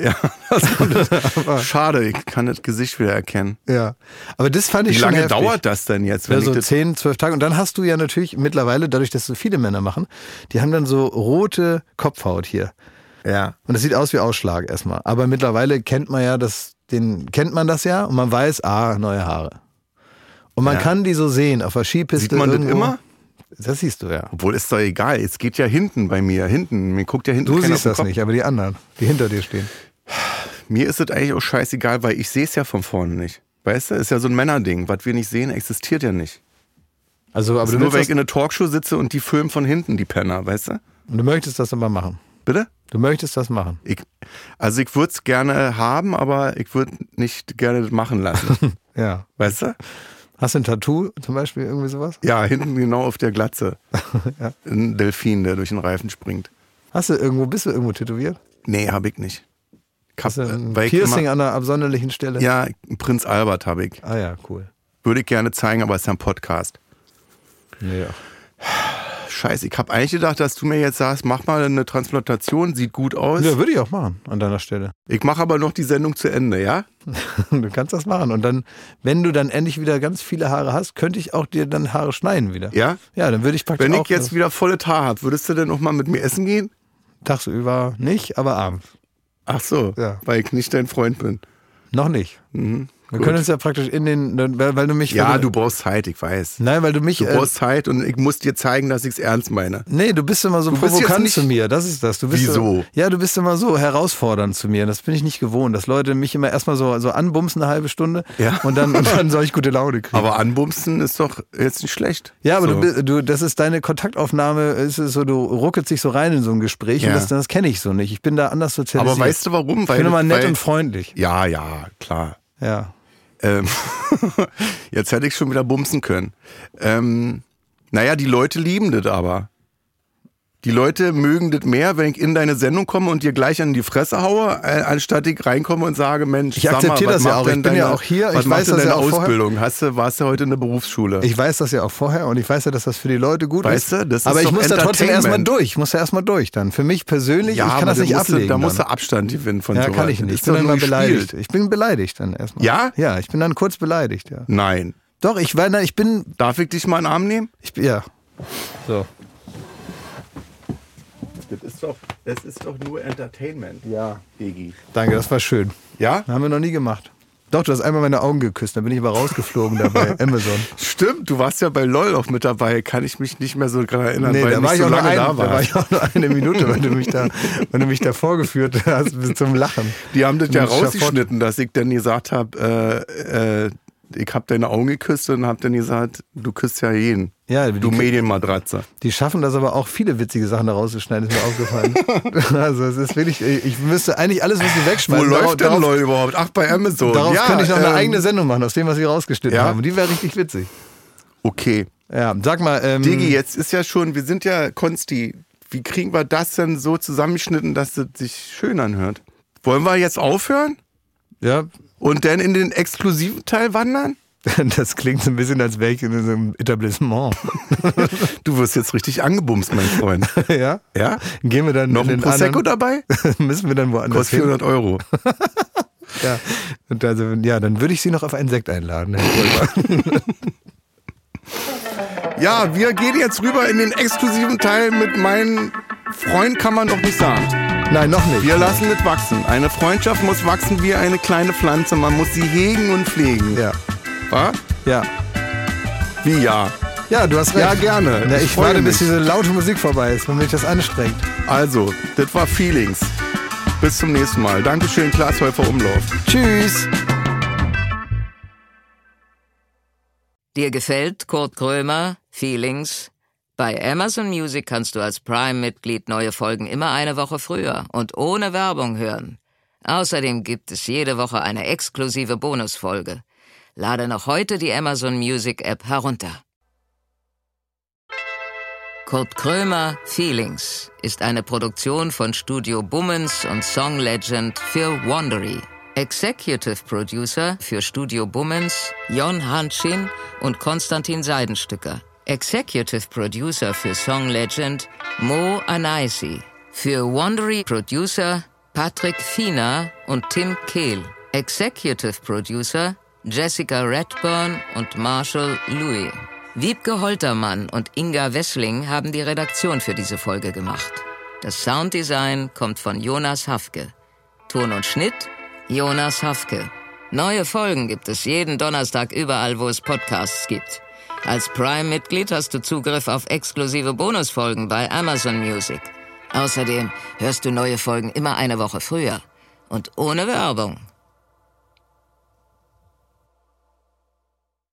[SPEAKER 2] Ja, das kommt. Schade, ich kann das Gesicht wieder erkennen.
[SPEAKER 3] Ja, aber das fand ich
[SPEAKER 2] Wie
[SPEAKER 3] schon
[SPEAKER 2] lange
[SPEAKER 3] heftig.
[SPEAKER 2] dauert das denn jetzt? Wenn
[SPEAKER 3] Ja,
[SPEAKER 2] ich
[SPEAKER 3] so
[SPEAKER 2] das,
[SPEAKER 3] 10, 12 Also Tage. Und dann hast du ja natürlich mittlerweile, dadurch, dass so viele Männer machen, die haben dann so rote Kopfhaut hier.
[SPEAKER 2] ja.
[SPEAKER 3] Und das sieht aus wie Ausschlag erstmal. Aber mittlerweile kennt man ja das, den, kennt man das ja und man weiß, ah, neue Haare. Und man
[SPEAKER 2] Ja.
[SPEAKER 3] kann die so sehen auf der Skipiste.
[SPEAKER 2] Sieht man das
[SPEAKER 3] irgendwo.
[SPEAKER 2] immer?
[SPEAKER 3] Das siehst du ja.
[SPEAKER 2] Obwohl, ist doch egal. Es geht ja hinten bei mir. Hinten. Mir guckt ja hinten
[SPEAKER 3] Du
[SPEAKER 2] keiner auf
[SPEAKER 3] siehst
[SPEAKER 2] den
[SPEAKER 3] das
[SPEAKER 2] Kopf.
[SPEAKER 3] nicht, aber die anderen, die hinter dir stehen.
[SPEAKER 2] Mir ist es eigentlich auch scheißegal, weil ich sehe es ja von vorne nicht. Weißt du, ist ja so ein Männerding. Was wir nicht sehen, existiert ja nicht.
[SPEAKER 3] Also, aber
[SPEAKER 2] Aber
[SPEAKER 3] du,
[SPEAKER 2] nur weil ich
[SPEAKER 3] möchtest
[SPEAKER 2] in
[SPEAKER 3] das,
[SPEAKER 2] einer Talkshow sitze und die filmen von hinten, die Penner, weißt du?
[SPEAKER 3] du möchtest das aber machen.
[SPEAKER 2] Bitte?
[SPEAKER 3] Du möchtest das machen.
[SPEAKER 2] Ich, also ich würde es gerne haben, aber ich würde nicht gerne das machen lassen.
[SPEAKER 3] Ja.
[SPEAKER 2] weißt du?
[SPEAKER 3] Hast du ein Tattoo zum Beispiel, irgendwie sowas?
[SPEAKER 2] Ja, hinten genau auf der Glatze. Ein Delfin, der durch den Reifen springt.
[SPEAKER 3] Hast du irgendwo, bist du irgendwo tätowiert?
[SPEAKER 2] Nee, habe ich nicht. Ich hab,
[SPEAKER 3] Hast du ein
[SPEAKER 2] äh, weil ich
[SPEAKER 3] Piercing
[SPEAKER 2] immer,
[SPEAKER 3] an einer absonderlichen Stelle?
[SPEAKER 2] Ja, Prinz Albert habe ich.
[SPEAKER 3] Ah ja, cool.
[SPEAKER 2] Würde ich gerne zeigen, aber es ist ja ein Podcast.
[SPEAKER 3] Nee, ja.
[SPEAKER 2] Scheiße, ich habe eigentlich gedacht, dass du mir jetzt sagst, mach mal eine Transplantation, sieht gut aus.
[SPEAKER 3] Ja, würde ich auch machen an deiner Stelle.
[SPEAKER 2] Ich mache aber noch die Sendung zu Ende, ja?
[SPEAKER 3] Du kannst das machen. Und dann, wenn du dann endlich wieder ganz viele Haare hast, könnte ich auch dir dann Haare schneiden wieder.
[SPEAKER 2] Ja?
[SPEAKER 3] Ja, dann würde ich praktisch
[SPEAKER 2] Wenn
[SPEAKER 3] auch
[SPEAKER 2] ich jetzt wieder volle Haar habe, würdest du denn noch mal mit mir essen gehen?
[SPEAKER 3] tagsüber nicht, aber abends.
[SPEAKER 2] Ach so,
[SPEAKER 3] Ja.
[SPEAKER 2] weil ich nicht dein Freund bin.
[SPEAKER 3] Noch nicht. Wir können uns ja praktisch in den, dann- weil, weil du mich.
[SPEAKER 2] Mhm. Ja,
[SPEAKER 3] weil
[SPEAKER 2] du brauchst Zeit, ich weiß.
[SPEAKER 3] Nein, weil du mich.
[SPEAKER 2] Du
[SPEAKER 3] äh,
[SPEAKER 2] brauchst Zeit und ich muss dir zeigen, dass ich es ernst meine.
[SPEAKER 3] nee, du bist immer so
[SPEAKER 2] bist jetzt
[SPEAKER 3] provokant
[SPEAKER 2] nicht-
[SPEAKER 3] zu mir. Das ist das. Du bist
[SPEAKER 2] Wieso?
[SPEAKER 3] Ja, du bist immer so herausfordernd zu mir. Das bin ich nicht gewohnt, dass Leute mich immer erstmal so, so anbumsen eine halbe Stunde
[SPEAKER 2] Ja.
[SPEAKER 3] und, dann, und dann soll ich gute Laune kriegen.
[SPEAKER 2] Aber anbumsen ist doch jetzt nicht schlecht.
[SPEAKER 3] Ja, aber du
[SPEAKER 2] So.
[SPEAKER 3] du, du, das ist deine Kontaktaufnahme, es ist so, du ruckelt sich so rein in so ein Gespräch und
[SPEAKER 2] Ja.
[SPEAKER 3] das, das kenne ich so nicht. Ich bin da anders sozialisiert.
[SPEAKER 2] Aber weißt du warum?
[SPEAKER 3] ich bin immer nett
[SPEAKER 2] weil-
[SPEAKER 3] und freundlich.
[SPEAKER 2] Ja, ja, klar.
[SPEAKER 3] Ja.
[SPEAKER 2] Ähm, jetzt hätte ich schon wieder bumsen können. Ähm, naja, die Leute lieben das aber. Die Leute mögen das mehr, wenn ich in deine Sendung komme und dir gleich an die Fresse haue, äh, anstatt ich reinkomme und sage, Mensch,
[SPEAKER 3] Ich
[SPEAKER 2] sag
[SPEAKER 3] akzeptiere
[SPEAKER 2] mal, was
[SPEAKER 3] das ja
[SPEAKER 2] macht
[SPEAKER 3] auch. Ich
[SPEAKER 2] denn
[SPEAKER 3] bin ja
[SPEAKER 2] deine-
[SPEAKER 3] auch hier.
[SPEAKER 2] Was
[SPEAKER 3] Ich weiß
[SPEAKER 2] macht denn
[SPEAKER 3] das ja
[SPEAKER 2] deine
[SPEAKER 3] auch vorher.
[SPEAKER 2] Ausbildung? Hast du, warst du heute in der Berufsschule?
[SPEAKER 3] Ich weiß das ja auch vorher und ich weiß ja, dass das für die Leute gut
[SPEAKER 2] Weißt
[SPEAKER 3] ist.
[SPEAKER 2] du, das ist
[SPEAKER 3] aber ich
[SPEAKER 2] doch
[SPEAKER 3] muss da trotzdem
[SPEAKER 2] Entertainment.
[SPEAKER 3] erstmal durch. Ich muss da erstmal durch dann. Für mich persönlich, ich kann
[SPEAKER 2] aber
[SPEAKER 3] das
[SPEAKER 2] da
[SPEAKER 3] nicht
[SPEAKER 2] musst du-
[SPEAKER 3] ablegen.
[SPEAKER 2] Da musst
[SPEAKER 3] dann.
[SPEAKER 2] du Abstand gewinnen von
[SPEAKER 3] ja,
[SPEAKER 2] sowas.
[SPEAKER 3] kann ich
[SPEAKER 2] Das
[SPEAKER 3] nicht.
[SPEAKER 2] ist
[SPEAKER 3] Ich bin
[SPEAKER 2] doch
[SPEAKER 3] dann
[SPEAKER 2] nur
[SPEAKER 3] mal
[SPEAKER 2] gespielt.
[SPEAKER 3] beleidigt. Ich bin beleidigt dann erstmal.
[SPEAKER 2] Ja?
[SPEAKER 3] Ja, ich bin dann kurz beleidigt, ja.
[SPEAKER 2] Nein.
[SPEAKER 3] Doch, ich war, na, ich bin,
[SPEAKER 2] Darf ich dich mal in den Arm nehmen?
[SPEAKER 3] ich, bin- ja. So.
[SPEAKER 2] Das ist doch, das ist doch nur Entertainment.
[SPEAKER 3] Ja.
[SPEAKER 2] Digi.
[SPEAKER 3] Danke, das war schön.
[SPEAKER 2] Ja?
[SPEAKER 3] Haben wir noch nie gemacht. Doch, du hast einmal meine Augen geküsst, da bin ich aber rausgeflogen da bei Amazon.
[SPEAKER 2] Stimmt, du warst ja bei LOL auch mit dabei, kann ich mich nicht mehr so dran erinnern,
[SPEAKER 3] Nee,
[SPEAKER 2] weil
[SPEAKER 3] da
[SPEAKER 2] du
[SPEAKER 3] war,
[SPEAKER 2] nicht so
[SPEAKER 3] ich auch nur
[SPEAKER 2] lange
[SPEAKER 3] ein,
[SPEAKER 2] da
[SPEAKER 3] da war
[SPEAKER 2] warst.
[SPEAKER 3] ich auch nur eine Minute, weil du mich da, weil du mich da vorgeführt hast bis zum Lachen.
[SPEAKER 2] Die haben das
[SPEAKER 3] Mit
[SPEAKER 2] ja
[SPEAKER 3] dem Schafott.
[SPEAKER 2] rausgeschnitten, dass ich dann gesagt habe, äh, äh, ich habe deine Augen geküsst und habe dann gesagt, du küsst ja jeden.
[SPEAKER 3] Ja,
[SPEAKER 2] Du
[SPEAKER 3] die,
[SPEAKER 2] Medienmatratze.
[SPEAKER 3] die schaffen das aber auch viele witzige Sachen da rauszuschneiden, ist mir aufgefallen. also es ist wirklich, ich müsste eigentlich alles, was sie
[SPEAKER 2] Wo
[SPEAKER 3] wegschmeißen.
[SPEAKER 2] läuft denn
[SPEAKER 3] darauf,
[SPEAKER 2] LOL überhaupt? Ach, bei Amazon.
[SPEAKER 3] darauf
[SPEAKER 2] ja,
[SPEAKER 3] könnte ich noch eine
[SPEAKER 2] ähm,
[SPEAKER 3] eigene Sendung machen, aus dem, was sie rausgeschnitten
[SPEAKER 2] Ja?
[SPEAKER 3] haben. Die wäre richtig witzig.
[SPEAKER 2] Okay.
[SPEAKER 3] Ja, sag mal, ähm,
[SPEAKER 2] Digi, jetzt ist ja schon, wir sind ja Konsti. Wie kriegen wir das denn so zusammengeschnitten, dass es sich schön anhört? Wollen wir jetzt aufhören
[SPEAKER 3] ja,
[SPEAKER 2] und dann in den exklusiven Teil wandern?
[SPEAKER 3] das klingt so ein bisschen, als wäre ich in so einem Etablissement.
[SPEAKER 2] Du wirst jetzt richtig angebumst, mein Freund.
[SPEAKER 3] ja?
[SPEAKER 2] Ja?
[SPEAKER 3] Gehen wir dann
[SPEAKER 2] Noch
[SPEAKER 3] in
[SPEAKER 2] ein
[SPEAKER 3] den
[SPEAKER 2] Prosecco
[SPEAKER 3] anderen,
[SPEAKER 2] dabei?
[SPEAKER 3] müssen wir dann woanders
[SPEAKER 2] Kostet
[SPEAKER 3] hin.
[SPEAKER 2] 400 Euro.
[SPEAKER 3] Ja. Und also, ja, dann würde ich Sie noch auf einen Sekt einladen.
[SPEAKER 2] Ja, wir gehen jetzt rüber in den exklusiven Teil mit meinen Freund, kann man doch nicht sagen.
[SPEAKER 3] Nein, noch nicht.
[SPEAKER 2] Wir lassen es wachsen. Eine Freundschaft muss wachsen wie eine kleine Pflanze. Man muss sie hegen und pflegen.
[SPEAKER 3] Ja,
[SPEAKER 2] Wa?
[SPEAKER 3] ja.
[SPEAKER 2] Wie ja.
[SPEAKER 3] Ja, du hast recht.
[SPEAKER 2] Ja, gerne.
[SPEAKER 3] Na,
[SPEAKER 2] Ich
[SPEAKER 3] ich
[SPEAKER 2] freue
[SPEAKER 3] warte, bis
[SPEAKER 2] mich.
[SPEAKER 3] diese laute Musik vorbei ist, damit mich das anstrengt.
[SPEAKER 2] Also, das war Feelings. Bis zum nächsten Mal. Dankeschön, Klaas Häufer Umlauf.
[SPEAKER 3] Tschüss.
[SPEAKER 1] Dir gefällt Kurt Krömer, Feelings? Bei Amazon Music kannst du als Prime-Mitglied neue Folgen immer eine Woche früher und ohne Werbung hören. Außerdem gibt es jede Woche eine exklusive Bonusfolge. Lade noch heute die Amazon Music App herunter. Kurt Krömer Feelings ist eine Produktion von Studio Bummens und Song Legend Phil Wandery. Executive Producer für Studio Bummens Jon Hanschin und Konstantin Seidenstücker. Executive Producer für Song Legend Mo Anaisi. Für Wandery Producer Patrick Fiener und Tim Kehl. Executive Producer Jessica Redburn und Marshall Louis. Wiebke Holtermann und Inga Wessling haben die Redaktion für diese Folge gemacht. Das Sounddesign kommt von Jonas Hafke. Ton und Schnitt Jonas Hafke. Neue Folgen gibt es jeden Donnerstag überall, wo es Podcasts gibt. Als Prime-Mitglied hast du Zugriff auf exklusive Bonusfolgen bei Amazon Music. Außerdem hörst du neue Folgen immer eine Woche früher und ohne Werbung.